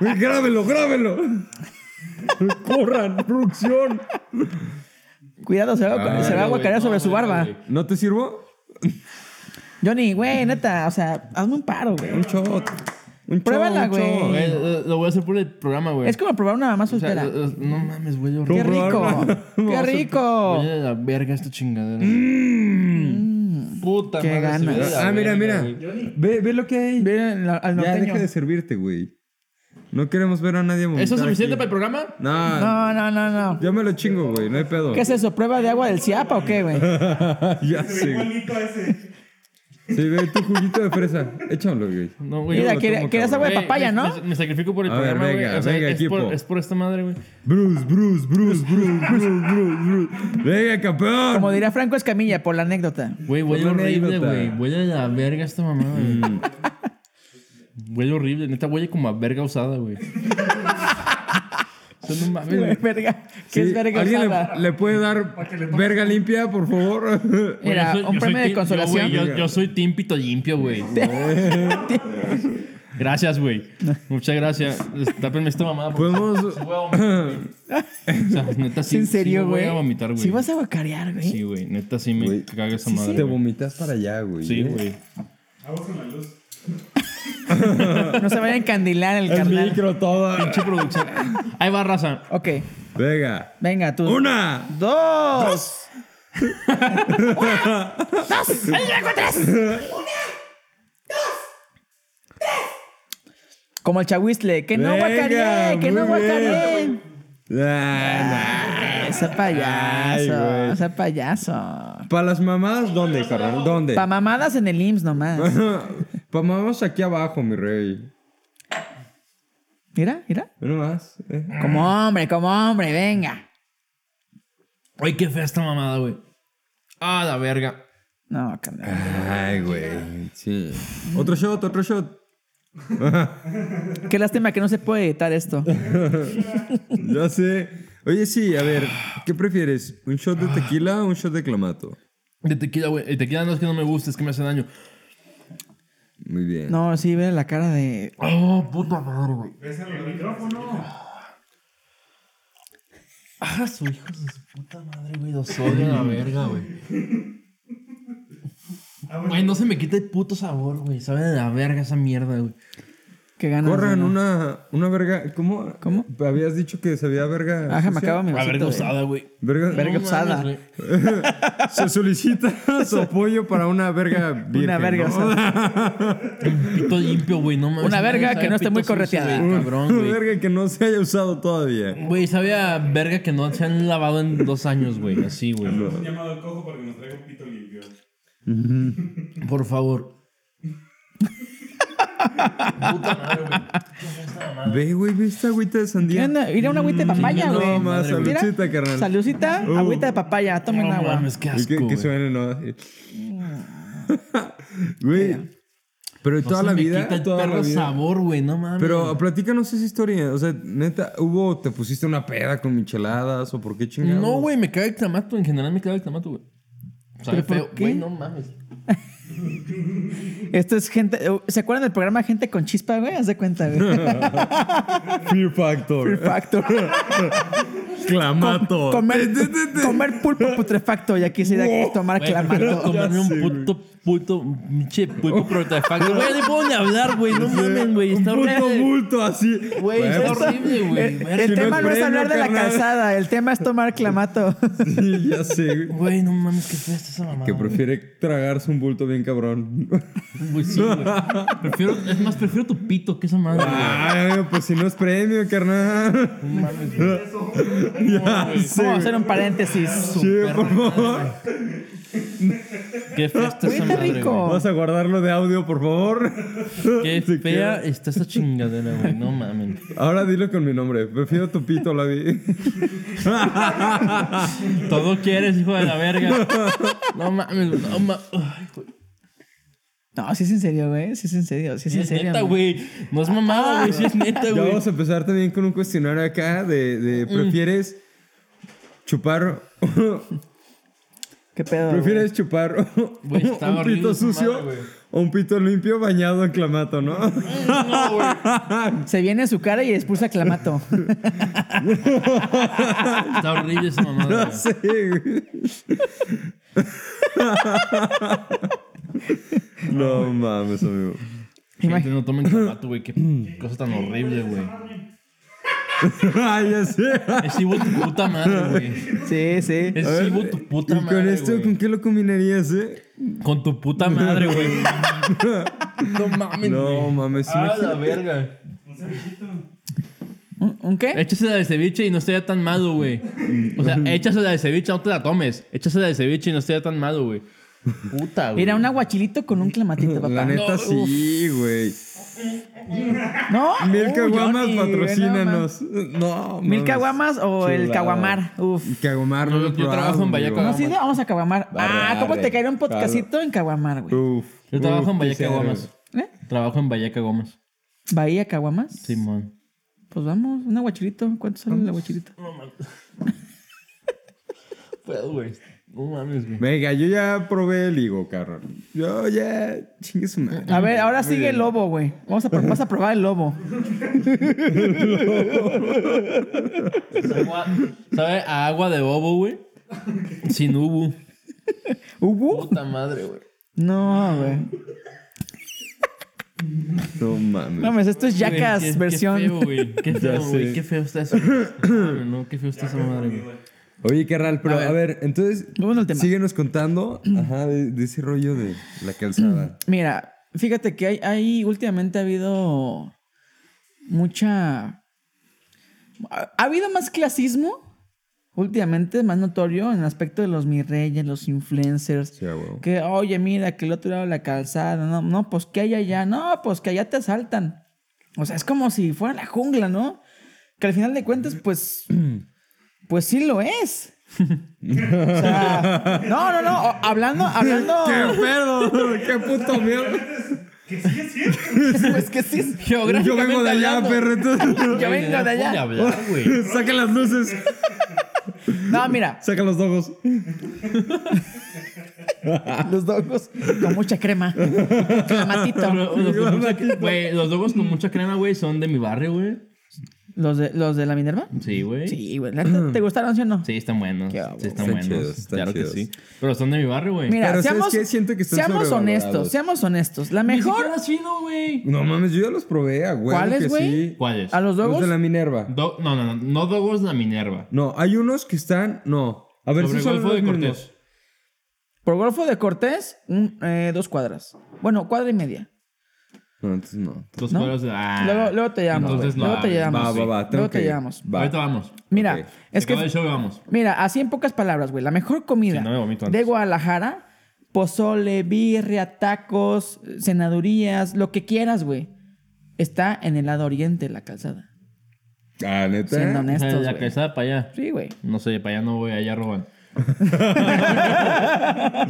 [SPEAKER 1] Güey, grábelo, grábelo. Corran, producción.
[SPEAKER 3] Cuidado, se va, a-
[SPEAKER 1] Ah,
[SPEAKER 3] se va a
[SPEAKER 2] güey,
[SPEAKER 3] guacarear
[SPEAKER 2] no,
[SPEAKER 3] sobre su
[SPEAKER 2] güey,
[SPEAKER 3] barba.
[SPEAKER 2] güey.
[SPEAKER 1] ¿No te sirvo?
[SPEAKER 3] Johnny, güey, neta, o sea, hazme un paro, güey.
[SPEAKER 1] Un shot. Un shot,
[SPEAKER 3] Pruébala,
[SPEAKER 1] un
[SPEAKER 3] güey.
[SPEAKER 1] shot.
[SPEAKER 2] Güey, lo, lo voy a hacer por el programa, güey.
[SPEAKER 3] Es como probar una mamá
[SPEAKER 2] O sea, eh,
[SPEAKER 3] soltera.
[SPEAKER 2] lo- lo- no mames, güey. horrible.
[SPEAKER 3] ¡Qué rico!
[SPEAKER 1] Vamos
[SPEAKER 3] ¡Qué
[SPEAKER 1] a-
[SPEAKER 3] rico!
[SPEAKER 2] Oye, de la verga esta chingadera. Puta
[SPEAKER 3] Mm. Qué
[SPEAKER 2] madre,
[SPEAKER 3] ganas.
[SPEAKER 2] se ve de la
[SPEAKER 1] Ah, mira,
[SPEAKER 2] verga,
[SPEAKER 1] mira.
[SPEAKER 2] güey.
[SPEAKER 1] Ve, ve lo que hay.
[SPEAKER 3] Miren la- al
[SPEAKER 1] Ya
[SPEAKER 3] norteño.
[SPEAKER 1] deja de servirte, güey. No queremos ver a nadie vomitar
[SPEAKER 2] ¿Eso es suficiente para
[SPEAKER 1] aquí.
[SPEAKER 2] el programa?
[SPEAKER 1] No,
[SPEAKER 3] No, no, no, no.
[SPEAKER 1] yo me lo chingo, güey. No hay pedo.
[SPEAKER 3] ¿Qué es eso? ¿Prueba de agua del Ciapa o qué, güey?
[SPEAKER 1] Pues ya
[SPEAKER 5] Se ve
[SPEAKER 1] sé. güey.
[SPEAKER 5] igualito a ese.
[SPEAKER 1] Sí, ve tu juguito de fresa. Échamelo, güey.
[SPEAKER 2] No, güey.
[SPEAKER 3] Mira,
[SPEAKER 1] lo
[SPEAKER 3] quería-
[SPEAKER 1] tomo,
[SPEAKER 3] querías agua de
[SPEAKER 2] Güey,
[SPEAKER 3] papaya,
[SPEAKER 2] me-
[SPEAKER 3] ¿no?
[SPEAKER 2] Me, me sacrifico por el
[SPEAKER 1] A ver,
[SPEAKER 2] programa, güey.
[SPEAKER 1] venga,
[SPEAKER 2] O sea,
[SPEAKER 1] venga,
[SPEAKER 2] es, por,
[SPEAKER 1] equipo.
[SPEAKER 2] es por esta madre, güey.
[SPEAKER 1] Bruce, Bruce, Bruce, Bruce, Bruce, Bruce, Bruce. Venga, campeón.
[SPEAKER 3] Como diría Franco Escamilla, por la anécdota.
[SPEAKER 2] Güey, huele
[SPEAKER 1] Una
[SPEAKER 2] horrible,
[SPEAKER 1] anécdota. Mm.
[SPEAKER 2] güey. Huele de la verga esta mamada, güey. Huele horrible. Neta, huele como a verga usada, güey. O sea, no mames, güey.
[SPEAKER 3] Verga.
[SPEAKER 1] Sí,
[SPEAKER 3] ¿Qué es verga
[SPEAKER 1] ¿Alguien
[SPEAKER 3] usada?
[SPEAKER 1] le, le puede dar verga limpia, por favor?
[SPEAKER 2] Güey, yo
[SPEAKER 3] Mira,
[SPEAKER 2] soy-
[SPEAKER 3] un
[SPEAKER 2] yo soy
[SPEAKER 3] premio de
[SPEAKER 2] team- yo,
[SPEAKER 3] consolación.
[SPEAKER 2] güey, Yo, yo soy tímpito limpio, güey. gracias, güey. Muchas gracias. Tápenme esta mamada. porque
[SPEAKER 1] Podemos.
[SPEAKER 2] sí voy a vomitar, güey. O sea, neta, sí,
[SPEAKER 3] ¿En
[SPEAKER 2] sí
[SPEAKER 3] serio,
[SPEAKER 2] me
[SPEAKER 3] güey?
[SPEAKER 2] voy a vomitar, güey.
[SPEAKER 3] ¿Sí vas a guacarear, güey?
[SPEAKER 2] Sí, güey. Neta, sí me
[SPEAKER 1] Güey,
[SPEAKER 2] caga esa
[SPEAKER 1] Te
[SPEAKER 2] madre. güey.
[SPEAKER 1] vomitas para allá, güey.
[SPEAKER 3] eh.
[SPEAKER 2] Sí, güey.
[SPEAKER 5] Aguas con la luz.
[SPEAKER 3] No se vaya a encandilar el
[SPEAKER 1] El
[SPEAKER 3] carnal.
[SPEAKER 1] micro todo.
[SPEAKER 2] Pinche producción. Ahí va, raza.
[SPEAKER 3] Ok,
[SPEAKER 1] Venga.
[SPEAKER 3] venga, tú.
[SPEAKER 1] Una.
[SPEAKER 3] ¡Dos! Como el chahuistle. ¡Que no
[SPEAKER 1] Venga,
[SPEAKER 3] guacaree! ¡Que no
[SPEAKER 1] muy bien.
[SPEAKER 3] guacaree!
[SPEAKER 1] Ah,
[SPEAKER 3] Ese payaso,
[SPEAKER 1] Ay, güey.
[SPEAKER 3] ese payaso.
[SPEAKER 1] nah. ¿Para las mamadas dónde, carnal? ¿Dónde?
[SPEAKER 3] Pa' mamadas en el IMSS nomás.
[SPEAKER 1] Para mamadas aquí abajo, mi rey.
[SPEAKER 3] Mira, mira.
[SPEAKER 1] Uno más. eh.
[SPEAKER 3] Como hombre, como hombre, venga.
[SPEAKER 2] Ay, qué fea esta mamada, güey. Ah, la verga.
[SPEAKER 3] No, carnal.
[SPEAKER 1] Ay, güey. Sí. Otro shot, otro shot.
[SPEAKER 3] Qué lástima que no se puede editar esto.
[SPEAKER 1] Ya sé. Oye, sí, a ver, ¿qué prefieres? ¿Un shot de tequila o un shot de clamato?
[SPEAKER 2] De tequila, güey. El tequila no es que no me guste, es que me hace daño.
[SPEAKER 1] Muy bien.
[SPEAKER 3] No, sí, ve la cara de.
[SPEAKER 2] Oh, puta madre, güey.
[SPEAKER 5] ¿Ves el micrófono?
[SPEAKER 2] Ah, su hijo de su puta madre, güey. Los odio a la verga, güey. Güey, no se me quita el puto sabor, güey. Sabe de la verga esa mierda, güey.
[SPEAKER 3] Que ganas.
[SPEAKER 1] Corran
[SPEAKER 3] de-
[SPEAKER 1] una, una verga. ¿Cómo?
[SPEAKER 3] ¿Cómo?
[SPEAKER 1] Habías dicho que se veía verga.
[SPEAKER 3] Ajá, me
[SPEAKER 1] sucia.
[SPEAKER 3] acaba mi
[SPEAKER 2] La
[SPEAKER 3] vasito,
[SPEAKER 2] verga
[SPEAKER 3] güey.
[SPEAKER 2] usada, güey.
[SPEAKER 1] Verga-
[SPEAKER 3] Verga
[SPEAKER 2] mames,
[SPEAKER 3] usada.
[SPEAKER 2] güey.
[SPEAKER 1] Se solicita su apoyo para una verga virgen.
[SPEAKER 3] Una verga
[SPEAKER 1] ¿no?
[SPEAKER 3] usada.
[SPEAKER 2] Pito limpio, güey. No mames.
[SPEAKER 3] Una
[SPEAKER 2] no
[SPEAKER 3] verga
[SPEAKER 2] sabe
[SPEAKER 3] que no
[SPEAKER 2] a
[SPEAKER 3] esté
[SPEAKER 2] pito
[SPEAKER 3] muy
[SPEAKER 2] sucio,
[SPEAKER 3] correteada.
[SPEAKER 2] güey, Cabrón,
[SPEAKER 1] Una
[SPEAKER 2] güey.
[SPEAKER 1] verga que no se haya usado todavía.
[SPEAKER 2] Güey, sabe a verga que no se han lavado en dos años, güey. Así, güey.
[SPEAKER 5] Un llamado al cojo para que nos traiga un pito limpio.
[SPEAKER 2] Por favor. Puta madre, güey.
[SPEAKER 1] Ve, güey, ve esta agüita de
[SPEAKER 3] ¿Qué
[SPEAKER 1] sandía.
[SPEAKER 3] onda? Mira una agüita de papaya,
[SPEAKER 2] Mm, no,
[SPEAKER 3] güey.
[SPEAKER 1] más,
[SPEAKER 3] Mira,
[SPEAKER 1] saludcita, carnal.
[SPEAKER 3] Saludcita,
[SPEAKER 1] Uh.
[SPEAKER 3] agüita de papaya. Tomen
[SPEAKER 2] No
[SPEAKER 3] agua.
[SPEAKER 2] mames, qué
[SPEAKER 1] Y
[SPEAKER 2] asco,
[SPEAKER 1] que, que
[SPEAKER 2] güey.
[SPEAKER 1] suene, ¿no? Así. Güey. Pero de
[SPEAKER 2] No
[SPEAKER 1] toda
[SPEAKER 2] se
[SPEAKER 1] la
[SPEAKER 2] me
[SPEAKER 1] vida.
[SPEAKER 2] quita el
[SPEAKER 1] toda la
[SPEAKER 2] perro
[SPEAKER 1] vida.
[SPEAKER 2] sabor, güey. No mames.
[SPEAKER 1] Pero platícanos esa historia. O sea, neta, hubo, te pusiste una peda con micheladas o por qué chingados.
[SPEAKER 2] No, güey, me caga el clamato. En general me caga el clamato, güey. Sabe
[SPEAKER 3] ¿Pero por
[SPEAKER 2] feo.
[SPEAKER 3] qué?
[SPEAKER 2] Güey, no mames.
[SPEAKER 3] Esto es gente. oh, ¿Se acuerdan del programa Gente con Chispa, güey? Haz de cuenta, güey.
[SPEAKER 1] Fear Factor.
[SPEAKER 3] Fear Factor.
[SPEAKER 1] Clamato.
[SPEAKER 3] comer, comer pulpo putrefacto y aquí se da que tomar
[SPEAKER 2] Güey, prefiero
[SPEAKER 3] clamato.
[SPEAKER 2] comerme
[SPEAKER 1] sé,
[SPEAKER 2] un
[SPEAKER 1] güey.
[SPEAKER 2] puto, puto, pinche pulpo protefacto. Güey, no puedo ni hablar, güey. No mames, güey. Está
[SPEAKER 1] Un puto
[SPEAKER 2] horrible.
[SPEAKER 1] bulto así.
[SPEAKER 2] Güey,
[SPEAKER 1] Bueno,
[SPEAKER 2] está horrible, güey.
[SPEAKER 3] El,
[SPEAKER 2] Verga.
[SPEAKER 3] el
[SPEAKER 1] Si no
[SPEAKER 3] tema
[SPEAKER 1] es
[SPEAKER 3] no es
[SPEAKER 1] premio,
[SPEAKER 3] hablar de la
[SPEAKER 1] carnal.
[SPEAKER 3] calzada, el tema es tomar clamato.
[SPEAKER 1] Sí, ya sé, güey.
[SPEAKER 2] Güey, no mames, qué fea está esa mamada.
[SPEAKER 1] Que
[SPEAKER 2] güey.
[SPEAKER 1] prefiere tragarse un bulto bien cabrón.
[SPEAKER 2] Güey, sí, güey. Prefiero, es más, prefiero tu pito que esa madre, güey.
[SPEAKER 1] Ay, pues si no es premio, carnal.
[SPEAKER 2] No mames, güey.
[SPEAKER 1] Ya sé.
[SPEAKER 3] Vamos a
[SPEAKER 1] güey.
[SPEAKER 3] hacer un paréntesis.
[SPEAKER 1] Sí,
[SPEAKER 2] perra
[SPEAKER 1] por
[SPEAKER 2] madre,
[SPEAKER 1] favor.
[SPEAKER 2] Qué fea está
[SPEAKER 3] Güey,
[SPEAKER 2] esa
[SPEAKER 3] está
[SPEAKER 2] madre,
[SPEAKER 3] rico.
[SPEAKER 2] güey.
[SPEAKER 1] Vas a guardarlo de audio, por favor.
[SPEAKER 2] Qué
[SPEAKER 1] Si
[SPEAKER 2] fea
[SPEAKER 1] quieres.
[SPEAKER 2] está esa chingadera, güey. No mames.
[SPEAKER 1] Ahora dilo con mi nombre. Prefiero tu pito, la vi.
[SPEAKER 2] Todo quieres, hijo de la verga. No mames, güey. no mames. Ay, güey.
[SPEAKER 3] No, sí es en serio, güey. Sí es en serio. Sí es
[SPEAKER 2] Sí
[SPEAKER 3] en
[SPEAKER 2] es
[SPEAKER 3] serio.
[SPEAKER 2] neta,
[SPEAKER 3] güey.
[SPEAKER 2] güey. No Ah. es mamada, güey. Sí es neta,
[SPEAKER 1] Ya
[SPEAKER 2] güey.
[SPEAKER 1] vamos a empezar también con un cuestionario acá de, de ¿prefieres chupar
[SPEAKER 3] ¿Qué pedo?
[SPEAKER 1] prefieres chupar
[SPEAKER 2] Güey, está
[SPEAKER 1] un
[SPEAKER 2] horrible
[SPEAKER 1] pito
[SPEAKER 2] esa madre,
[SPEAKER 1] sucio
[SPEAKER 2] güey.
[SPEAKER 1] o un pito limpio bañado en clamato, no?
[SPEAKER 3] güey? Se viene su cara y expulsa clamato.
[SPEAKER 2] Está horrible esa mamada.
[SPEAKER 1] No
[SPEAKER 2] güey.
[SPEAKER 1] sé, güey. No mames, amigo.
[SPEAKER 2] Gente, no tomen clamato, güey. Qué cosa tan horrible, güey.
[SPEAKER 1] Ay, ya sé.
[SPEAKER 2] Es Ivo tu puta madre, güey.
[SPEAKER 3] Sí, sí.
[SPEAKER 1] A
[SPEAKER 2] Es
[SPEAKER 1] ver,
[SPEAKER 2] Ivo tu puta
[SPEAKER 1] ¿Y
[SPEAKER 2] madre.
[SPEAKER 1] con esto
[SPEAKER 2] güey.
[SPEAKER 1] con qué lo combinarías, eh?
[SPEAKER 2] Con tu puta madre, güey. no mames,
[SPEAKER 1] No
[SPEAKER 2] güey.
[SPEAKER 1] mames,
[SPEAKER 2] A
[SPEAKER 1] imagínate.
[SPEAKER 2] la verga.
[SPEAKER 5] Un cevichito.
[SPEAKER 3] ¿Un, un qué?
[SPEAKER 2] Échase la de ceviche y no esté tan malo, güey. O sea, échase la de ceviche, no te la tomes. Échase la de ceviche y no esté tan malo, güey. Puta, güey.
[SPEAKER 3] Era un aguachilito con un clamatito,
[SPEAKER 1] La
[SPEAKER 3] papá.
[SPEAKER 1] neta sí, güey.
[SPEAKER 3] ¿No?
[SPEAKER 1] Mil
[SPEAKER 3] Uy,
[SPEAKER 1] caguamas,
[SPEAKER 3] Johnny,
[SPEAKER 1] patrocínanos. No,
[SPEAKER 3] no, ¿Mil
[SPEAKER 1] mames.
[SPEAKER 3] caguamas o el
[SPEAKER 1] Chulada.
[SPEAKER 3] caguamar? Uf.
[SPEAKER 1] Caguamar no
[SPEAKER 2] Yo-
[SPEAKER 1] lo he
[SPEAKER 2] yo
[SPEAKER 1] probado,
[SPEAKER 2] trabajo en
[SPEAKER 1] amigo.
[SPEAKER 2] Vallaca.
[SPEAKER 3] ¿No has ido? Vamos a caguamar. Ah,
[SPEAKER 1] Arre,
[SPEAKER 3] ¿cómo
[SPEAKER 1] arre.
[SPEAKER 3] te caería un podcastito en caguamar, güey?
[SPEAKER 1] Uf,
[SPEAKER 2] Yo trabajo
[SPEAKER 1] uf,
[SPEAKER 2] en
[SPEAKER 1] qué
[SPEAKER 2] Vallaca
[SPEAKER 1] serio.
[SPEAKER 2] Gómez.
[SPEAKER 3] ¿Eh?
[SPEAKER 2] Trabajo en Vallaca Gómez.
[SPEAKER 3] ¿Bahía caguamas?
[SPEAKER 2] Simón.
[SPEAKER 3] Pues vamos, un aguachilito. ¿Cuánto sale el aguachilito?
[SPEAKER 1] Mm.
[SPEAKER 2] No mames. Puedo, güey. No mames, güey.
[SPEAKER 1] Venga, yo ya probé el higo, carnal. Yo ya. Chingue su madre.
[SPEAKER 3] A ver, ahora sigue el lobo, güey. Vamos a, pro- vas a probar el lobo.
[SPEAKER 2] Agua- ¿Sabe? A agua de bobo, güey. Sin ubu.
[SPEAKER 3] ¿Hubo?
[SPEAKER 2] Puta madre, güey.
[SPEAKER 3] No, güey.
[SPEAKER 1] No mames.
[SPEAKER 3] No, mames, esto es
[SPEAKER 2] Güey, qué-
[SPEAKER 3] Jackass
[SPEAKER 2] Qué feo,
[SPEAKER 3] versión.
[SPEAKER 2] güey. Qué
[SPEAKER 1] Ya
[SPEAKER 2] feo, güey.
[SPEAKER 1] sé.
[SPEAKER 2] Qué feo está eso. No, no, qué feo está esa madre, güey.
[SPEAKER 1] Oye, carnal, pero a ver, entonces.
[SPEAKER 3] Vámonos al tema.
[SPEAKER 1] Síguenos contando ajá, de, de ese rollo de la
[SPEAKER 3] Mm.
[SPEAKER 1] calzada.
[SPEAKER 3] Mira, fíjate que hay, hay- últimamente ha habido mucha... Ha, ha habido más clasismo últimamente, más notorio en el aspecto de los mis reyes, los influencers.
[SPEAKER 1] Sí, a huevo.
[SPEAKER 3] Que, oye, mira, que el otro lado de la calzada. No, no, pues que hay allá. No, pues que allá te asaltan. O sea, es como si fuera la jungla, ¿no? Que al final de cuentas, pues. Pues sí lo es. o sea, no, no, no. o- Hablando, hablando.
[SPEAKER 1] ¡Qué pedo! ¡Qué puto mierda!
[SPEAKER 5] Que sí es cierto.
[SPEAKER 3] pues que sí. es-
[SPEAKER 1] Yo vengo de allá, perro. entonces-
[SPEAKER 3] Yo vengo de
[SPEAKER 2] Ponle a
[SPEAKER 3] allá.
[SPEAKER 2] hablar, güey.
[SPEAKER 1] Saca las luces,
[SPEAKER 3] No, mira.
[SPEAKER 1] saca los dogos.
[SPEAKER 3] Los dogos con mucha crema. Clamatito.
[SPEAKER 2] Los con mucha- Güey, los dogos con mucha crema, güey, son de mi barrio, güey.
[SPEAKER 3] ¿Los de, ¿Los de la Minerva?
[SPEAKER 2] Sí, güey. Sí.
[SPEAKER 3] Sí, güey. ¿La neta ¿Te gustaron, sí o no?
[SPEAKER 2] están buenos.
[SPEAKER 3] Qué
[SPEAKER 2] Sí,
[SPEAKER 3] aburrido.
[SPEAKER 2] están
[SPEAKER 1] Están
[SPEAKER 2] buenos.
[SPEAKER 1] chidos, están
[SPEAKER 2] claro
[SPEAKER 1] chidos.
[SPEAKER 2] que sí. Pero son de mi barrio, güey.
[SPEAKER 3] Mira,
[SPEAKER 1] Pero ¿sabes
[SPEAKER 3] seamos,
[SPEAKER 1] qué? Siento que están
[SPEAKER 3] seamos
[SPEAKER 1] sobrevalorados.
[SPEAKER 3] honestos, seamos honestos. La
[SPEAKER 2] Ni
[SPEAKER 3] mejor.
[SPEAKER 2] siquiera ha sido, güey.
[SPEAKER 1] No mames, yo ya los probé a huevo
[SPEAKER 3] ¿Cuáles,
[SPEAKER 1] que
[SPEAKER 3] güey?
[SPEAKER 1] sí.
[SPEAKER 2] ¿Cuáles?
[SPEAKER 3] A los
[SPEAKER 1] Los
[SPEAKER 3] dogos.
[SPEAKER 1] de la Minerva.
[SPEAKER 2] Do- no, no, no. No dogos la Minerva.
[SPEAKER 1] No, hay unos que están. No. A ver
[SPEAKER 2] Sobre
[SPEAKER 1] si son
[SPEAKER 2] Golfo
[SPEAKER 1] los
[SPEAKER 2] de
[SPEAKER 1] mismos.
[SPEAKER 2] Cortés.
[SPEAKER 3] Por Golfo de Cortés, un- eh, dos cuadras. Bueno, cuadra y media.
[SPEAKER 1] No, entonces no.
[SPEAKER 2] Dos
[SPEAKER 3] ¿No?
[SPEAKER 2] cuadros de. Ah.
[SPEAKER 3] Luego, luego te llamo.
[SPEAKER 2] Entonces no
[SPEAKER 3] luego te
[SPEAKER 2] hables.
[SPEAKER 3] llamo.
[SPEAKER 1] Va,
[SPEAKER 2] sí.
[SPEAKER 1] va, va. Tengo
[SPEAKER 3] Luego te
[SPEAKER 1] que ir.
[SPEAKER 3] llamamos.
[SPEAKER 1] Va.
[SPEAKER 2] Ahorita vamos.
[SPEAKER 3] Mira,
[SPEAKER 1] Ok.
[SPEAKER 3] es que.
[SPEAKER 2] Acaba el show y vamos.
[SPEAKER 3] Mira, así en pocas palabras, güey. La mejor comida
[SPEAKER 2] Sí, no me vomito antes.
[SPEAKER 3] de Guadalajara, pozole, birria, tacos, cenadurías, lo que quieras, güey. Está en el lado oriente de la calzada.
[SPEAKER 1] Ah, neta.
[SPEAKER 3] Siendo
[SPEAKER 2] O sea,
[SPEAKER 3] honestos,
[SPEAKER 2] la
[SPEAKER 3] güey.
[SPEAKER 2] calzada para allá.
[SPEAKER 3] Sí, güey.
[SPEAKER 2] No sé, para allá no voy, allá roban.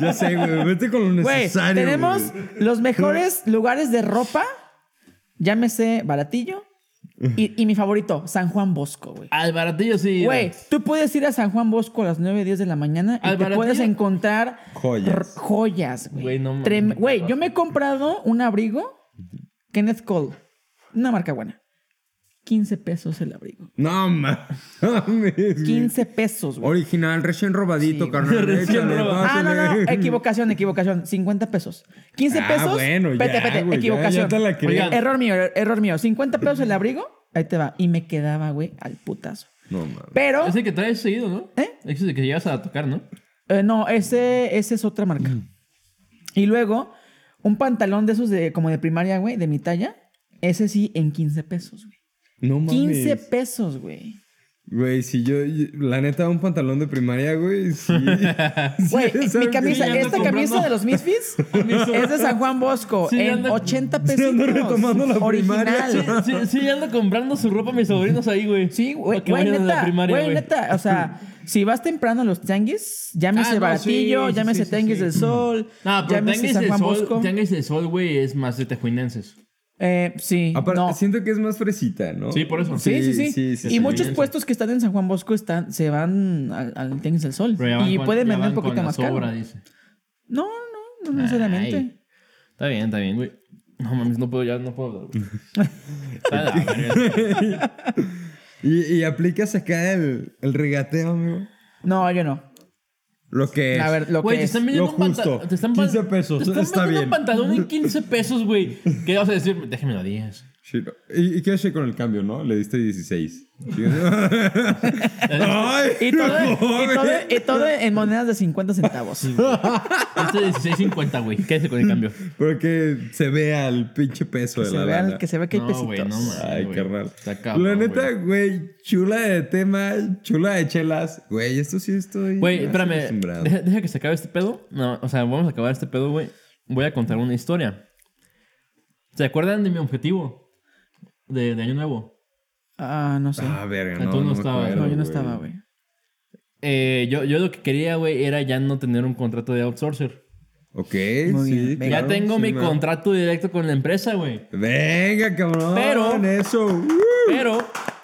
[SPEAKER 1] Ya sé, güey. Vete con lo
[SPEAKER 3] Güey,
[SPEAKER 1] necesario.
[SPEAKER 3] tenemos
[SPEAKER 1] güey.
[SPEAKER 3] los mejores lugares de ropa. Llámese Baratillo. Y, y mi favorito, San Juan Bosco, güey.
[SPEAKER 2] Al baratillo sí.
[SPEAKER 3] Güey, tú puedes ir a San Juan Bosco a las 9, 10 de la mañana y
[SPEAKER 2] Al
[SPEAKER 3] te
[SPEAKER 2] Baratillo.
[SPEAKER 3] puedes encontrar
[SPEAKER 1] Joyas.
[SPEAKER 3] r- joyas, güey.
[SPEAKER 2] Güey, no mames.
[SPEAKER 3] Trem- Güey, yo me he comprado un abrigo Kenneth Cole, una marca buena. 15 pesos el abrigo.
[SPEAKER 1] No ma- mames. güey.
[SPEAKER 3] 15 pesos, güey.
[SPEAKER 1] Original, recién robadito,
[SPEAKER 3] Sí,
[SPEAKER 1] carnal.
[SPEAKER 2] Recién
[SPEAKER 1] Échale,
[SPEAKER 2] robado.
[SPEAKER 3] Ah, no, no,
[SPEAKER 1] pásale.
[SPEAKER 3] equivocación, equivocación. 50 pesos. 15
[SPEAKER 1] Ah,
[SPEAKER 3] pesos.
[SPEAKER 1] bueno, ya,
[SPEAKER 3] Pete, pete,
[SPEAKER 1] güey, ya,
[SPEAKER 3] equivocación.
[SPEAKER 1] ya te la creí.
[SPEAKER 2] Oigan.
[SPEAKER 3] error mío, er- error mío. 50 pesos el abrigo, ahí te va. Y me quedaba, güey, al putazo.
[SPEAKER 1] No mames.
[SPEAKER 3] Pero,
[SPEAKER 2] Es el que traes seguido, ¿no?
[SPEAKER 3] ¿Eh?
[SPEAKER 2] Es el que llegas a tocar, ¿no?
[SPEAKER 3] eh, no, ese, ese es otra marca. Y luego, un pantalón de esos de como de primaria, güey, de mi talla. Ese sí, en 15 pesos, güey.
[SPEAKER 1] No
[SPEAKER 3] 15
[SPEAKER 1] mames.
[SPEAKER 3] pesos, güey.
[SPEAKER 1] Güey, si yo. La neta, un pantalón de primaria, güey. Sí.
[SPEAKER 3] Güey,
[SPEAKER 1] Sí,
[SPEAKER 3] mi
[SPEAKER 1] ¿sabes?
[SPEAKER 3] camisa,
[SPEAKER 2] Sí, ando
[SPEAKER 3] esta camisa
[SPEAKER 2] comprando.
[SPEAKER 3] de los Misfits es de San Juan Bosco.
[SPEAKER 2] Sí,
[SPEAKER 3] en
[SPEAKER 2] ando-
[SPEAKER 3] 80
[SPEAKER 1] sí,
[SPEAKER 3] pesos.
[SPEAKER 1] ando retomando la primaria.
[SPEAKER 2] Sí, sí, sí, ando comprando su ropa a mis sobrinos ahí, güey.
[SPEAKER 3] Sí, güey,
[SPEAKER 2] Para que
[SPEAKER 3] güey,
[SPEAKER 2] vayan a la
[SPEAKER 3] neta,
[SPEAKER 2] primaria,
[SPEAKER 3] güey, neta, o sea, si vas temprano a los tianguis, llámese
[SPEAKER 2] Ah, no,
[SPEAKER 3] Baratillo,
[SPEAKER 2] sí, sí, sí,
[SPEAKER 3] llámese
[SPEAKER 2] sí,
[SPEAKER 3] Tianguis
[SPEAKER 2] sí.
[SPEAKER 3] del Sol,
[SPEAKER 2] No, pero
[SPEAKER 3] llámese
[SPEAKER 2] Tianguis
[SPEAKER 3] San
[SPEAKER 2] del
[SPEAKER 3] Juan
[SPEAKER 2] Sol,
[SPEAKER 3] Bosco.
[SPEAKER 2] Tianguis del Sol, güey, es más de tejuinenses.
[SPEAKER 3] Eh, sí,
[SPEAKER 1] Aparte,
[SPEAKER 3] no. sí,
[SPEAKER 1] siento que es más fresita, ¿no?
[SPEAKER 2] Sí, por eso.
[SPEAKER 3] sí, sí,
[SPEAKER 1] sí, sí, sí,
[SPEAKER 3] Y
[SPEAKER 1] sí,
[SPEAKER 3] muchos
[SPEAKER 2] sí.
[SPEAKER 3] puestos que están en San Juan Bosco están, se van al, al Tianguis del Sol
[SPEAKER 2] Pero ya van
[SPEAKER 3] y
[SPEAKER 2] con-
[SPEAKER 3] pueden
[SPEAKER 2] ya
[SPEAKER 3] vender
[SPEAKER 2] van
[SPEAKER 3] un
[SPEAKER 2] con
[SPEAKER 3] poquito
[SPEAKER 2] la
[SPEAKER 3] más
[SPEAKER 2] sobra,
[SPEAKER 3] caro.
[SPEAKER 2] dice.
[SPEAKER 3] No, no, no necesariamente.
[SPEAKER 2] Ay. Está bien, está bien, güey. No mames, no puedo, ya no puedo hablar, güey. Está de la verga.
[SPEAKER 1] Y, y aplicas acá el, el regateo, amigo.
[SPEAKER 3] No, yo no.
[SPEAKER 1] Lo que es.
[SPEAKER 3] A ver, lo
[SPEAKER 2] Güey,
[SPEAKER 3] que
[SPEAKER 2] te
[SPEAKER 3] es.
[SPEAKER 2] están vendiendo
[SPEAKER 1] Lo
[SPEAKER 2] un panta-
[SPEAKER 1] justo.
[SPEAKER 2] te están pan-
[SPEAKER 1] 15 pesos,
[SPEAKER 2] Te están
[SPEAKER 1] está
[SPEAKER 2] vendiendo
[SPEAKER 1] bien.
[SPEAKER 2] un pantalón en 15 pesos, güey. ¿Qué vas a decir? Déjemelo 10.
[SPEAKER 1] Sí, no. ¿Y, y qué hace con el cambio, no? Le diste 16. Sí. ¡Ay!
[SPEAKER 3] Y todo, y
[SPEAKER 1] joven.
[SPEAKER 3] todo- y todo en monedas de 50 centavos.
[SPEAKER 2] Este es 16.50, güey. Quédese con el cambio.
[SPEAKER 1] Pero que se vea el pinche peso de
[SPEAKER 3] se
[SPEAKER 1] la
[SPEAKER 3] vea-
[SPEAKER 1] lana.
[SPEAKER 3] que se vea que hay
[SPEAKER 2] No,
[SPEAKER 3] pesitos.
[SPEAKER 2] güey, no mames.
[SPEAKER 1] Ay,
[SPEAKER 2] güey.
[SPEAKER 1] carnal.
[SPEAKER 2] Está cabrón,
[SPEAKER 1] la neta, güey, chula de tema, chula de chelas. Güey, esto sí estoy.
[SPEAKER 2] Güey,
[SPEAKER 1] más
[SPEAKER 2] espérame.
[SPEAKER 1] acostumbrado.
[SPEAKER 2] Deja, deja que se acabe este pedo. No, o sea, vamos a acabar este pedo, güey. Voy a contar una historia. ¿Se acuerdan de mi objetivo? De, de Año Nuevo.
[SPEAKER 3] Ah, no sé.
[SPEAKER 1] Ah, verga,
[SPEAKER 2] Ah,
[SPEAKER 1] no.
[SPEAKER 2] tú no
[SPEAKER 1] me
[SPEAKER 2] estabas.
[SPEAKER 1] acuerdo,
[SPEAKER 3] no, yo no estaba, güey.
[SPEAKER 2] Eh, yo, yo lo que quería, güey, era ya no tener un contrato de outsourcer.
[SPEAKER 1] Ok,
[SPEAKER 3] Muy
[SPEAKER 1] sí.
[SPEAKER 3] bien, venga.
[SPEAKER 2] ya
[SPEAKER 1] claro,
[SPEAKER 2] tengo
[SPEAKER 1] sí,
[SPEAKER 2] mi
[SPEAKER 1] ma.
[SPEAKER 2] contrato directo con la empresa, güey.
[SPEAKER 1] Venga, cabrón.
[SPEAKER 2] Pero-
[SPEAKER 1] Eso. Uh.
[SPEAKER 2] Pero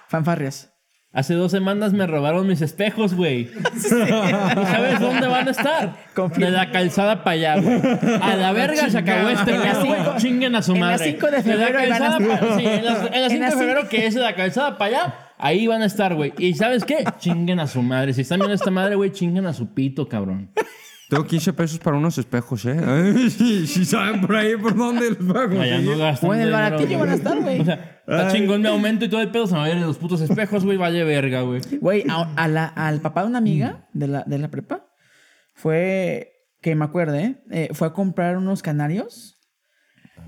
[SPEAKER 3] Fanfarrias.
[SPEAKER 2] hace dos semanas me robaron mis espejos, güey. ¿Y sabes dónde van a estar? De la calzada para allá, güey. A la verga se acabó este
[SPEAKER 3] En la
[SPEAKER 2] pedo, güey.
[SPEAKER 3] cinco-
[SPEAKER 2] Chinguen a su
[SPEAKER 3] en la
[SPEAKER 2] madre.
[SPEAKER 3] cinco de
[SPEAKER 2] la
[SPEAKER 3] febrero ahí van a
[SPEAKER 2] calzada
[SPEAKER 3] estar.
[SPEAKER 2] pa- sí, en la- en la
[SPEAKER 3] En
[SPEAKER 2] 5 de
[SPEAKER 3] la
[SPEAKER 2] febrero,
[SPEAKER 3] cinco-
[SPEAKER 2] que es de la calzada para allá, ahí van a estar, güey. ¿Y sabes qué? Chinguen a su madre. Si están viendo esta madre, güey, chinguen a su pito, cabrón.
[SPEAKER 1] Tengo 15 pesos para unos espejos, ¿eh? Ay, Si, si saben por ahí por dónde los voy a
[SPEAKER 2] Allá no
[SPEAKER 1] conseguir.
[SPEAKER 2] gastan
[SPEAKER 3] O en el
[SPEAKER 2] dinero,
[SPEAKER 3] baratillo
[SPEAKER 2] güey.
[SPEAKER 3] van a estar, güey.
[SPEAKER 2] O sea, está chingón mi aumento y todo el pedo. Se me va a ir en los putos espejos, güey. Vaya verga, güey.
[SPEAKER 3] Güey, a- a la- al papá de una amiga de la, de la prepa fue, que me acuerde, ¿eh? Eh, fue a comprar unos canarios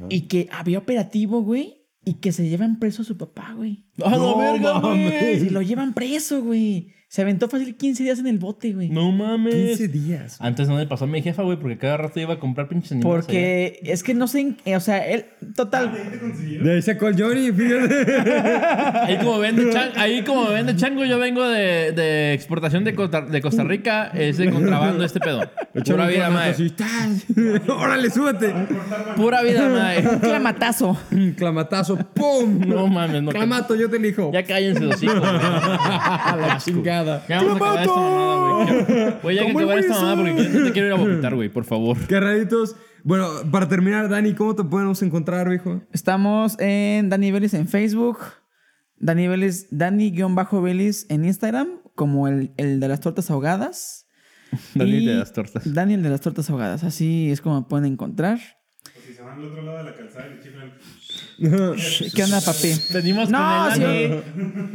[SPEAKER 3] y que había operativo, güey, y que se llevan preso a su papá, güey.
[SPEAKER 2] ¡A la verga,
[SPEAKER 3] Se
[SPEAKER 2] güey!
[SPEAKER 3] lo llevan preso, güey. Se aventó fácil 15 días en el bote, güey.
[SPEAKER 2] No
[SPEAKER 1] 15
[SPEAKER 2] mames.
[SPEAKER 1] días.
[SPEAKER 2] Antes no le pasó a mi jefa, güey, porque cada rato iba a comprar pinches animales allá.
[SPEAKER 3] Porque es que no sé, en- eh, o sea, él, total,
[SPEAKER 1] De ahí sacó el Johnny, fíjate.
[SPEAKER 2] Ahí como vende, chan- ahí como vende chango, yo vengo de, de exportación de Costa, de Costa Rica. Es de contrabando este pedo. Pura vida, madre.
[SPEAKER 1] así, ¡tas! Órale, súbete.
[SPEAKER 2] Pura vida,
[SPEAKER 3] un
[SPEAKER 2] madre.
[SPEAKER 3] clamatazo.
[SPEAKER 1] Un Clamatazo, ¡pum!
[SPEAKER 2] No mames, no.
[SPEAKER 1] Clamato, yo yo te elijo.
[SPEAKER 2] Ya cállense los hijos. güey.
[SPEAKER 6] A la chingada.
[SPEAKER 2] Ya vamos a acabar esta mamada, güey. Güey, ya que
[SPEAKER 1] ¿Cómo
[SPEAKER 2] te va
[SPEAKER 1] voy a
[SPEAKER 2] esta
[SPEAKER 1] ser?
[SPEAKER 2] mamada porque yo te quiero ir a vomitar, güey, por favor.
[SPEAKER 1] Carraditos. Bueno, para terminar, Dani, ¿cómo te podemos encontrar, viejo?
[SPEAKER 3] Estamos en Dani Vélez en Facebook. Dani Vélez, Dani-Vélez en Instagram, como el, el de las tortas ahogadas.
[SPEAKER 2] Dani
[SPEAKER 3] Y
[SPEAKER 2] de las tortas.
[SPEAKER 3] Dani el de las tortas ahogadas. Así es como me pueden encontrar.
[SPEAKER 5] Pues si se van al otro lado de la calzada y le chiflan.
[SPEAKER 3] ¿Qué onda, papi?
[SPEAKER 2] Venimos
[SPEAKER 3] No,
[SPEAKER 2] con
[SPEAKER 3] si,
[SPEAKER 2] el Dani.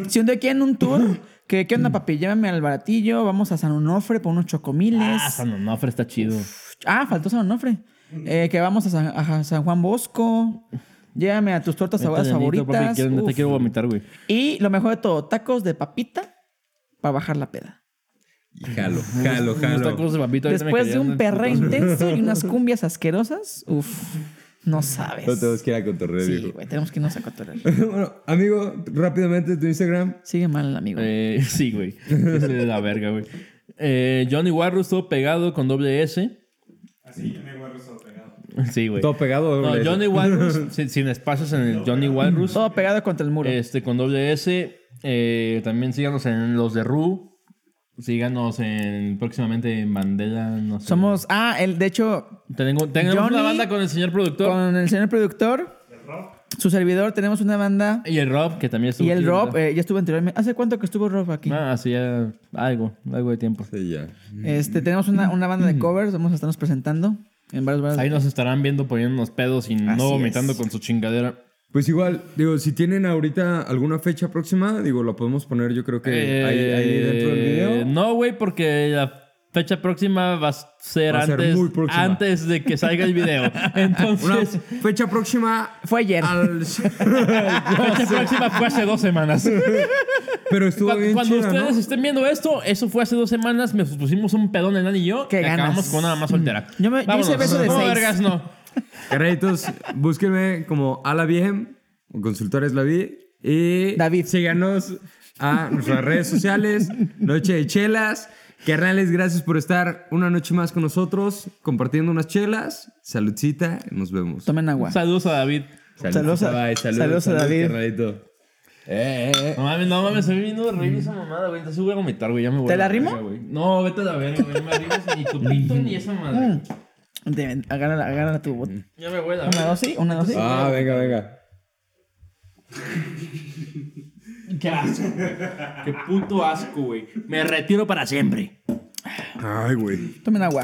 [SPEAKER 3] si un día quieren un tour, que, ¿qué onda, papi? Llévame al baratillo, vamos a San Onofre por unos chocomiles.
[SPEAKER 2] Ah, San Onofre está chido.
[SPEAKER 3] Ah, faltó San Onofre. Eh, que vamos a San, a San Juan Bosco. Llévame a tus tortas ahogadas
[SPEAKER 2] Ventanito, papi,
[SPEAKER 3] favoritas.
[SPEAKER 2] quiero- neta,
[SPEAKER 3] Uf.
[SPEAKER 2] quiero vomitar, güey.
[SPEAKER 3] Y lo mejor de todo, tacos de papita para bajar la peda.
[SPEAKER 1] Y jalo, jalo,
[SPEAKER 2] Unos
[SPEAKER 1] jalo.
[SPEAKER 2] tacos de papita, ahorita me
[SPEAKER 3] Después de
[SPEAKER 2] cayeron
[SPEAKER 3] un
[SPEAKER 2] en-
[SPEAKER 3] perreo intenso y unas cumbias asquerosas, uff, no sabes.
[SPEAKER 1] No tenemos que ir a cotorrear,
[SPEAKER 3] Sí,
[SPEAKER 1] viejo.
[SPEAKER 3] güey, tenemos que irnos a cotorrear.
[SPEAKER 1] bueno, amigo, rápidamente tu Instagram.
[SPEAKER 3] Sigue mal el amigo.
[SPEAKER 2] Eh, sí, güey. Es de la verga, güey. Eh, Johnny Warrus, todo pegado con doble S.
[SPEAKER 5] Así, yo me guardo eso pegado.
[SPEAKER 2] Sí, güey.
[SPEAKER 1] Todo pegado.
[SPEAKER 2] No,
[SPEAKER 1] doble S.
[SPEAKER 2] Johnny Walrus, sin, sin espacios en el Johnny Walrus,
[SPEAKER 3] Todo pegado contra el muro.
[SPEAKER 2] este, con doble S. Eh, también síganos en los de Ru. Síganos en próximamente en Bandela, no sé.
[SPEAKER 3] Somos, ah, el, de hecho,
[SPEAKER 2] Tengo- tenemos
[SPEAKER 3] Johnny-
[SPEAKER 2] una banda con el señor productor
[SPEAKER 3] con el señor productor, su servidor, tenemos una banda.
[SPEAKER 2] y el Rob, que también estuvo.
[SPEAKER 3] Y el
[SPEAKER 2] aquí,
[SPEAKER 3] Rob,
[SPEAKER 2] ¿verdad?
[SPEAKER 3] eh, ya estuvo anteriormente. ¿Hace cuánto que estuvo Rob aquí?
[SPEAKER 2] Ah, sí, ya algo, algo de tiempo.
[SPEAKER 1] Sí, ya.
[SPEAKER 3] Este, tenemos una, una banda de covers, vamos a estarnos presentando en varios bares.
[SPEAKER 2] Ahí nos estarán viendo poniéndonos pedos y
[SPEAKER 3] Así
[SPEAKER 2] no vomitando
[SPEAKER 3] es.
[SPEAKER 2] con su chingadera.
[SPEAKER 1] Pues igual, digo, si tienen ahorita alguna fecha próxima, digo, la podemos poner yo creo que ahí, ahí dentro del
[SPEAKER 2] Eh,
[SPEAKER 1] video.
[SPEAKER 2] No, güey, porque la fecha próxima va a ser,
[SPEAKER 1] Va a ser
[SPEAKER 2] antes,
[SPEAKER 1] muy próxima.
[SPEAKER 2] antes de que salga el video.
[SPEAKER 1] Una
[SPEAKER 2] Entonces,
[SPEAKER 1] fecha próxima
[SPEAKER 3] Fue ayer.
[SPEAKER 2] Ah.
[SPEAKER 1] al...
[SPEAKER 2] la fecha próxima fue hace dos semanas.
[SPEAKER 1] Pero estuvo
[SPEAKER 2] Cuando,
[SPEAKER 1] bien
[SPEAKER 2] cuando
[SPEAKER 1] chida,
[SPEAKER 2] ustedes
[SPEAKER 1] ¿no?
[SPEAKER 2] estén viendo esto, eso fue hace dos semanas. Me pusimos un pedón en Ana y yo.
[SPEAKER 3] Qué
[SPEAKER 2] y acabamos
[SPEAKER 3] ganas.
[SPEAKER 2] con una más soltera.
[SPEAKER 3] Yo me- yo
[SPEAKER 2] Vámonos.
[SPEAKER 3] hice beso de
[SPEAKER 2] no,
[SPEAKER 3] seis.
[SPEAKER 2] vergas, no.
[SPEAKER 1] Carraditos, búsquenme como a la Viejem, o Consultores la Vi, y
[SPEAKER 3] David.
[SPEAKER 1] síganos a nuestras redes sociales, Noche de Chelas. Carnales, gracias por estar una noche más con nosotros, compartiendo unas chelas. Saludcita, nos vemos.
[SPEAKER 3] Tomen agua.
[SPEAKER 2] Saludos a David.
[SPEAKER 3] Saludos a-
[SPEAKER 1] Bye,
[SPEAKER 3] saludos a David.
[SPEAKER 1] carnalito. Eh, eh, eh.
[SPEAKER 2] No mames, no mames, se me vino a reír esa mamada, güey. Entonces voy a vomitar, güey. Ya me voy.
[SPEAKER 3] ¿Te
[SPEAKER 2] a
[SPEAKER 3] la
[SPEAKER 2] verga,
[SPEAKER 3] rimo?
[SPEAKER 2] güey. No, vete a la verga, güey. No me arrimes ni tu pito ni esa madre.
[SPEAKER 3] De- Agárrala, agárrala tu bot. Mm. Una
[SPEAKER 2] Ya me voy a la verga.
[SPEAKER 3] dosis, una dosis.
[SPEAKER 1] Ah, venga, venga.
[SPEAKER 2] Qué asco. güey. Qué puto asco, güey. Me retiro para siempre.
[SPEAKER 1] Ay, güey.
[SPEAKER 3] Tomen agua.